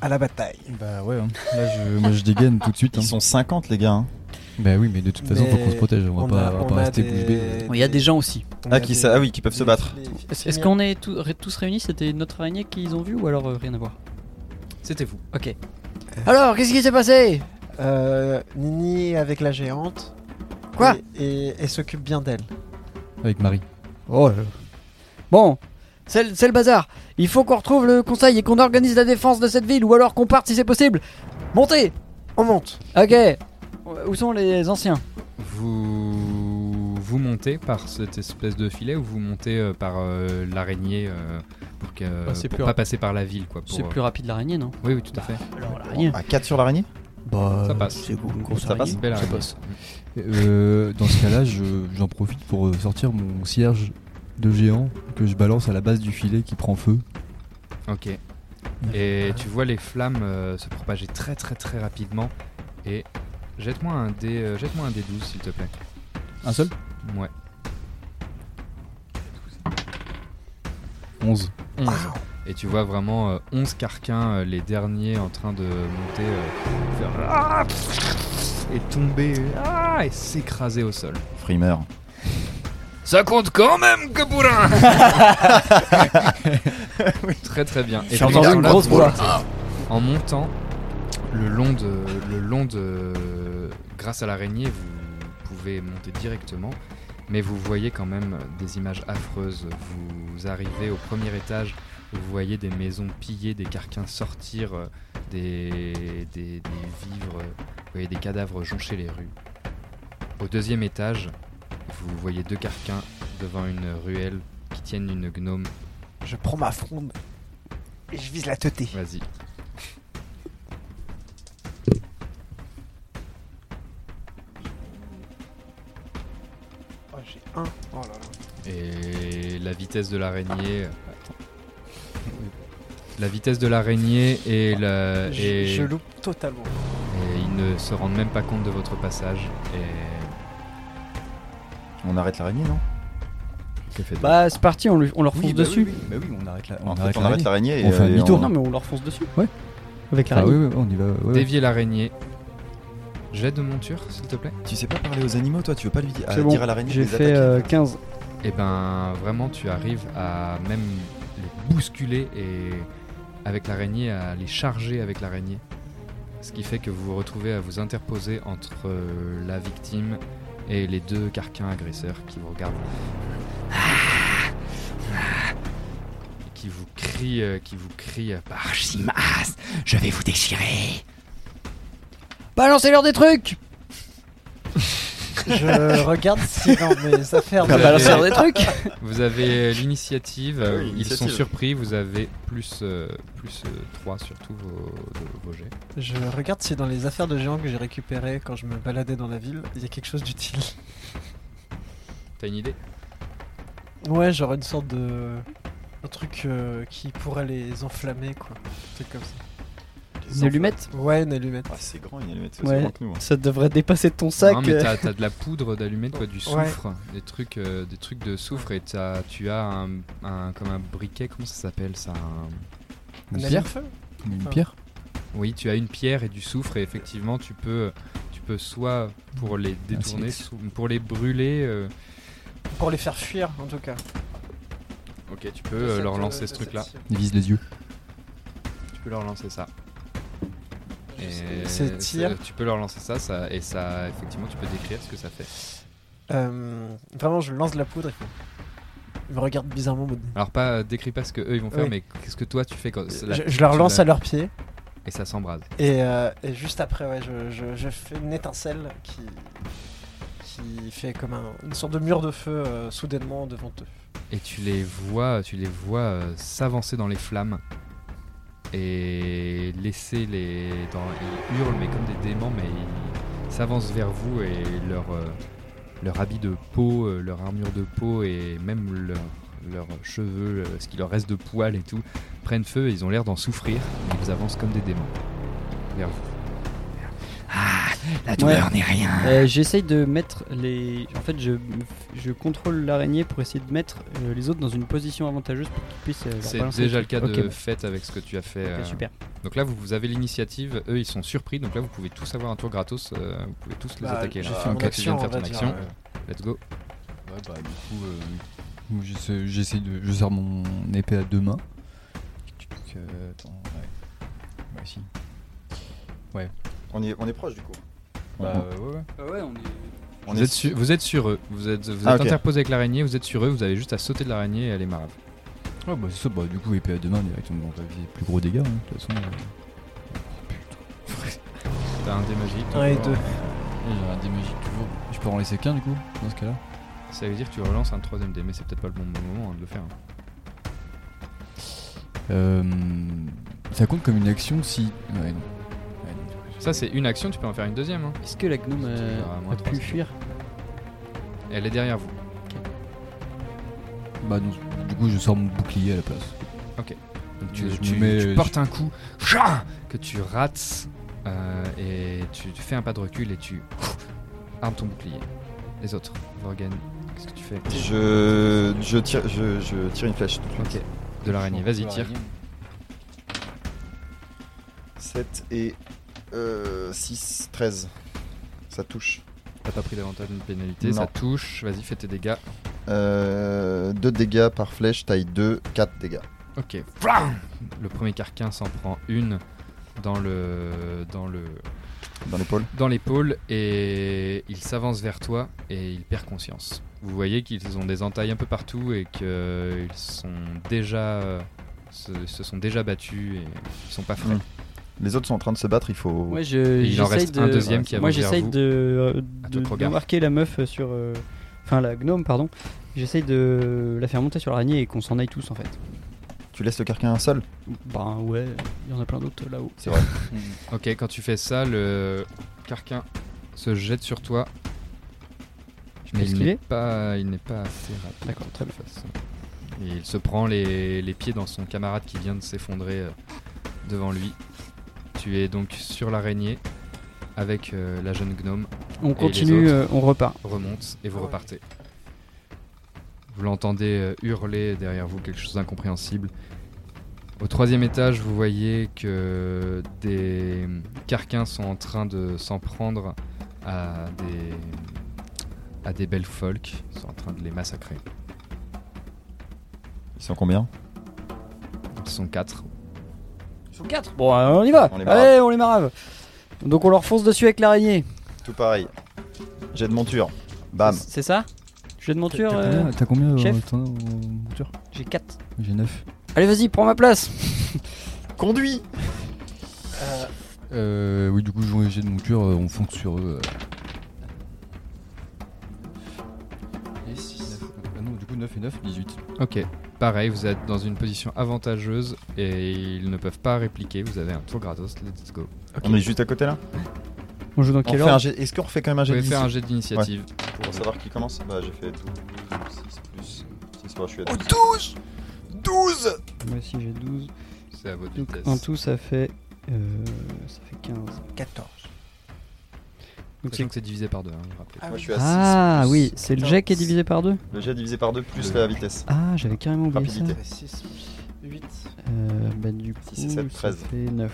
G: À la bataille.
D: Bah ouais, hein. là je, moi je dégaine tout de suite. hein.
E: Ils sont 50 les gars. hein.
D: Bah oui, mais de toute façon, faut qu'on se protège, on va pas, on va pas rester bouche bée.
F: Il y a des gens aussi.
G: on
E: Ah,
G: a
E: qui
G: des-
E: ça- ah oui, qui peuvent se
G: des-
E: battre.
G: des-
F: Est-ce est-ce qu'on est tous- tous réunis C'était notre araignée qu'ils ont vue ou alors euh, rien à voir
C: C'était vous.
F: Ok. Alors, qu'est-ce qui s'est passé
G: Euh, Nini est avec la géante.
F: Quoi
G: Et, et- et s'occupe bien d'elle.
D: Avec Marie.
F: Oh là là. Bon, c'est le c'est le bazar. Il faut qu'on retrouve le conseil et qu'on organise la défense de cette ville ou alors qu'on parte si c'est possible. Montez
G: On monte.
F: Ok. Où sont les anciens
C: Vous, vous montez par cette espèce de filet ou vous montez euh, par euh, l'araignée euh, pour, que,
F: Bah, c'est
C: pour
F: plus
C: pas
F: rap-
C: passer par la ville quoi. pour, euh,
F: rapide l'araignée, non
C: Oui, oui, tout à fait.
F: Oh. Alors l'araignée
E: À 4 sur l'araignée Euh,
F: Bah,
C: Ça passe.
F: C'est une grosse
E: Ça
F: araignée.
E: passe
C: Belle araignée.
D: Euh, dans ce cas-là, je- j'en profite pour euh, sortir mon cierge de géant que je balance à la base du filet qui prend feu.
C: Ok. Et tu vois les flammes euh, se propager très très très rapidement. Et jette-moi un dé, euh, jette-moi un dé 12 s'il te plaît.
D: Un seul
C: Ouais.
D: 11.
C: 11. Et tu vois vraiment euh, 11 carquins, euh, les derniers en train de monter, euh, faire Ah et tomber ah, et s'écraser au sol.
E: Frimer.
H: Ça compte quand même que pour un
C: Très très bien. Et
F: J'ai
C: pendant ce
F: entendu une
C: temps-là,
F: grosse
C: vous-
F: voix.
C: En montant le long de, le long de, grâce à l'araignée, vous pouvez monter directement, mais vous voyez quand même des images affreuses. Vous arrivez au premier étage, vous voyez des maisons pillées, des carquins sortir, euh, des, des, des vivres, euh, vous voyez des cadavres joncher les rues. Au deuxième étage, vous voyez deux carquins devant une ruelle qui tiennent une gnome.
G: Je prends ma fronde et je vise la teuté.
C: Vas-y.
G: Oh, j'ai un. Oh là là.
C: Et la vitesse de l'araignée. euh, La vitesse de l'araignée et,
F: Euh,
C: la,
G: Je,
C: et,
G: je loupe totalement.
C: et ils ne se rendent même pas compte de votre passage. Et
E: On arrête l'araignée, non
C: que fait
F: Bah, c'est parti, on, lui- on leur fonce dessus.
D: Bah oui, on arrête la.
E: En fait, on arrête l'araignée et euh,
D: On fait un
E: et
D: demi-tour.
F: Non, mais on leur fonce dessus.
D: Ouais.
F: Avec
D: Ah
F: l'araignée.
D: oui, oui, on y va. ouais, ouais.
C: Dévier l'araignée. Jet de monture, s'il te plaît.
E: Tu sais pas parler aux animaux, toi Tu veux pas lui dire, à-
F: C'est bon,
E: dire Ah, à l'araignée de
F: j'ai
E: les
F: fait
E: attaquer
F: euh, 15.
C: Et ben vraiment, tu arrives à même les bousculer et avec l'araignée, à les charger avec l'araignée. Ce qui fait que vous vous retrouvez à vous interposer entre euh, la victime et les deux carquins agresseurs qui vous regardent. Et Qui vous crient, euh, qui vous crient euh, par
H: Archimas, je vais vous déchirer.
F: Balancez-leur des trucs
G: Je regarde si dans mes affaires
C: Bah,
G: de.
C: balance-
F: Balancez-leur des trucs
C: Vous avez euh, l'initiative,
E: Ah oui,
C: euh, ils
E: l'initiative.
C: sont surpris, vous avez plus, euh, plus 3 sur tous vos, vos jets.
G: Je regarde si dans les affaires de géants que j'ai récupérées quand je me baladais dans la ville, il y a quelque chose d'utile.
C: T'as une idée
G: Ouais, genre une sorte de. Un truc euh, qui pourrait les enflammer, quoi. Un truc comme ça.
F: Une allumette
G: Ouais, une allumette.
E: Ah, c'est grand, une allumette, c'est
F: Ouais.
E: aussi grand que nous. hein.
F: Ça devrait dépasser ton sac. euh.
C: Non, mais t'as, t'as de la poudre d'allumette, quoi, du
G: Ouais.
C: soufre, des trucs, euh, des trucs de soufre, et t'as, tu as un, un- comme un briquet, comment ça s'appelle ça un-
D: Une
G: Un
D: pierre
G: allume-feu
D: Une pierre
C: Oui, tu as une pierre et du soufre, et effectivement, tu peux, tu peux soit pour les détourner,
D: six.
C: sou- pour les brûler, euh,
G: Pour les faire fuir, en tout cas.
C: ok, tu peux euh, leur lancer ce truc-là,
D: Il vise les yeux.
C: tu peux leur lancer ça. Et
G: C'est tir.
C: ça- Tu peux leur lancer ça, ça, et ça, effectivement, tu peux décrire ce que ça fait.
G: Euh, vraiment, je lance de la poudre. et Ils me regardent bizarrement. mais-
C: Alors pas, décris pas ce que eux ils vont faire,
G: Oui.
C: mais qu'est-ce que toi tu fais quand
G: Euh, Je, je leur lance à leurs pieds.
C: et ça s'embrase.
G: Et, euh, et juste après, ouais, je, je- je fais une étincelle qui, qui fait comme un- une sorte de mur de feu euh, soudainement devant eux.
C: et tu les vois, tu les vois euh, s'avancer dans les flammes et laisser les. Dans, ils hurlent mais comme des démons, mais ils s'avancent vers vous et leur euh, leur habit de peau, euh, leur armure de peau et même leur- leurs cheveux, euh, ce qui leur reste de poils et tout, prennent feu et ils ont l'air d'en souffrir. mais Ils avancent comme des démons. Vers vous. Ah,
H: La douleur n'est rien.
F: Euh, J'essaye de mettre les. En fait, je, je contrôle l'araignée pour essayer de mettre euh, les autres dans une position avantageuse pour qu'ils puissent. euh, leur
C: C'est
F: balancer
C: déjà
F: des
C: le cas
F: trucs.
C: de
F: Ok,
C: fait avec ce que tu as fait.
F: bon, ok,
C: euh,
F: super.
C: Donc là, vous, vous avez l'initiative. Eux, ils sont surpris. Donc là, vous pouvez tous avoir un tour gratos. euh, vous pouvez tous les
G: Bah,
C: attaquer.
G: j'ai
C: là.
G: fait
D: Ah,
G: mon
C: Ok, tu viens de
G: action,
C: faire
G: on
C: ton
G: va dire,
C: action.
G: euh.
C: Let's go.
D: Ouais, bah, du coup, euh, moi, j'essaie- j'essaie de. Je sors mon épée à deux mains. Donc, euh, attends, ouais. Moi aussi.
E: On, est, on est proche du coup.
C: Bah, ouais, ouais.
F: Ah ouais, on est.
E: On
C: Vous,
E: est
C: êtes sur, vous êtes sur eux. Vous êtes, vous êtes
E: Ah, ok.
C: interposé avec l'araignée. Vous êtes sur eux. Vous avez juste à sauter de l'araignée et aller marave.
D: Ouais, bah, c'est ça. Bah, du coup, épée à deux mains directement. Donc, c'est plus gros dégâts, hein, de toute façon. euh. Oh putain.
C: T'as un dé magique.
G: Un et
C: encore.
G: deux.
D: Ouais, J'ai un dé magique toujours. Je peux en laisser qu'un, du coup, dans ce cas-là
C: Ça veut dire que tu relances un troisième dé, mais c'est peut-être pas le bon moment hein, de le faire. hein.
D: Euh, Ça compte comme une action si. Ouais, non. Ouais, non.
C: Ça, c'est une action. Tu peux en faire une deuxième. hein.
F: Est-ce que la gnome euh,
C: Toujours à moins
F: a
C: trois,
F: pu
C: c'est
F: fuir
C: Elle est derrière vous.
D: Bah, non. Du coup, je sors mon bouclier à la place.
C: Donc tu,
D: Je me
C: tu-
D: mets- euh,
C: tu
D: je-
C: portes un coup chah, que tu rates euh, et tu tu fais un pas de recul et tu ouf, armes ton bouclier. Les autres, Vorgan, qu'est-ce que tu fais
E: Je, je, tire, je, je tire une flèche.
C: Ok, de l'araignée, vas-y, tire.
E: 7 et 6, 13. Ça touche.
C: T'as pas pris davantage d'une pénalité,
E: Non.
C: ça touche, vas-y, fais tes dégâts.
E: 2 Euh, dégâts par flèche, taille 2, 4 dégâts.
C: Ok, Flam le premier carquin s'en prend une dans le dans le
E: Dans l'épaule.
C: dans l'épaule et il s'avance vers toi et il perd conscience. Vous voyez qu'ils ont des entailles un peu partout et qu'ils sont déjà euh, se, se sont déjà battus et ils sont pas frais.
E: Mm. Les autres sont en train de se battre, il faut.
F: Ouais,
C: Et
F: je,
C: il en
F: j'essaye
C: reste
F: de,
C: un deuxième qui
F: Moi,
C: avance vers
F: j'essaye
C: vous,
F: de, euh,
C: à
F: de,
C: votre regard.
F: d'embarquer la meuf sur. euh, Enfin, la gnome, pardon. J'essaye de la faire monter sur l'araignée et qu'on s'en aille tous en fait.
E: Tu laisses le carquin seul
F: Ben ouais, il y en a plein d'autres là-haut.
E: C'est vrai.
C: Ok, quand tu fais ça, le carquin se jette sur toi.
F: peux
C: Mais il
F: esquiver
C: n'est pas, il n'est pas assez rapide.
F: D'accord, très
C: de toute façon. Et il se prend les, les pieds dans son camarade qui vient de s'effondrer euh, devant lui. Tu es donc sur l'araignée avec euh, la jeune gnome.
F: On
C: les
F: continue,
C: autres
F: euh, on repart.
C: remonte et vous
G: Ah ouais.
C: repartez. Vous l'entendez euh, hurler derrière vous quelque chose d'incompréhensible. Au troisième étage, vous voyez que des carquins sont en train de s'en prendre à des, à des belles folk. Ils sont en train de les massacrer.
E: Ils sont combien
C: Ils sont quatre.
F: Ils sont 4 Bon, euh, on y va
E: On les marave.
F: Allez, on les marave Donc on leur fonce dessus avec l'araignée.
E: Tout pareil. J'ai de monture. Bam.
F: C'est ça Jeu de monture
G: T'as
F: euh,
D: Combien- T'as combien euh,
F: chef
D: t'en as en monture
F: J'ai 4.
D: J'ai 9.
F: Allez, vas-y, prends ma place
E: Conduit
G: Euh,
D: Euh, oui, du coup, je joue un jet de monture, euh, on fonce sur eux. Et 6. Ah non, du coup, 9 et 9, 18.
C: Ok, pareil, vous êtes dans une position avantageuse et ils ne peuvent pas répliquer. Vous avez un tour gratos, let's go.
E: On est juste à côté là
F: On joue dans
E: On
F: quel
E: fait un
F: ordre
E: jet- Est-ce qu'on refait quand même un
C: Vous
E: jet
C: pouvez
E: de
C: faire un
E: dix-
C: jet d'initiative.
E: Pour savoir qui commence Bah, j'ai fait 12, 6 plus. 6, je suis à 12. 12
F: Moi aussi j'ai 12.
C: C'est à votre
F: Donc
C: vitesse.
F: en tout ça fait. euh, ça fait 15.
G: 14.
C: Sachant
F: Donc c'est...
C: que c'est divisé par deux, hein, je rappelle.
E: Moi, je suis à 6.
F: Ah oui, c'est le jet qui est divisé par 2
E: Le jet divisé par 2 plus
C: Le-
E: la vitesse.
F: Ah, j'avais carrément oublié
E: Rapidité.
G: 6 plus 8.
F: ça. Euh, bah du coup,
E: Six et sept,
F: ça
E: treize.
F: fait 9.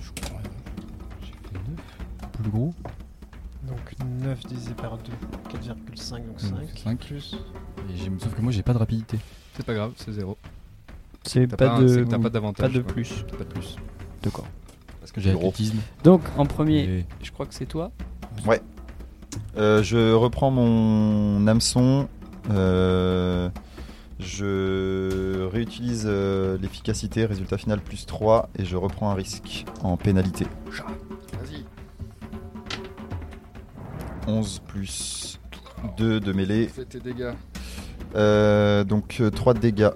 D: Je crois. J'ai fait 9. Plus gros
G: Donc 9 divisé par 2, 4,5 donc 5.
D: fait cinq.
G: Plus.
D: Et j'ai- Sauf que moi, j'ai pas de rapidité.
C: C'est pas grave, c'est zéro.
F: C'est
C: T'as
F: pas,
C: pas, un- c'est
F: de.
C: que t'as pas d'avantage.
F: pas de
C: quoi.
F: plus.
C: T'as pas de plus.
F: D'accord.
E: Parce
D: J'ai athlétisme.
F: Donc en premier,
D: Et...
F: je crois que c'est toi.
E: Euh, je reprends mon hameçon. euh, je réutilise euh, l'efficacité, résultat final plus 3, et je reprends un risque en pénalité.
C: Vas-y.
E: 11 plus 2 de mêlée.
J: C'est tes dégâts.
E: Euh, donc 3 de dégâts.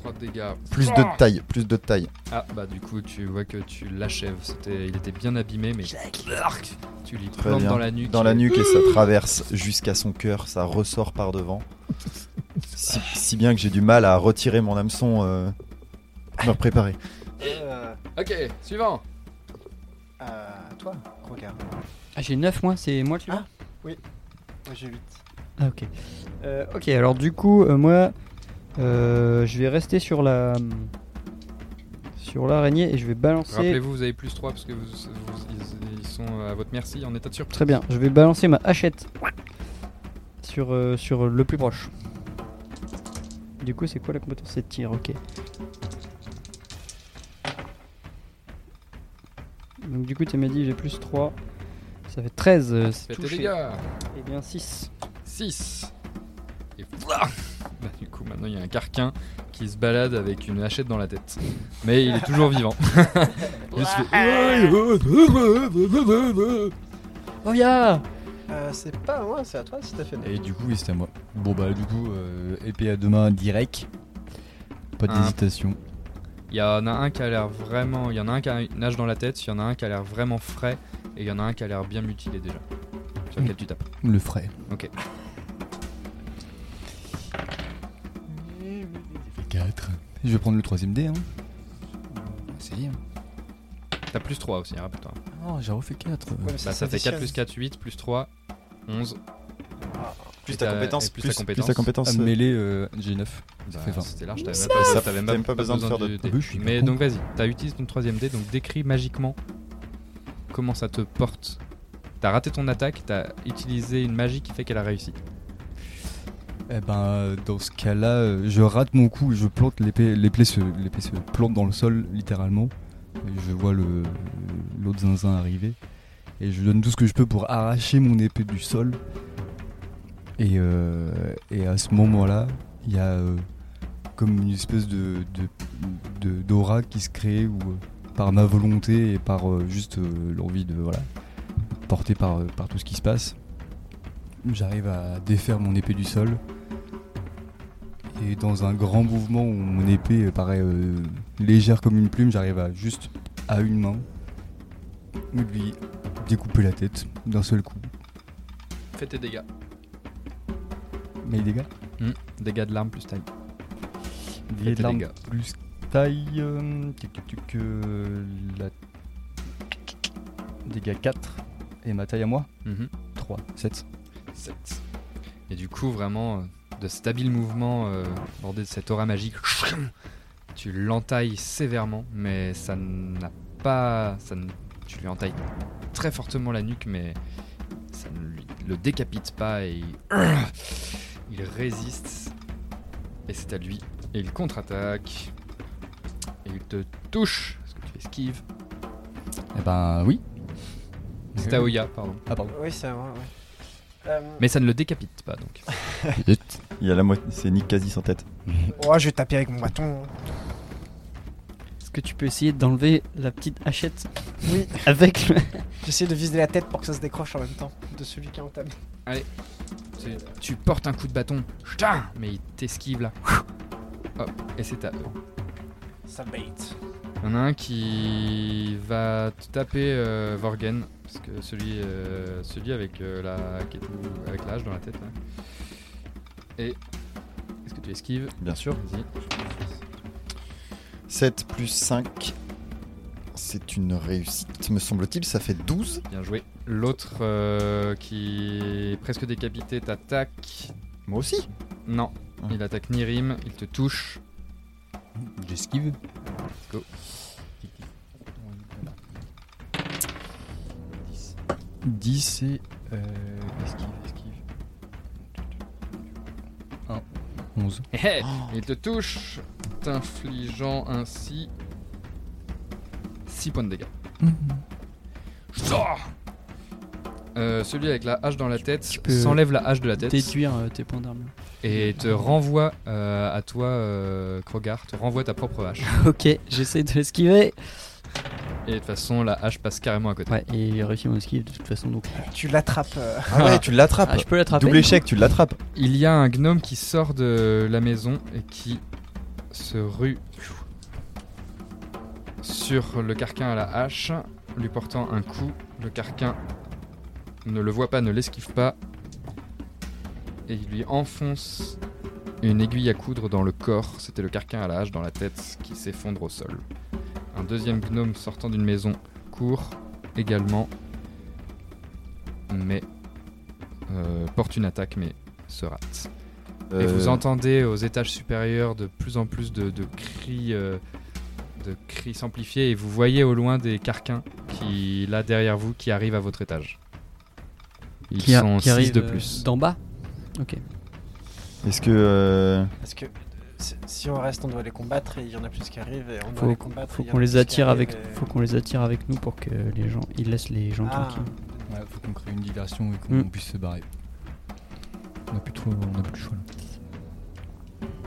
J: 3 de dégâts.
E: Plus de taille, plus de taille.
C: Ah, bah du coup, tu vois que tu l'achèves. C'était... Il était bien abîmé, mais tu lui
E: Très
C: plantes
E: bien.
C: dans la nuque.
E: Dans la nuque et ça traverse jusqu'à son cœur, ça ressort par devant. Si, si bien que j'ai du mal à retirer mon hameçon. Euh, me préparer.
J: Ok, suivant.
G: toi, regarde.
F: Ah, j'ai 9 moi, c'est moi tu vois
E: Ah,
G: Moi j'ai 8.
F: Ah, ok. Euh, ok, alors du coup, euh, moi, euh, je vais rester sur la. Sur l'araignée et je vais balancer.
C: Rappelez-vous, vous avez plus 3 parce que vous- vous- ils, ils sont à votre merci en état de surprise.
F: Très bien, je vais balancer ma hachette sur, euh, sur le plus proche. Du coup, c'est quoi la compétence C'est tir, ok. Donc, du coup, tu m'as dit j'ai plus 3. Ça fait 13, euh, c'est
J: Fais tes
F: touché.
J: dégâts.
F: Et bien 6.
C: 6 Et voilà Bah, Du coup, maintenant, il y a un carquin qui se balade avec une hachette dans la tête. Mais il est toujours vivant. Juste fait-
F: Oh, ya
G: Euh, c'est pas à moi, c'est à toi si t'as fait.
D: Et du coup, oui, c'était à moi. Bon, bah, du coup, euh, épée à deux mains direct. Pas
C: Un.
D: d'hésitation.
C: Il y en a un qui a l'air vraiment. Il y en a un qui a une hache dans la tête, il y en a un qui a l'air vraiment frais, et il y en a un qui a l'air bien mutilé déjà. Sur lequel tu tapes.
D: Le frais.
C: Ok.
D: 4. Je vais prendre le troisième dé. Hein. Essayez.
C: T'as plus 3 aussi, hein, rappelle-toi.
D: Non, Oh, j'ai refait 4.
C: Bah, ça fait 4 plus 4, 8, plus 3, 11.
E: Plus
C: Et
E: ta
C: ta-
E: compétence,
C: et plus
E: plus,
C: ta compétence. Ah,
E: plus ta compétence.
D: À me mêler, euh, j'ai 9. Ça
C: Bah,
D: fait 20.
C: C'était large, t'avais même,
E: Ça,
C: pas,
E: ça
C: t'avais
E: fait
C: même
E: même pas besoin de faire de-
C: dé.
D: Ah bah, je suis
C: Mais
D: pas con.
C: donc vas-y, t'as utilisé ton troisième dé, donc décris magiquement comment ça te porte. T'as raté ton attaque, t'as utilisé une magie qui fait qu'elle a réussi.
D: Eh ben, euh, dans ce cas-là, euh, je rate mon coup, je plante l'épée, l'épée se, l'épée se plante dans le sol, littéralement. Et je vois le, l'autre zinzin arriver. Et je donne tout ce que je peux pour arracher mon épée du sol. Et, euh, et à ce moment-là, il y a euh, comme une espèce de, de- de- d'aura qui se crée où, euh, par ma volonté et par euh, juste euh, l'envie de voilà, portée par, euh, par tout ce qui se passe. J'arrive à défaire mon épée du sol. Et dans un grand mouvement où mon épée paraît euh, légère comme une plume, j'arrive à juste à une main lui découper la tête d'un seul coup.
C: Fais tes dégâts.
D: Mais les dégâts
C: Dégâts de l'arme plus taille.
D: Liés
C: Fais tes
D: de l'arme
C: dégâts.
D: plus taille. euh, tic, tic, tic, euh, la... Dégâts 4. Et ma taille à moi
C: Mhm.
D: 3, 7.
C: 7. Et du coup, vraiment, euh, de cet habile mouvement euh, bordé de cette aura magique, tu l'entailles sévèrement, mais ça n'a pas. Ça ne- tu lui entailles très fortement la nuque, mais ça ne lui- le décapite pas et il, il résiste. Et c'est à lui. Et il contre-attaque. Et il te touche. Est-ce que tu esquives
D: Eh ben oui.
C: C'est Taoya, pardon.
D: Ah pardon.
G: Oui, c'est à moi, ouais. Euh,
C: Mais ça ne le décapite pas donc.
E: Il y a la moitié, c'est Nick quasi sans tête.
G: Oh, je vais taper avec mon bâton.
F: Est-ce que tu peux essayer d'enlever la petite hachette
G: Oui,
F: avec le.
G: j'essaie de viser la tête pour que ça se décroche en même temps de celui qui a entamé.
C: Tu, tu portes un coup de bâton, putain, mais il t'esquive là. Hop, et c'est à eux.
G: Ça bait.
C: Il y en a un qui va te taper euh, Vorgen, parce que celui, euh, celui avec euh, la qui est tout- avec l'âge dans la tête. là. Et est-ce que tu esquives
E: Bien sûr.
C: Vas-y.
E: 7 plus 5. C'est une réussite, me semble-t-il. Ça fait 12.
C: Bien joué. L'autre euh, qui est presque décapité t'attaque.
E: Moi aussi.
C: Non,
E: Ah.
C: il attaque Nirim, il te touche.
D: J'esquive.
C: go.
D: Voilà. 10 et euh, esquive, esquive. 1, 11.
C: Hé hé, Eh,
F: Oh.
C: Il te touche, t'infligeant ainsi 6 points de dégâts.
F: Mhm.
C: Chouah Euh, celui avec la hache dans la tête
F: peux
C: s'enlève la hache de la tête
F: Déduire euh, tes points d'armure.
C: et te renvoie euh, à toi, euh, Krogar, te renvoie ta propre hache.
F: Ok, j'essaie de l'esquiver.
C: Et de toute façon, la hache passe carrément à côté.
F: Ouais, et il réussit mon esquive de toute façon. Donc...
G: Tu l'attrapes. euh,
E: Ah ouais, tu l'attrapes.
F: Ah, je peux l'attraper
E: Double échec, tu l'attrapes.
C: Il y a un gnome qui sort de la maison et qui se rue sur le carquin à la hache, lui portant un coup. Le carquin ne le voit pas, ne l'esquive pas, et il lui enfonce une aiguille à coudre dans le corps. C'était le carquin à la hache dans la tête qui s'effondre au sol. Un deuxième gnome sortant d'une maison court également, mais euh, porte une attaque, mais se rate. Et vous
E: Euh,
C: entendez aux étages supérieurs de plus en plus de, de cris, euh, de cris s'amplifier et vous voyez au loin des carquins qui là derrière vous qui arrivent à votre étage. Ils
F: Qui a-
C: sont
F: qui
C: 6
F: arrive,
C: de
F: euh,
C: plus.
F: D'en bas
E: Est-ce que. euh,
G: Parce que euh, si- si on reste, on doit les combattre et il y en a plus qui arrivent. Et on doit
F: Faut-
G: les combattre. et
F: Faut
G: il y en
F: qu'on
G: a
F: les
G: plus qui
F: attire avec,
G: arrivent et-
F: faut qu'on les attire avec nous pour que les gens, ils laissent les gens
G: Ah,
F: tranquilles.
D: Ouais, faut qu'on crée une diversion et qu'on
F: Mm.
D: puisse se barrer. On a plus de choix, on a plus de choix là.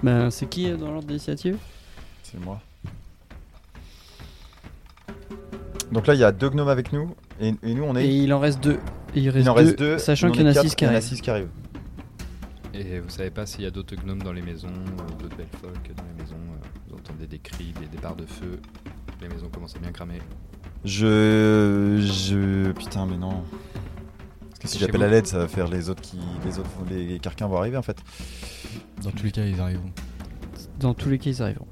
F: Ben, c'est qui euh, dans l'ordre d'initiative
E: C'est moi. Donc là, il y a deux gnomes avec nous. Et, et nous, on est.
F: Et il en reste deux. Et il reste,
E: il en reste deux.
F: sachant
E: nous, on
F: qu'il y
E: est
F: en a
E: quatre,
F: six qui
E: il y en a
F: arrivent.
E: six qui arrivent.
C: Et vous savez pas s'il y a d'autres gnomes dans les maisons, euh, d'autres belles folk dans les maisons. euh, Vous entendez des cris, des départs de feu. Les maisons commencent à bien cramer.
E: Je. Je. Putain, mais non. Parce que
C: C'est
E: si
C: chez
E: j'appelle à
C: vous.
E: l'aide, ça va faire les autres qui. Les autres. Les carquins vont arriver en fait.
D: Dans tous les cas, ils arriveront.
F: Dans tous les cas, ils arriveront.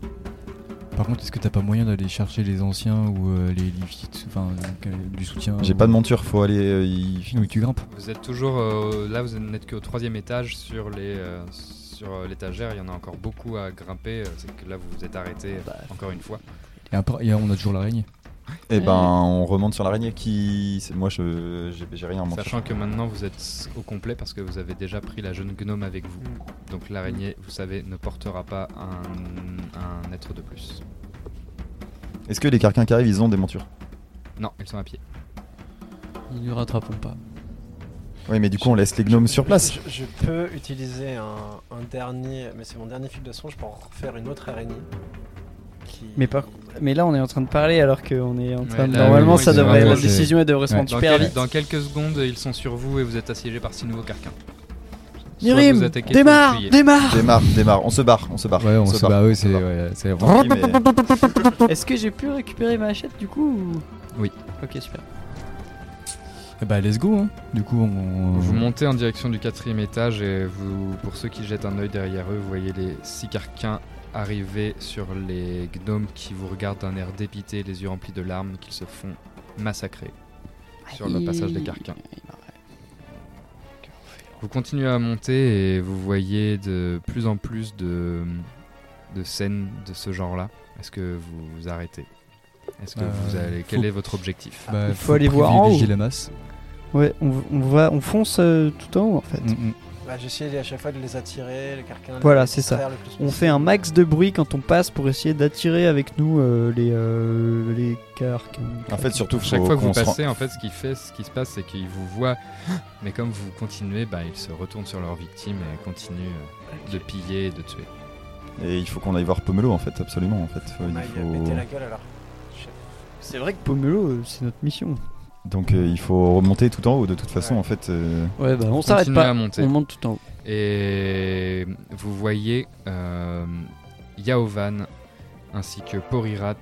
D: Par contre, est-ce que t'as pas moyen d'aller chercher les anciens ou euh, les Lévites, enfin donc, euh, du soutien
E: J'ai
D: ou-
E: pas de monture, faut aller. euh, y-
D: Où tu grimpes
C: Vous êtes toujours euh, là, vous n'êtes qu'au troisième étage sur les euh, sur euh, l'étagère. Il y en a encore beaucoup à grimper. euh, C'est que là vous vous êtes arrêté euh,
E: bah,
C: encore une fois.
D: et, après, et on a toujours l'araignée.
E: Et
F: Euh.
E: ben, on remonte sur l'araignée qui. c'est- Moi, je. J'ai j'ai rien en monture.
C: Sachant que maintenant vous êtes au complet parce que vous avez déjà pris la jeune gnome avec vous. Donc l'araignée, vous savez, ne portera pas un, un être de plus.
E: Est-ce que les carquins qui arrivent, ils ont des montures
C: Non, ils sont à pied.
F: Ils ne rattraperont pas.
E: Oui, mais du coup, on laisse les gnomes sur place.
G: Je, je peux utiliser un, un dernier, mais c'est mon dernier fil de songe pour en refaire une autre araignée. Qui...
F: Mais par- Mais là, on est en train de parler alors qu'on est en
C: Ouais,
F: train de...
C: là,
F: Normalement,
C: oui,
F: ça
C: oui,
F: devrait...
C: vraiment,
F: la
C: c'est-
F: décision elle devrait se
D: Ouais.
F: prendre
C: Dans,
F: super
C: quel-
F: vite.
C: dans quelques secondes, ils sont sur vous et vous êtes assiégés par six nouveaux carquins. Soit vous
F: Nirim,
C: attaquez, soit vous
F: démarre,
C: fuyez.
F: démarre
E: Démarre, démarre, on se barre, on se barre.
D: Ouais, on se bat, ouais, c'est.
E: barre.
D: Ouais, c'est...
E: Tant pis, mais-
F: Est-ce que j'ai pu récupérer ma hachette du coup ou-
C: Oui.
F: Ok, super.
D: Eh Bah, let's go, hein. Du coup, on.
C: Vous montez en direction du quatrième étage et vous, pour ceux qui jettent un œil derrière eux, vous voyez les six carquins arriver sur les gnomes qui vous regardent d'un air dépité, les yeux remplis de larmes, qu'ils se font massacrer sur le passage des carquins. Vous continuez à monter et vous voyez de plus en plus de, de scènes de ce genre-là. Est-ce que vous vous arrêtez Est-ce que
D: Euh,
C: vous allez Quel
D: faut-
C: est votre objectif
D: Bah,
F: Il faut aller voir en haut.
D: privilégier la masse.
F: Ouais, on, on va, on fonce euh, tout en haut en fait.
D: Mm, mm.
G: Bah, J'essaie à chaque fois de les attirer, les carquins.
F: Voilà,
G: les
F: c'est ça.
G: distraire le plus
F: On
G: possible.
F: fait un max de bruit quand on passe pour essayer d'attirer avec nous euh, les, euh, les carques.
E: En fait, surtout, faut
C: Chaque fois que
E: qu'on
C: vous
E: se rend-
C: passez, en fait, ce qui fait, ce qui se passe, c'est qu'ils vous voient, mais comme vous continuez, bah, ils se retournent sur leurs victimes et continuent euh, de piller et de tuer.
E: Et il faut qu'on aille voir Pomelo en fait, absolument. En fait. Faut- il
G: Ah, il a
E: faut-
G: pété la gueule alors.
F: c'est vrai que Pomelo, euh, c'est notre mission.
E: Donc euh, il faut remonter tout en haut de toute façon
G: Ouais.
E: en fait. euh,
F: Ouais, bah on s'arrête
C: Continuez à
F: pas.
C: monter.
F: On monte tout en haut.
C: Et vous voyez euh, Yaovan ainsi que Porirat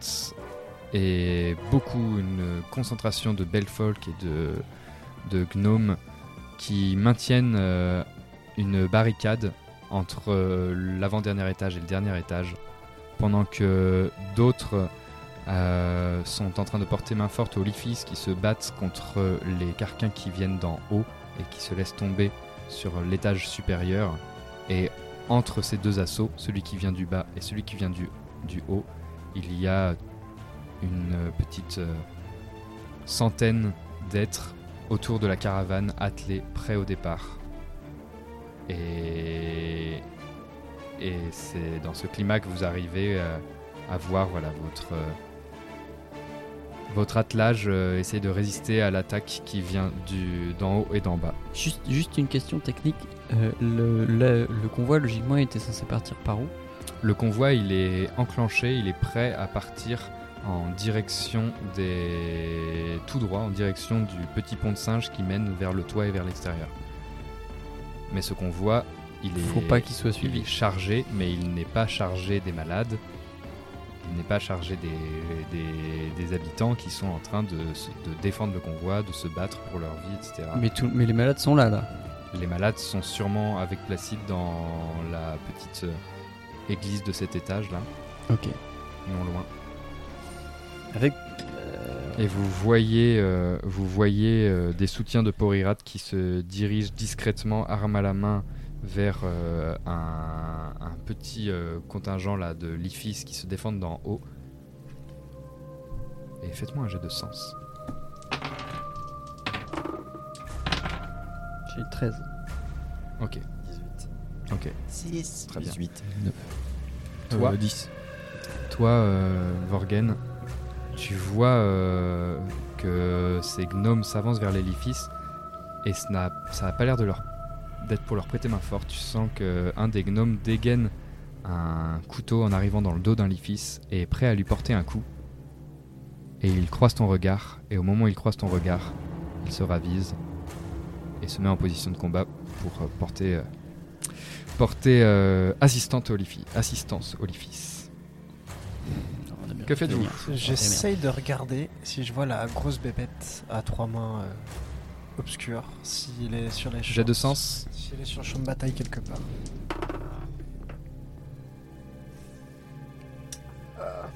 C: et beaucoup une concentration de belles folk et de, de gnomes qui maintiennent euh, une barricade entre euh, l'avant-dernier étage et le dernier étage pendant que d'autres euh, sont en train de porter main forte aux Lifis qui se battent contre les carquins qui viennent d'en haut et qui se laissent tomber sur l'étage supérieur. Et entre ces deux assauts, celui qui vient du bas et celui qui vient du, du haut, il y a une euh, petite euh, centaine d'êtres autour de la caravane attelés prêts au départ. Et, et c'est dans ce climat que vous arrivez euh, à voir voilà, votre, euh, votre attelage euh, essayer de résister à l'attaque qui vient du- d'en haut et d'en bas.
F: Juste, juste une question technique. Euh, le, le- le convoi, logiquement, était censé partir par où
C: Le convoi, il est enclenché, il est prêt à partir en direction des. tout droit, en direction du petit pont de singe qui mène vers le toit et vers l'extérieur. Mais ce qu'on voit, il est.
D: Faut pas qu'il soit
C: Il
D: suivi.
C: est chargé, mais il n'est pas chargé des malades. Il n'est pas chargé des, des- des habitants qui sont en train de, se- de défendre le convoi, de se battre pour leur vie, etc.
F: Mais, tout, mais les malades sont là, là.
C: Les malades sont sûrement avec Placide dans la petite euh, église de cet étage là,
F: Ok.
C: non loin.
F: Avec. euh,
C: Et vous voyez, euh, vous voyez euh, des soutiens de Porirat qui se dirigent discrètement, arme à la main, vers euh, un, un petit euh, contingent là de Lifis qui se défendent d'en haut. Et faites-moi un jet de sens.
F: J'ai 13.
C: Ok.
E: 18.
C: Ok.
G: 6.
C: Très bien.
E: 18.
C: Toi,
D: 10.
C: Toi, euh, Vorgen, tu vois euh, que ces gnomes s'avancent vers l'élifice et ça n'a ça a pas l'air de leur d'être pour leur prêter main forte. Tu sens que un des gnomes dégaine un couteau en arrivant dans le dos d'un lifice et est prêt à lui porter un coup. Et il croise ton regard et au moment où il croise ton regard, il se ravise et se met en position de combat pour euh, porter euh, porter euh, assistante au lifi- assistance au lifice. Que faites-vous
F: Ah,
G: J'essaye de regarder si je vois la grosse bébête à trois mains euh, obscure, s'il est sur les champs.
C: J'ai de sens.
G: S'il est sur le champ de bataille quelque part. Ah.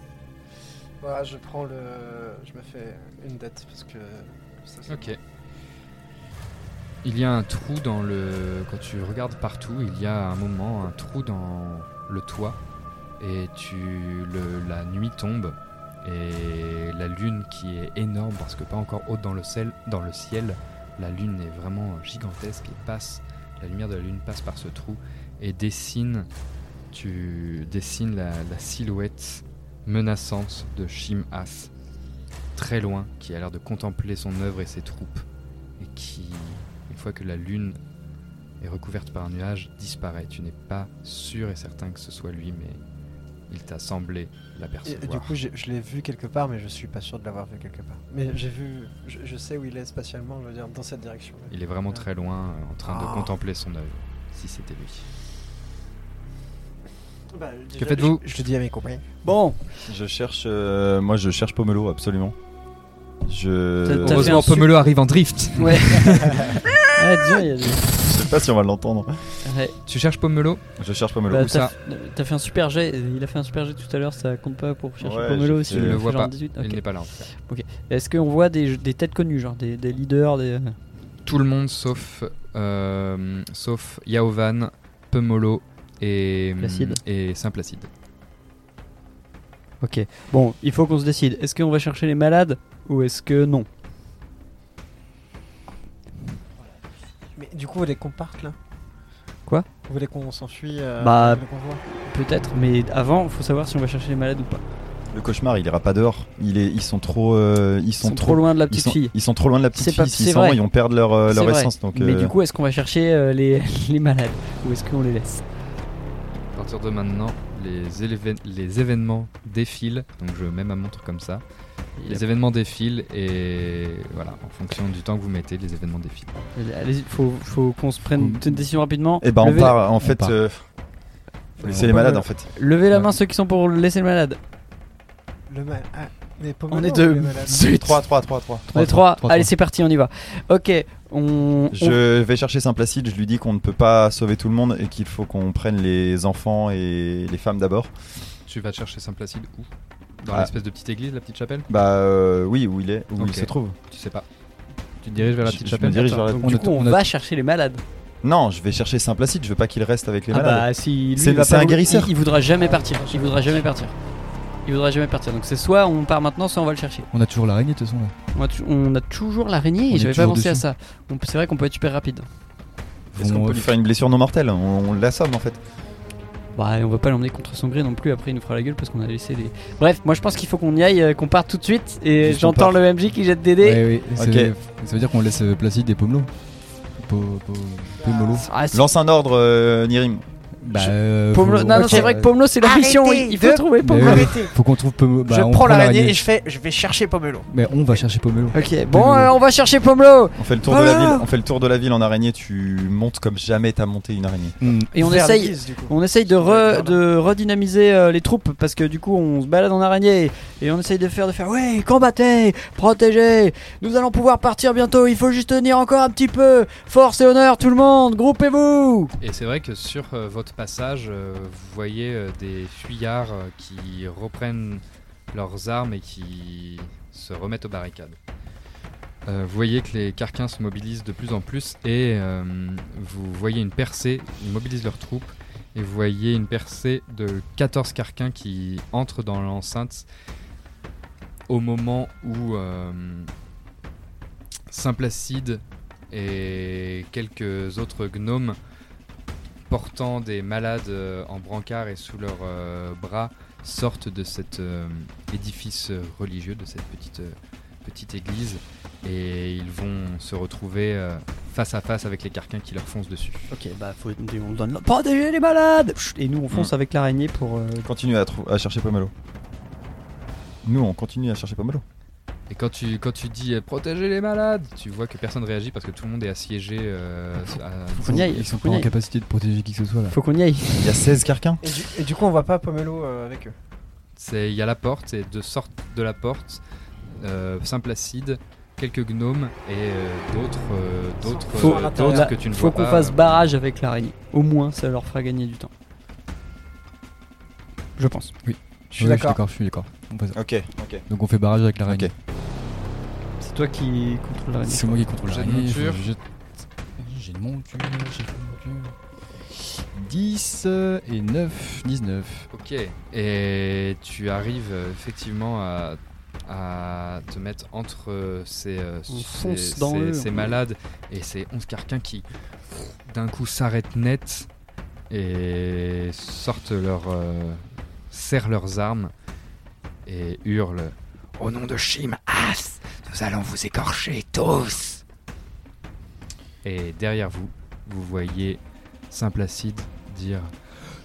G: Bah, je prends le. Je me fais une dette parce que. ça, c'est-
C: Ok. Il y a un trou dans le. Quand tu regardes partout, il y a un moment un trou dans le toit et tu le- la nuit tombe et la lune qui est énorme parce que pas encore haute dans le ciel, dans le ciel, la lune est vraiment gigantesque et passe. La lumière de la lune passe par ce trou et dessine. Tu dessines la, la silhouette menaçante de Shim-As très loin, qui a l'air de contempler son œuvre et ses troupes, et qui, une fois que la lune est recouverte par un nuage, disparaît. Tu n'es pas sûr et certain que ce soit lui, mais il t'a
G: Et,
C: semblé
G: et
C: l'apercevoir.
G: du coup, j'ai- je l'ai vu quelque part, mais je suis pas sûr de l'avoir vu quelque part. Mais j'ai vu. Je, je sais où il est spatialement, je veux dire, dans cette direction.
C: Il est vraiment très loin, euh, en train
G: Ah.
C: de contempler son œuvre, si c'était lui.
G: que
C: faites-vous
G: je, je le dis à mes compagnons.
F: Bon,
E: Je cherche. euh, moi, je cherche Pomelo, absolument. Je.
F: T'as fait un
C: Heureusement,
F: su-
C: Pomelo arrive en drift.
F: ouais. ah, disons, il y a des-
E: Je sais pas si on va l'entendre.
F: Ouais,
C: Tu cherches Pomelo
E: Je cherche Pomelo.
F: bah,
C: Où
F: t'as
C: ça
F: f- t'as fait un super jet, il a fait un super jet tout à l'heure, ça compte pas pour chercher
E: Ouais,
F: Pomelo
E: j'ai
F: aussi.
E: fait-
F: il
E: Je
F: a
C: le
F: fait
C: vois
F: genre
C: pas.
F: 18,
C: Il
F: ok.
C: n'est pas là. en tout cas.
F: Est-ce qu'on voit des, des têtes connues, genre des, des leaders des...
C: Tout le monde sauf, euh, sauf Yaovan, Pomelo et,
F: Placide.
C: et Saint Placide.
F: Ok, bon, il faut qu'on se décide. Est-ce qu'on va chercher les malades ou est-ce que non
G: Mais du coup, vous voulez qu'on parte là
F: Quoi
G: Vous voulez qu'on s'enfuit euh,
F: Bah,
G: avec le convoi
F: Peut-être, mais avant, faut savoir si on va chercher les malades ou pas.
E: Le cauchemar, il ira pas dehors. Il est, ils sont trop. euh, ils,
F: Ils sont, trop loin de la
E: Ils
F: petite
E: sont,
F: fille.
E: ils sont trop loin de la
F: C'est
E: petite
F: pas-
E: fille. S'ils
F: c'est
E: s'en vont,
F: vrai.
E: ils vont perdre leur, euh,
F: C'est
E: leur
F: vrai.
E: essence. Donc,
F: Mais
E: euh,
F: du coup, est-ce qu'on va chercher euh, les, les malades ou est-ce qu'on les laisse
C: À partir de maintenant, les, éléven- les événements défilent. Donc je mets ma montre comme ça. Les événements défilent et voilà, en fonction du temps que vous mettez, les événements défilent.
F: Allez, Euh, faut, faut qu'on se prenne une décision rapidement.
E: Eh ben, on
F: Levez la-
E: part. En fait,
D: part.
E: euh, faut laisser les malades, en fait.
F: Levez la main
C: Ouais.
F: ceux qui sont pour laisser le malade.
G: Le mal. Ah, mais Pomelo,
F: On est
G: ou
F: deux.
G: le malade
E: 3, 3, 3, 3.
F: On est trois.
D: trois,
F: Allez,
D: trois.
F: c'est parti, on y va. Ok, on. on-
E: Je vais chercher Saint Placide. Je lui dis qu'on ne peut pas sauver tout le monde et qu'il faut qu'on prenne les enfants et les femmes d'abord.
C: Tu vas chercher Saint-Placide où Dans
E: Ah.
C: l'espèce de petite église, la petite chapelle
E: Bah euh, oui, où il est, où
C: Ok.
E: il se trouve.
C: Tu sais pas. Tu te diriges vers la petite
E: je, je me
C: chapelle
E: dirige vers la-
F: donc,
D: on
F: du
D: a-
F: coup, on,
D: on a-
F: va chercher les malades.
E: Non, je vais chercher Saint Placide. Je veux pas qu'il reste avec les
F: ah
E: malades.
F: bah si. lui,
E: C'est-
F: il va
E: c'est
F: pas
E: un
F: vouloir-
E: guérisseur.
F: Il, il voudra jamais partir. Il voudra jamais partir. Il voudra jamais partir. Donc c'est soit on part maintenant, soit on va le chercher.
D: On a toujours l'araignée de toute façon là.
F: On a, tou- on a toujours
D: On
F: l'araignée. et
D: est
F: J'avais pas
D: toujours
F: pensé à
D: dessus.
F: ça. On peut- C'est vrai qu'on peut être super rapide.
E: Est-ce
D: Bon,
E: qu'on peut
D: euh,
E: lui faire une blessure non mortelle On, on l'assomme en fait.
F: Bah, et on va pas l'emmener contre son gré non plus, après il nous fera la gueule parce qu'on a laissé les. Bref, moi je pense qu'il faut qu'on y aille, euh, qu'on parte tout de suite. Et
E: Juste, on
F: j'entends
E: part.
F: le MJ qui jette des dés.
D: Ouais, ouais,
E: Ok.
D: c'est- Ça veut dire qu'on laisse euh, Placide et Pomelo. Po, po, Pomelo.
F: Ah, c'est-
E: Lance un ordre, euh, Nirim.
D: Bah, euh,
F: Pomelo-
D: faut-
F: Non, non,
D: Ok.
F: c'est vrai que Pomelo, c'est la
G: Arrêtez
F: mission. oui, Il faut
G: de-
F: trouver
D: Mais
F: Pomelo.
D: oui,
G: Arrêtez.
D: Faut qu'on trouve Pomelo. Bah,
G: je
D: on
G: prends l'araignée et je fais, je vais chercher Pomelo.
D: Mais on va chercher Pomelo.
F: Ok, bon, euh, on va chercher Pomelo.
E: On fait le tour de la
F: Voilà.
E: ville. On fait le tour de la ville en araignée. Tu montes comme jamais t'as monté une araignée.
D: Hmm.
F: Et on
G: Vers les
F: essaye,
G: guises, du coup.
F: on essaye de,
G: Vers
F: re-
G: là.
F: de redynamiser euh, les troupes parce que du coup on se balade en araignée et on essaye de faire de faire ouais combattez protégez nous allons pouvoir partir bientôt il faut juste tenir encore un petit peu force et honneur tout le monde groupez-vous
C: Et c'est vrai que sur euh, votre passage, euh, vous voyez euh, des fuyards euh, qui reprennent leurs armes et qui se remettent aux barricades. Euh, vous voyez que les carquins se mobilisent de plus en plus et euh, vous voyez une percée, ils mobilisent leurs troupes et vous voyez une percée de 14 carquins qui entrent dans l'enceinte au moment où euh, Saint-Placide et quelques autres gnomes portant des malades euh, en brancard et sous leurs euh, bras sortent de cet euh, édifice euh, religieux, de cette petite, euh, petite église, et ils vont se retrouver euh, face à face avec les carquins qui leur foncent dessus.
F: ok bah faut on donne protégez les malades Chut, et nous on fonce
E: Mm.
F: avec l'araignée pour euh,
E: Continue à, trou- à chercher Pomelo. Nous, on continue à chercher Pomelo.
C: Et quand tu, quand tu dis euh, protégez les malades, tu vois que personne réagit parce que tout le monde est assiégé. euh, à-
F: qu'on y aille,
D: Ils sont
F: faut
D: pas
F: qu'on y
D: en
F: aille.
D: capacité de protéger qui que ce soit là.
F: faut qu'on y aille
E: Il y a 16 carquins.
G: Et du, et du coup, on voit pas Pomelo euh, avec eux.
C: C'est- Il y a la porte, et de sorte de la porte, euh, Saint-Placide, quelques gnomes et euh, d'autres euh, d'autres
G: Faut- faut-
C: euh, d'autres que tu ne
F: faut
C: vois
F: qu'on
C: pas. euh,
F: fasse barrage avec l'araignée au moins ça leur fera gagner du temps je pense
G: Je suis
D: Ouais,
G: d'accord.
D: Je suis d'accord. On fait ça.
E: Ok, ok.
D: Donc on fait barrage avec l'araignée.
E: Ok.
F: c'est toi qui contrôle l'araignée
D: C'est moi qui contrôle
C: J'ai de
D: l'araignée.
C: monture.
D: faut que je- J'ai de monture, j'ai de monture. 10 euh, et 9, 19.
C: Ok. Et tu arrives euh, effectivement à, à te mettre entre euh, ces, euh,
F: On
C: ces-
F: fonce dans
C: ces-
F: eux,
C: ces
F: on-
C: malades et ces 11 carquins qui d'un coup s'arrêtent net et sortent leurs. euh, serrent leurs armes et hurlent.
H: Au nom de Shim As, nous allons vous écorcher tous.
C: Et derrière vous, vous voyez Saint-Placide dire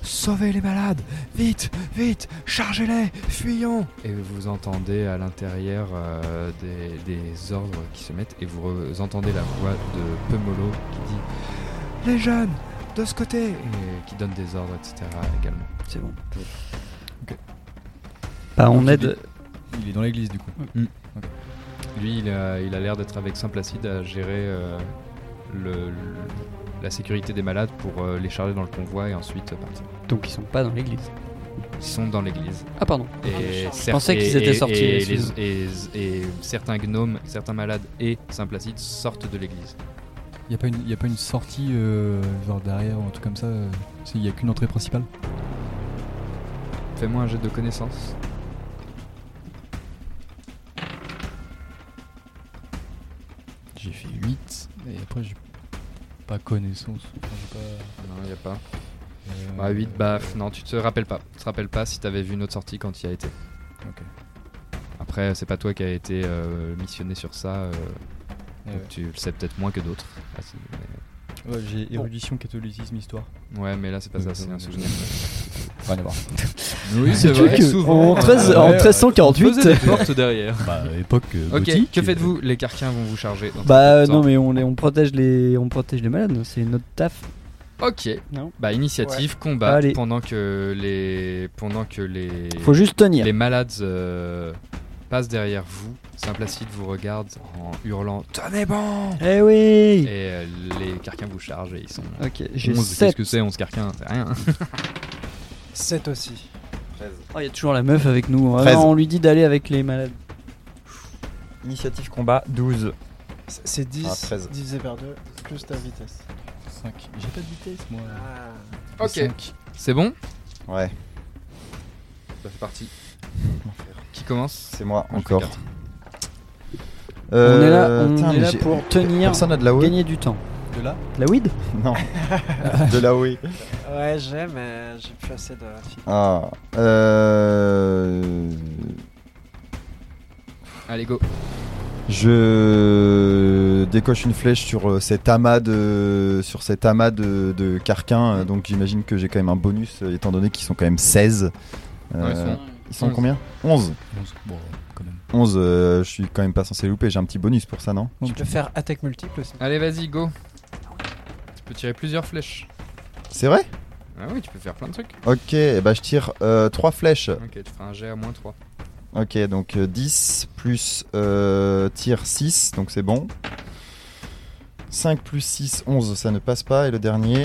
H: Sauvez les malades, vite, vite, chargez-les, fuyons.
C: Et vous entendez à l'intérieur euh, des, des ordres qui se mettent et vous re- entendez la voix de Pemolo qui dit
H: Les jeunes, de ce côté.
C: et qui donne des ordres, etc. également.
F: c'est bon bah on
D: Donc, il
F: aide
D: Il est dans l'église du coup.
C: Lui, il a il a l'air d'être avec Saint-Placide à gérer euh, le- le- la sécurité des malades pour euh, les charger dans le convoi et ensuite partir.
F: donc ils sont pas dans l'église
C: Ils sont dans l'église.
F: ah pardon
C: Et
F: Je pensais
C: cer-
F: qu'ils
C: et-
F: étaient
C: et-
F: sortis,
C: Et, les-
F: excusez-moi.
C: et- et certains gnomes, certains malades et Saint-Placide sortent de l'église.
D: Il n'y a, pas une sortie euh, genre derrière ou un truc comme ça Il n'y a qu'une entrée principale
C: Fais-moi un jet de connaissances.
D: J'ai fait 8 et après j'ai pas connaissance. Enfin, j'ai pas,
C: Non, il n'y a pas.
D: euh,
C: Bah 8 baf, non tu te rappelles pas. Tu te rappelles pas si t'avais vu une autre sortie quand il y a été.
D: Ok.
C: Après c'est pas toi qui a été euh, missionné sur ça, euh,
D: euh,
C: donc tu le sais peut-être moins que d'autres. Ah, c'est- mais-
D: ouais, j'ai érudition, catholicisme, histoire.
C: Ouais mais là c'est pas ça, c'est un souvenir.
D: Rien à voir.
C: Oui
F: C'est vrai que
D: euh,
F: en, 13, en 1348
C: portes derrière.
D: bah, époque.
C: Ok,
D: euh,
C: que faites-vous Les carquins vont vous charger. dans
F: Bah
C: un
F: euh,
C: instant.
F: non mais on, les- on protège les on protège les malades, c'est notre taf.
C: Ok.
F: Non.
C: Bah initiative, combat
F: Allez.
C: pendant que les pendant que les
F: Faut juste tenir.
C: Les malades euh, passent derrière vous. Saint-Placide vous regarde en hurlant
H: Tenez bon.
F: Eh
C: et
F: oui.
C: euh, les carquins vous chargent et ils sont.
F: OK, j'ai
C: 11, Qu'est-ce
F: 7.
C: que c'est 11 carquins C'est rien.
G: 7 aussi.
F: Oh, il y a toujours la meuf avec nous. Ah,
E: Treize.
F: non, on lui dit d'aller avec les malades.
E: Initiative combat 12.
G: C'est c'est 10
E: Ah, 13.
G: divisé par 2, plus ta vitesse.
D: 5. J'ai pas de vitesse moi.
C: Ok.
D: Cinq.
C: C'est bon
E: Ouais,
C: Ça fait partie. Qui commence
E: c'est moi
C: Moi, je fais
E: encore.
C: quatre.
F: on est là,
E: Euh,
F: on
E: tain,
F: est
E: mais
F: là
E: j'ai-
F: pour tenir,
E: Personne n'a de la haut
F: gagner du temps.
D: De là
F: La weed
E: Non. de la oui.
G: Ouais, j'ai, mais j'ai plus assez de.
E: Ah. Euh...
C: Allez, go.
E: Je décoche une flèche sur euh, cet amas de, sur cet amas de, de carquins. euh, Donc j'imagine que j'ai quand même un bonus, euh, étant donné qu'ils sont quand même 16. Euh,
C: Ouais, ils sont-
E: ils sont
C: onze.
E: combien 11.
D: Bon, c'est- bon, quand même.
E: 11, je suis quand même pas censé louper. J'ai un petit bonus pour ça, non
F: Tu peux faire attaque multiple aussi.
C: Allez, vas-y, go. Tu peux tirer plusieurs flèches.
E: C'est vrai
C: Ah oui, tu peux faire plein de trucs.
E: Ok, eh ben, je tire 3 flèches.
C: Ok, tu feras un jet à moins 3.
E: Ok, donc euh, 10 plus euh, tir 6, donc c'est bon. 5 plus 6, 11, ça ne passe pas. Et le dernier,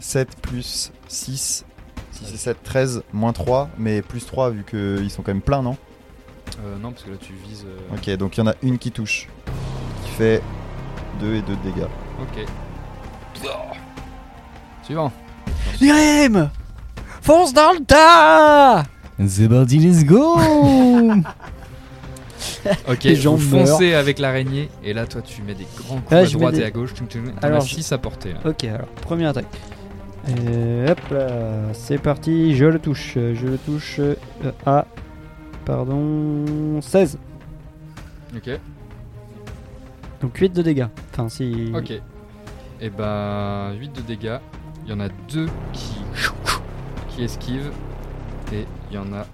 E: 7 plus 6, 6 et 7, 13, moins 3, mais plus 3 vu qu'ils sont quand même pleins, non
C: Euh, non, parce que là, tu vises. euh,
E: Ok, donc il y en a une qui touche, qui fait 2 et 2 de dégâts.
C: ok. Suivant.
F: Lirim Fonce dans le tas
D: The body, let's go
C: Ok,
K: Les gens
C: vous foncez avec l'araignée. Et là, toi, tu mets des grands coups
K: Ah,
C: à
K: je mets
C: droite
K: des-
C: et à gauche. Tu as
K: Alors,
C: 6 à portée. là.
K: Ok, alors, première attaque. Euh, hop là, c'est parti, je le touche. euh, Je le touche euh, à. Pardon. 16.
C: Ok,
K: Donc 8 de dégâts. Enfin, si.
C: ok. Et bah, 8 de dégâts. Il y en a 2 qui, qui esquivent. Et il y en a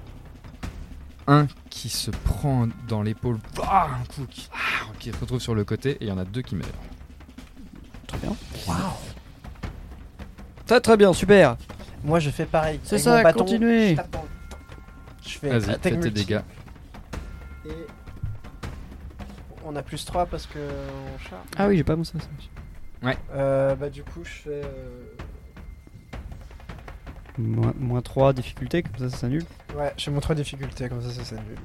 C: un qui se prend dans l'épaule. Ah, un coup qui, ah, qui se retrouve sur le côté. Et il y en a 2 qui meurent.
K: Très bien. Très très bien, super.
F: Moi je fais pareil.
K: C'est
F: Avec
K: ça,
F: mon bâton,
K: continuez.
F: Je, tape dans le tas. Je fais
C: Vas-y,
F: attaque
C: fais tes
F: multiple.
C: dégâts.
F: Et on a plus 3 parce que on charge.
K: Ah oui, j'ai pas mon sens.
F: Euh, bah du coup je fais... euh,
K: Moins, moins 3 difficulté, comme ça, ça s'annule.
F: Ouais, je fais mon 3 difficultés, comme ça ça s'annule.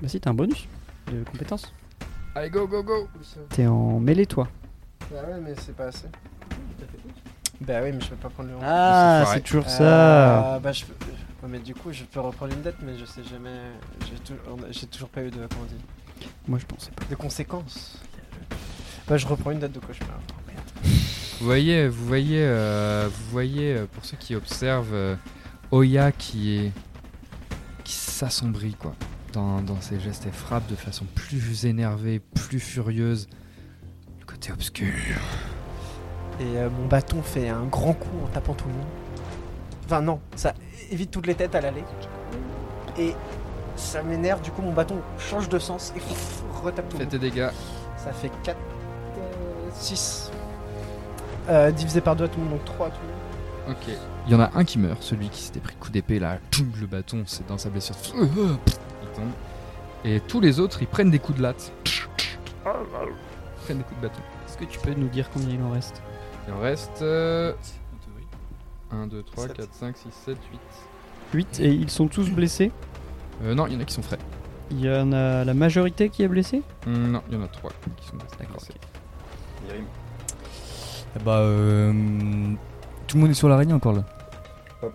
K: Bah si, t'as un bonus de compétence.
C: Allez, go, go, go.
K: T'es en mêlée, toi.
F: Bah ouais, mais c'est pas assez. Bah oui, mais je peux pas prendre le 11.
C: Ah, c'est
K: toujours
F: Euh, bah, je peux... ouais, mais du coup, je peux reprendre une dette, mais je sais jamais. J'ai tou- on a- j'ai toujours pas eu de, comment on dit,
K: Moi, je pensais pas.
F: de conséquences. Bah, je reprends une date de cauchemar.
K: Oh,
C: Vous voyez, vous voyez, euh, vous voyez, euh, pour ceux qui observent, euh, Oya qui est qui s'assombrit quoi dans, dans ses gestes et frappe de façon plus énervée, plus furieuse. Le côté obscur.
F: Et euh, mon bâton fait un grand coup en tapant tout le monde. Enfin, non, ça évite toutes les têtes à l'aller. Et ça m'énerve, du coup, mon bâton change de sens et pff, retape tout le
C: Faites
F: monde.
C: tes dégâts.
F: Ça fait 4, 6. Euh, divisé par 2 à tout le monde, donc 3 à tout le monde.
C: Ok. Il y en a un qui meurt, celui qui s'était pris coup d'épée là, toum, le bâton, c'est dans sa blessure. Il tombe. Et tous les autres, ils prennent des coups de latte. Ils prennent des coups de bâton.
K: Est-ce que tu peux nous dire combien il en reste
C: Il en reste euh, 1, 2, 3, 4, 5, 6, 7, 8.
K: 8 et ils sont tous blessés.
C: Euh, non, il y en a qui sont frais.
K: Il y en a la majorité qui est blessée
C: Mm, Non, il y en a trois qui sont blessés.
D: Bah, euh, tout le monde est sur l'araignée encore là.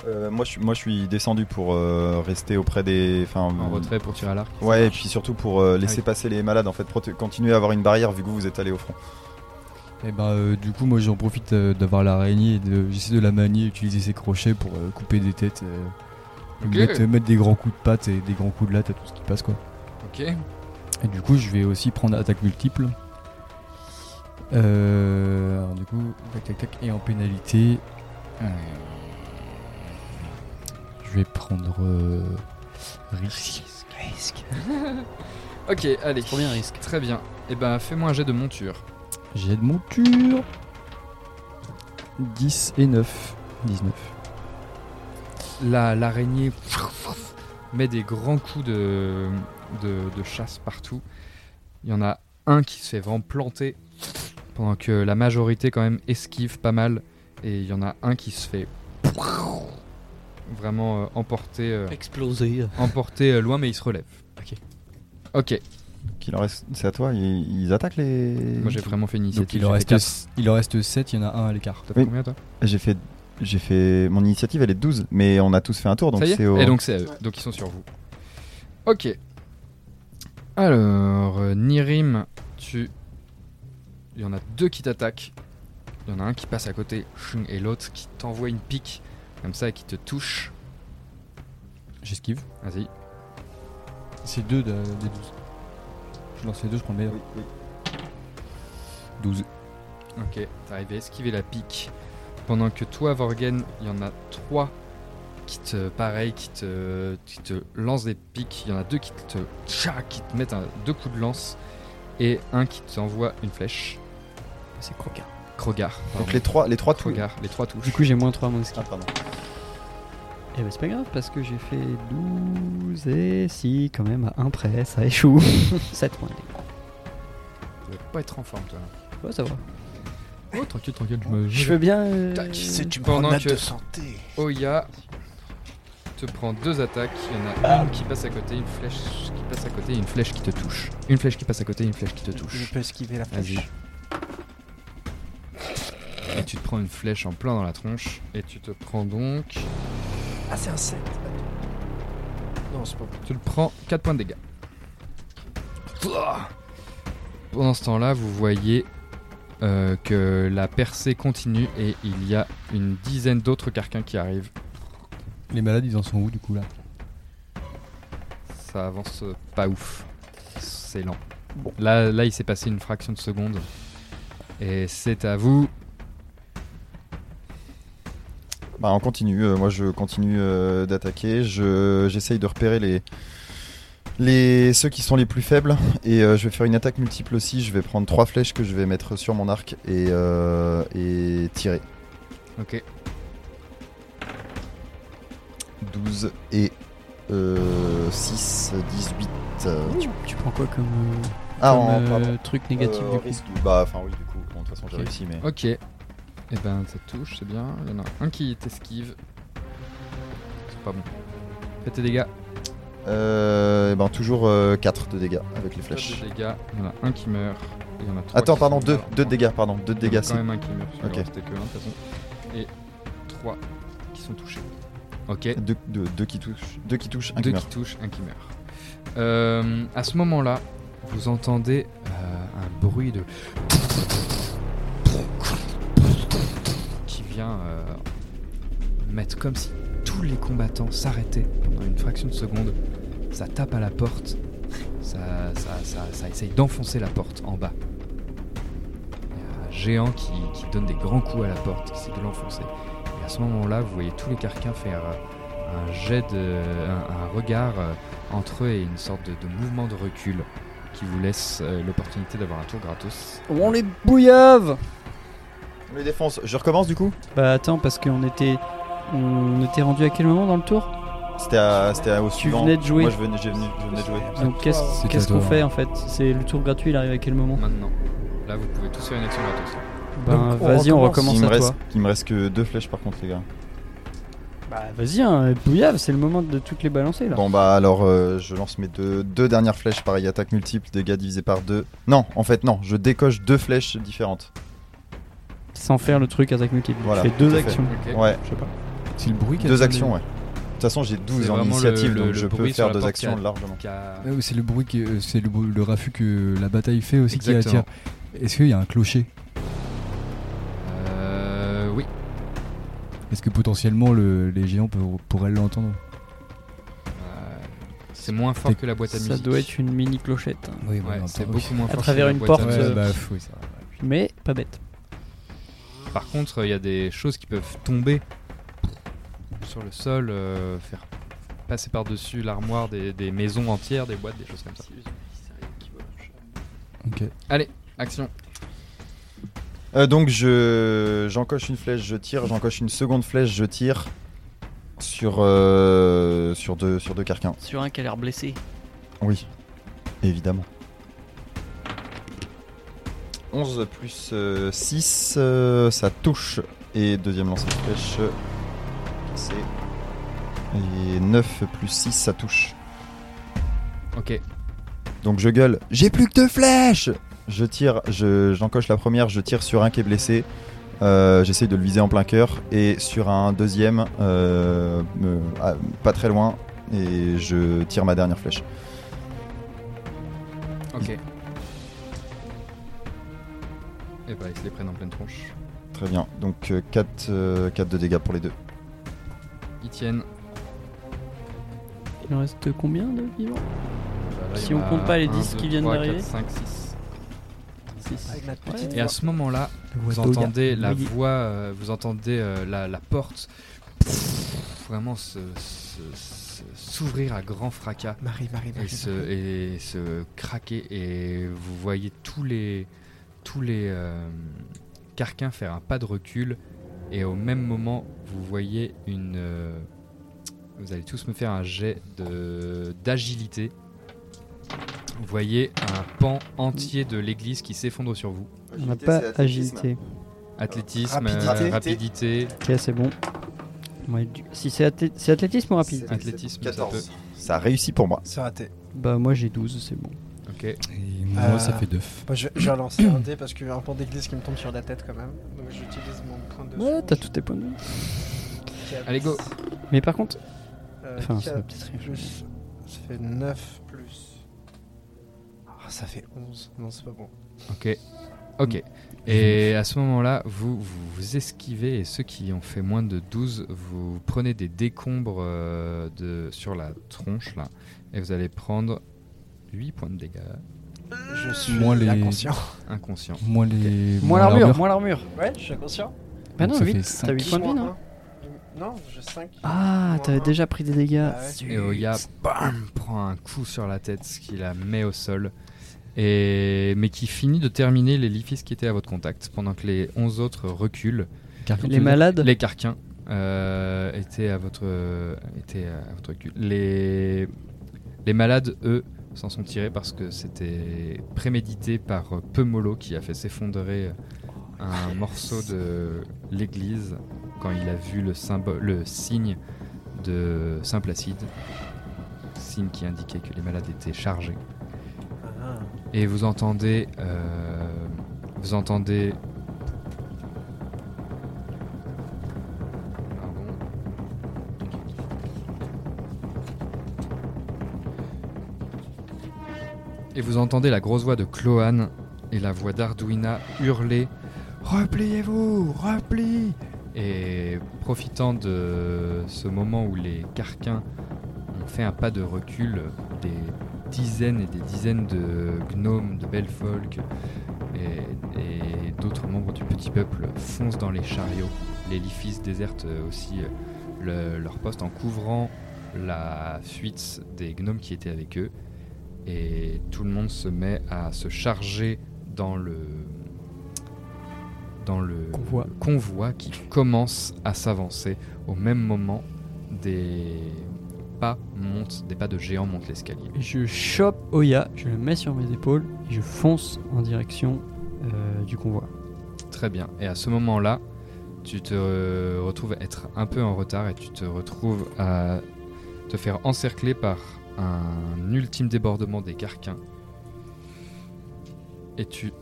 E: Euh, moi, je, suis- moi, je suis descendu pour euh, rester auprès des. enfin,
C: En
E: euh,
C: retrait pour tirer à l'arc.
E: Ouais, et puis surtout pour euh, laisser
C: Ah oui.
E: passer les malades, en fait, proté- continuer à avoir une barrière vu que vous êtes allé au front.
D: Et bah, euh, du coup, moi j'en profite euh, d'avoir l'araignée et de- j'essaie de la manier, utiliser ses crochets pour euh, couper des têtes, euh,
C: Ok.
D: mettre, mettre des grands coups de patte et des grands coups de latte à tout ce qui passe quoi.
C: Ok.
D: Et du coup, je vais aussi prendre attaque multiple. Euh, alors, du coup, tac tac tac, et en pénalité. euh, je vais prendre euh, risque.
C: Ok, allez.
K: Trop bien, risque.
C: Très bien. Et ben, fais-moi un jet de monture.
D: J'ai de monture 10 et 9. 19.
C: La- L'araignée met des grands coups de, de, de chasse partout. Il y en a un qui se fait vraiment planter, pendant que la majorité quand même esquive pas mal. Et il y en a un qui se fait vraiment euh, emporter, euh,
K: Explosé.
C: emporter euh, loin, mais il se relève.
K: Ok.
C: Ok,
E: Qu'il en reste, c'est à toi, ils, ils attaquent les.
C: moi j'ai vraiment fait une
D: Donc
C: initiative.
D: il en,
C: j'ai fait
D: reste,
C: quatre.
D: il en reste 7, il y en a un à l'écart.
C: T'as fait
E: Oui.
C: combien toi
E: J'ai fait. J'ai fait. Mon initiative elle est de 12, mais on a tous fait un tour, donc
C: Ça y est
E: c'est au.
C: Et donc c'est à eux. Donc ils sont sur vous. Ok. Alors, euh, Nirim, tu. Il y en a deux qui t'attaquent. Il y en a un qui passe à côté, chum, et l'autre qui t'envoie une pique. comme ça et qui te touche.
D: J'esquive.
C: Vas-y.
D: C'est 2 des 12. Je lance les deux, je prends le meilleur.
E: Oui, oui.
D: 12.
C: Ok, t'arrives à esquiver la pique. Pendant que toi, Vorgen, il y en a trois qui te, pareil, qui te, qui te lancent des piques. Il y en a deux qui te, tcha, qui te mettent un- deux coups de lance et un qui t'envoie une flèche.
F: C'est croquin.
C: Krogar.
E: Donc
C: pardon.
E: les trois, les trois touches.
C: Krogar, les trois touches.
F: Du coup, j'ai moins 3 à mon esquive.
E: Ah, pardon.
F: Et bah, c'est pas grave parce que j'ai fait 12 et si, quand même, à 1 près, ça échoue. 7 points.
C: Tu vas pas être en forme, toi.
F: Ouais, ça va.
D: Oh, tranquille, tranquille, je me.
F: Je veux bien. euh,
C: une Pendant que
L: santé.
C: Oya te prend deux attaques. Il y en
L: Ah.
C: a une qui passe à côté, une flèche qui passe à côté, et une flèche qui te touche. Une flèche qui passe à côté, une flèche qui te
L: Je
C: touche.
L: peux esquiver la flèche.
C: Vas-y. Et tu te prends une flèche en plein dans la tronche. Et tu te prends donc.
L: Ah, c'est un 7. Non, c'est pas bon.
C: Tu le prends 4 points de dégâts. Pendant ce temps-là, vous voyez euh, que la percée continue et il y a une dizaine d'autres carquins qui arrivent.
D: Les malades, ils en sont où du coup là
C: Ça avance euh, pas ouf. C'est lent. Là, là, il s'est passé une fraction de seconde. Et c'est à vous.
E: Bah, on continue. euh, moi, je continue euh, d'attaquer. Je j'essaye de repérer les les ceux qui sont les plus faibles et euh, je vais faire une attaque multiple aussi. Je vais prendre trois flèches que je vais mettre sur mon arc et euh, et tirer.
C: Ok.
E: 12 et euh, 6, 18. euh,
F: Tu, tu prends quoi comme, euh,
E: ah,
F: comme,
E: en,
F: euh,
E: pardon.
F: truc négatif
E: Euh,
F: du coup
E: risque, Bah, enfin, oui, du coup, bon, de toute façon, j'ai
C: Ok.
E: réussi, mais.
C: Ok. Et ben, ça touche, c'est bien. Il y en a un qui t'esquive. C'est pas bon. Fais tes dégâts.
E: Euh, eh ben, toujours 4 de dégâts avec les flèches.
C: Faites des dégâts. Il y en a un qui meurt. et Il y en a trois
E: Attends,
C: qui
E: pardon,
C: sont
E: 2
C: morts.
E: de dégâts, pardon, 2 de
C: Il y en
E: dégâts,
C: a
E: c'est.
C: quand même un qui meurt.
E: Ok.
C: Ok. C'était que un, de toute façon. Et 3 qui sont touchés. Ok.
E: 2 qui touchent, 2 qui touchent, 1
C: Deux
E: qui
C: qui
E: meurt.
C: touchent, un qui meurt. Euh, à ce moment-là, vous entendez euh, un bruit de qui vient euh, mettre comme si tous les combattants s'arrêtaient pendant une fraction de seconde. Ça tape à la porte. Ça, ça, ça- ça essaye d'enfoncer la porte en bas. Il y a un géant qui, qui donne des grands coups à la porte, qui essaie de l'enfoncer. Et à ce moment-là, vous voyez tous les carquins faire euh, un jet de, un, un regard euh, entre eux et une sorte de, de mouvement de recul qui vous laisse euh, l'opportunité d'avoir un tour gratos.
F: On les bouillave
E: On les défonce, je recommence du coup
F: Bah attends, parce qu'on était. On était rendu à quel moment dans le tour
E: C'était à- c'était à- au
F: Tu
E: suivant.
F: venais de jouer.
E: Moi, je venais, j'ai venu, je venais de jouer.
F: Donc qu'est-ce
D: C'était à
F: qu'est-ce qu'on
D: toi.
F: fait en fait C'est le tour gratuit, il arrive à quel moment
C: Maintenant, là vous pouvez tous faire une action gratos.
F: Ben
L: Donc, on
F: vas-y, on recommence
E: il, me
F: à
E: reste,
F: toi.
E: il me reste que 2 flèches par contre, les gars.
F: Bah vas-y, hein, bouillave, c'est le moment de toutes les balancer là.
E: Bon, bah alors, euh, je lance mes deux, deux dernières flèches, pareil, attaque multiple, dégâts divisé par 2. Non, en fait, non, je décoche deux flèches différentes.
F: Sans faire le truc attaque multiple.
E: Voilà,
F: tu fais deux
E: tout à fait.
F: actions.
C: Ok.
E: Ouais,
F: Je sais pas.
D: C'est le bruit qu'a
E: deux
D: fait
E: actions,
D: le-
E: ouais. De toute façon, j'ai 12
C: C'est
E: en
C: vraiment le-
E: initiative,
C: le-
E: donc
C: le
E: je peux
C: bruit sur
E: faire
C: la
E: deux
C: porte qui
E: actions
C: a-
E: largement.
C: Qu'à-
D: Ouais, Ah C'est le bruit, que, euh, c'est le, bou- le raffut que la bataille fait aussi qui
C: Exactement.
D: attire. Est-ce qu'il y a un clocher
C: Euh, oui,
D: Est-ce que potentiellement le- les géants peuvent- pourraient l'entendre
C: Euh, c'est moins fort
D: C'est-
C: que la boîte à musique.
F: Ça doit être une mini clochette. hein.
D: Oui,
C: Ouais, c'est beaucoup
D: beaucoup
C: moins fort. que
F: travers
C: la
F: une
C: boîte à
F: porte,
C: musique.
F: euh,
D: bah, pff, oui, ça va.
F: Mais pas bête.
C: Par contre, il y a des choses qui peuvent tomber sur le sol, euh, faire passer par-dessus l'armoire des, des maisons entières, des boîtes, des choses comme ça.
D: Ok.
C: Action.
E: Euh, donc je j'encoche une flèche, je tire, j'encoche une seconde flèche, je tire sur euh, sur deux sur deux carquins.
F: Sur un qui a l'air blessé.
E: Oui, évidemment. 11 plus 6, ça touche. Et deuxième lancer de flèche, euh, c'est... Et 9 plus 6, ça touche.
C: Ok.
E: Donc je gueule, j'ai plus que deux flèches Je tire, je- j'encoche la première, je tire sur un qui est blessé. Euh, J'essaye de le viser en plein cœur. Et sur un deuxième, euh, me- ah, pas très loin, et je tire ma dernière flèche.
C: Ok. Et
E: euh,
C: bah, ils se les prennent en pleine tronche.
E: Très bien, donc 4, de dégâts pour les deux.
C: ils tiennent.
F: Il en reste combien de vivants
C: Bah, là, il y
F: Si
C: en
F: on
C: a
F: compte pas les
C: un,
F: 10 qui
C: deux,
F: viennent
C: trois,
F: d'arriver.
C: quatre, cinq, six.
F: Six.
M: Avec notre petite
F: Ouais.
C: Et à ce moment-là, vous entendez la voix, euh, vous entendez euh, la, la porte vraiment se- se- se- s'ouvrir à grand fracas
M: Marie, Marie,
C: et
M: Marie.
C: se, et se craquer et vous voyez tous les tous les euh, carquins faire un pas de recul et au même moment vous voyez une euh, vous allez tous me faire un jet de d'agilité vous voyez un pan entier de l'église qui s'effondre sur vous
F: On n'a pas agilité.
C: athlétisme euh,
E: Rapidité.
C: rapidité,
F: Ok, c'est bon. Ouais, du- Si c'est athlé- c'est athlétisme ou rapide
C: athlétisme ça
E: 14. Ça réussit pour moi.
M: C'est raté.
F: Bah, moi j'ai 12, c'est bon.
C: peut. ok
D: Et moi, ça
M: Euh,
D: fait neuf.
M: Bah, je, je vais relancer un dé parce qu'il y a un pan d'église qui me tombe sur la tête quand même. Donc j'utilise mon point de.
F: Ouais, t'as tous tes points de vue.
C: Allez, go.
F: Mais par contre,
M: Euh,
F: Enfin, ça va
M: quatre
F: peut-être rien
M: plus. Ça fait 9 plus. Ah, ça fait 11. Non, c'est pas bon.
C: Ok. Ok. Et à ce moment-là, vous, vous vous esquivez et ceux qui ont fait moins de 12, vous prenez des décombres euh, de, sur la tronche là et vous allez prendre 8 points de dégâts
M: Je suis
D: Moins les-
M: inconscient.
C: inconscients.
D: Moi, les.
F: moins l'armure, moins l'armure.
M: Ouais, je suis inconscient.
F: Bah
D: Donc
F: non,
D: ça fait
F: 8,
D: cinq.
F: t'as 8 points de vie,
M: Moins
F: non
M: un. Non, j'ai 5.
F: Ah,
M: Moins
F: t'avais
M: un.
F: déjà pris des dégâts.
M: Ah ouais.
C: Et Oya bam, prend un coup sur la tête, ce qui la met au sol, et, mais qui finit de terminer les lifis qui étaient à votre contact, pendant que les 11 autres reculent.
D: Carquin,
F: Les malades
C: Les carquins euh, étaient à votre étaient à votre cul. Les les malades eux s'en sont tirés parce que c'était prémédité par Pemolo qui a fait s'effondrer un morceau de l'église quand il a vu le symbole le signe de Saint Placide signe qui indiquait que les malades étaient chargés et vous entendez euh, vous entendez Pardon. Et vous entendez la grosse voix de Cloane et la voix d'Arduina hurler Repliez-vous, replie Et profitant de ce moment où les carquins ont fait un pas de recul, des dizaines et des dizaines de gnomes, de belles folk et, et d'autres membres du petit peuple foncent dans les chariots. Les Lifis désertent euh, aussi le- leur poste en couvrant la fuite des gnomes qui étaient avec eux. Et tout le monde se met à se charger dans le dans le
F: Convoi.
C: convoi qui commence à s'avancer. Au même moment, des pas montent, des pas de géants montent l'escalier.
F: Je chope Oya, je le mets sur mes épaules et je fonce en direction euh, du convoi.
C: Très bien. Et à ce moment-là, tu te euh, retrouves être un peu en retard et tu te retrouves à te faire encercler par un ultime débordement des carquins. Et tu...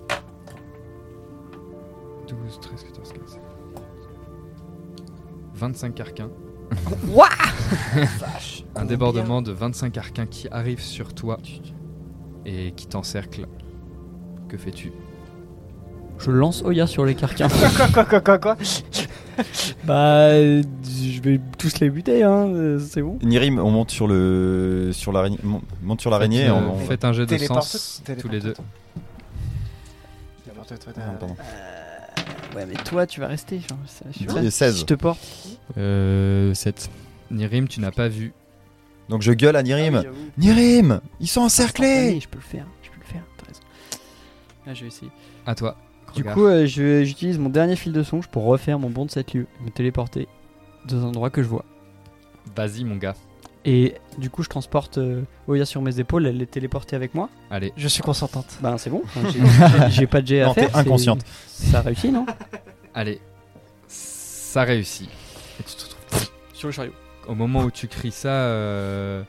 C: 12, 13, 14, 15... 25 carquins. Un débordement de 25 carquins qui arrive sur toi et qui t'encercle. Que fais-tu
F: Je lance Oya sur les carquins.
M: Quoi, quoi, quoi, quoi, quoi
F: bah, euh, je vais tous les buter, hein, euh, c'est bon.
E: Nirim, on monte sur le sur l'araignée, mon- monte sur l'araignée.
C: Faites,
E: on-
C: euh,
E: on-
C: faites un jet de
M: Téléporte-
C: sens tous
M: téléporte-
C: les deux.
M: N'importe quoi,
E: Ah, pardon.
F: Ouais, mais toi, tu vas rester. genre, ça, je suis là.
E: Et
F: Je
E: 16.
F: te porte.
D: Euh. 7.
C: Nirim, tu n'as pas vu.
E: Donc je gueule à Nirim.
F: Ah oui, j'avoue.
E: Nirim, ils sont
C: Ah
F: Allez,
E: encerclés.
F: Je peux le faire, je peux le faire, t'as raison. Ah, je vais essayer.
C: À toi.
F: Du
C: Krogar.
F: coup, euh, je- j'utilise mon dernier fil de songe pour refaire mon bond de 7 lieux, me téléporter dans un endroit que je vois.
C: vas-y mon gars.
F: Et du coup, je transporte euh, Oya sur mes épaules, elle est téléportée avec moi.
C: Allez,
M: Je suis consentante.
F: Ben c'est bon, Enfin, j'ai- j'ai- j'ai pas de jet à
E: Non, t'es
F: faire. c'est-
E: inconsciente.
F: Ça réussit, non
C: allez. Ça réussit. Et tu te retrouves.
F: Sur le chariot.
C: Au moment où tu cries ça, euh,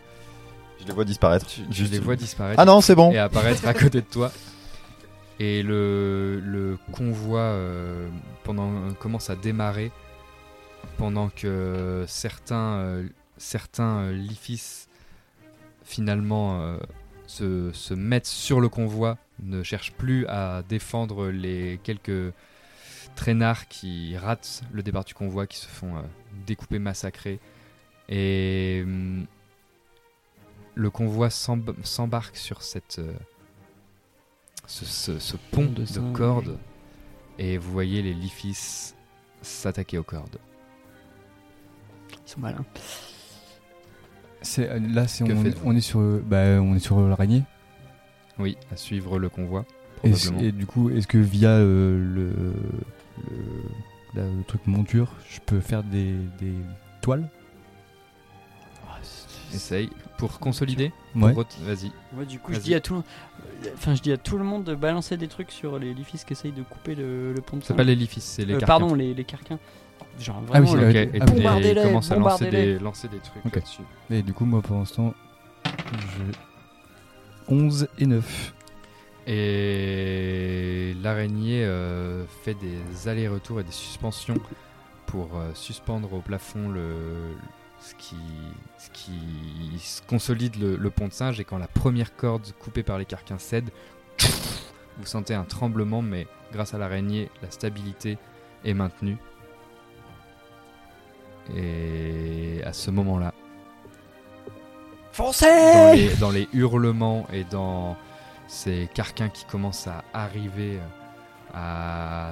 E: Je les vois disparaître.
C: tu, tu
E: Juste-
C: les vois disparaître
E: Ah non, c'est bon.
C: et apparaître à côté de toi. Et le, le convoi euh, pendant, commence à démarrer pendant que certains, euh, certains euh, Lifis finalement euh, se, se mettent sur le convoi, ne cherchent plus à défendre les quelques traînards qui ratent le départ du convoi, qui se font euh, découper, massacrer. Et hum, le convoi s'emb- s'embarque sur cette, euh, ce, ce- ce pont de,
D: singe.
C: cordes. Et vous voyez les Lifis s'attaquer aux cordes.
F: Ils sont malins.
D: C'est, euh, là, c'est,
C: Que
D: on,
C: faites-vous
D: on est sur, euh, bah, on est sur l'araignée.
C: Oui, à suivre le convoi,
D: Et,
C: probablement.
D: et du coup, est-ce que via euh, le, le- la- le truc monture, je peux faire des, des toiles
C: Essaye. Pour consolider,
D: Ouais.
C: pour rot- vas-y.
F: Moi, du coup, je
C: Vas-y.
F: dis à tout le monde. Enfin, je dis à tout le monde de balancer des trucs sur les lifis qui essayent de couper le, le pont de
C: C'est
F: singe.
C: pas les Lifis, c'est les
F: Euh,
C: carcans.
F: Pardon, les, les carquins. Genre
D: Ah oui,
F: vraiment.
D: c'est
F: le-
C: Ok,
D: les-
C: et
D: ah oui.
C: puis
F: Bombardez-les,
C: commence à lancer
F: bombardez-les.
C: des, lancer des trucs
D: Ok.
C: là-dessus.
D: Et du coup, moi, pour l'instant, je... 11 et 9.
C: Et l'araignée euh, fait des allers-retours et des suspensions pour euh, suspendre au plafond le, ce, qui, ce qui s- consolide le, le pont de singe. Et quand la première corde coupée par les carquins cède, vous sentez un tremblement, mais grâce à l'araignée, la stabilité est maintenue. Et à ce moment-là, dans
G: Foncez
C: les, dans les hurlements et dans ces carquins qui commencent à arriver, euh,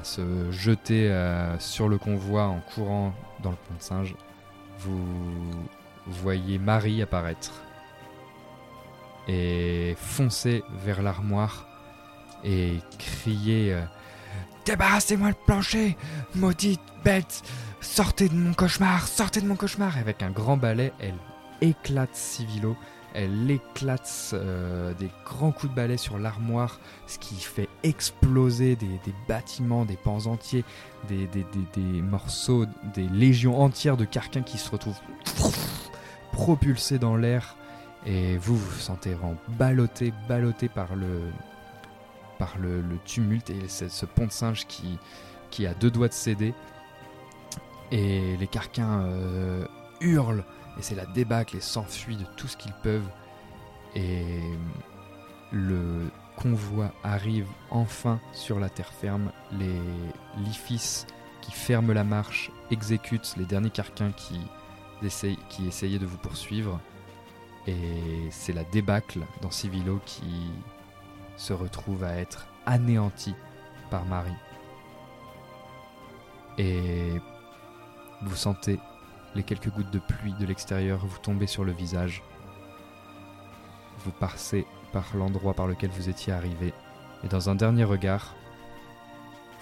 C: à se jeter euh, sur le convoi en courant dans le pont de singe, vous voyez Marie apparaître et foncer vers l'armoire et crier euh,
H: Débarrassez-moi le plancher, maudite bête. Sortez de mon cauchemar, sortez de mon cauchemar.
C: Mar. avec un grand balai, elle éclate Civilo, elle éclate euh, des grands coups de balai sur l'armoire, ce qui fait exploser des, des bâtiments, des pans entiers, des, des- des- des morceaux, des légions entières de carquins qui se retrouvent propulsés dans l'air. Et vous vous sentez vraiment ballotté, ballotté par le, par le, le tumulte et ce, ce pont de singe qui, qui a deux doigts de céder. Et les carquins euh, hurlent, et c'est la débâcle et s'enfuient de tout ce qu'ils peuvent. Et le convoi arrive enfin sur la terre ferme. Les Lifis qui ferment la marche exécutent les derniers carquins qui, essaient- qui essayaient de vous poursuivre. Et c'est la débâcle dans Civilo qui se retrouve à être anéanti par Marie. Et vous sentez les quelques gouttes de pluie de l'extérieur vous tomber sur le visage. Vous passez par l'endroit par lequel vous étiez arrivé. Et dans un dernier regard,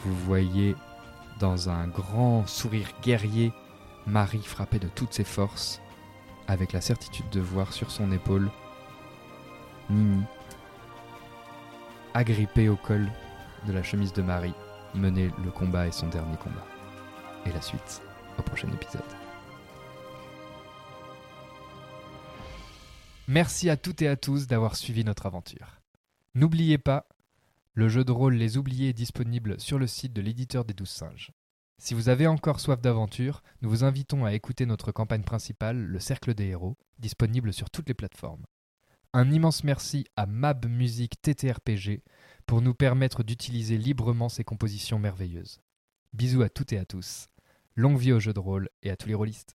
C: vous voyez dans un grand sourire guerrier Marie frappée de toutes ses forces, avec la certitude de voir sur son épaule Nini, agrippée au col de la chemise de Marie, mener le combat et son dernier combat. Et la suite au prochain épisode.
J: Merci à toutes et à tous d'avoir suivi notre aventure. N'oubliez pas, le jeu de rôle Les Oubliés est disponible sur le site de l'éditeur des Douze Singes. Si vous avez encore soif d'aventure, nous vous invitons à écouter notre campagne principale, Le Cercle des Héros, disponible sur toutes les plateformes. Un immense merci à Mab Music TTRPG pour nous permettre d'utiliser librement ces compositions merveilleuses. Bisous à toutes et à tous, longue vie au jeu de rôle et à tous les rôlistes.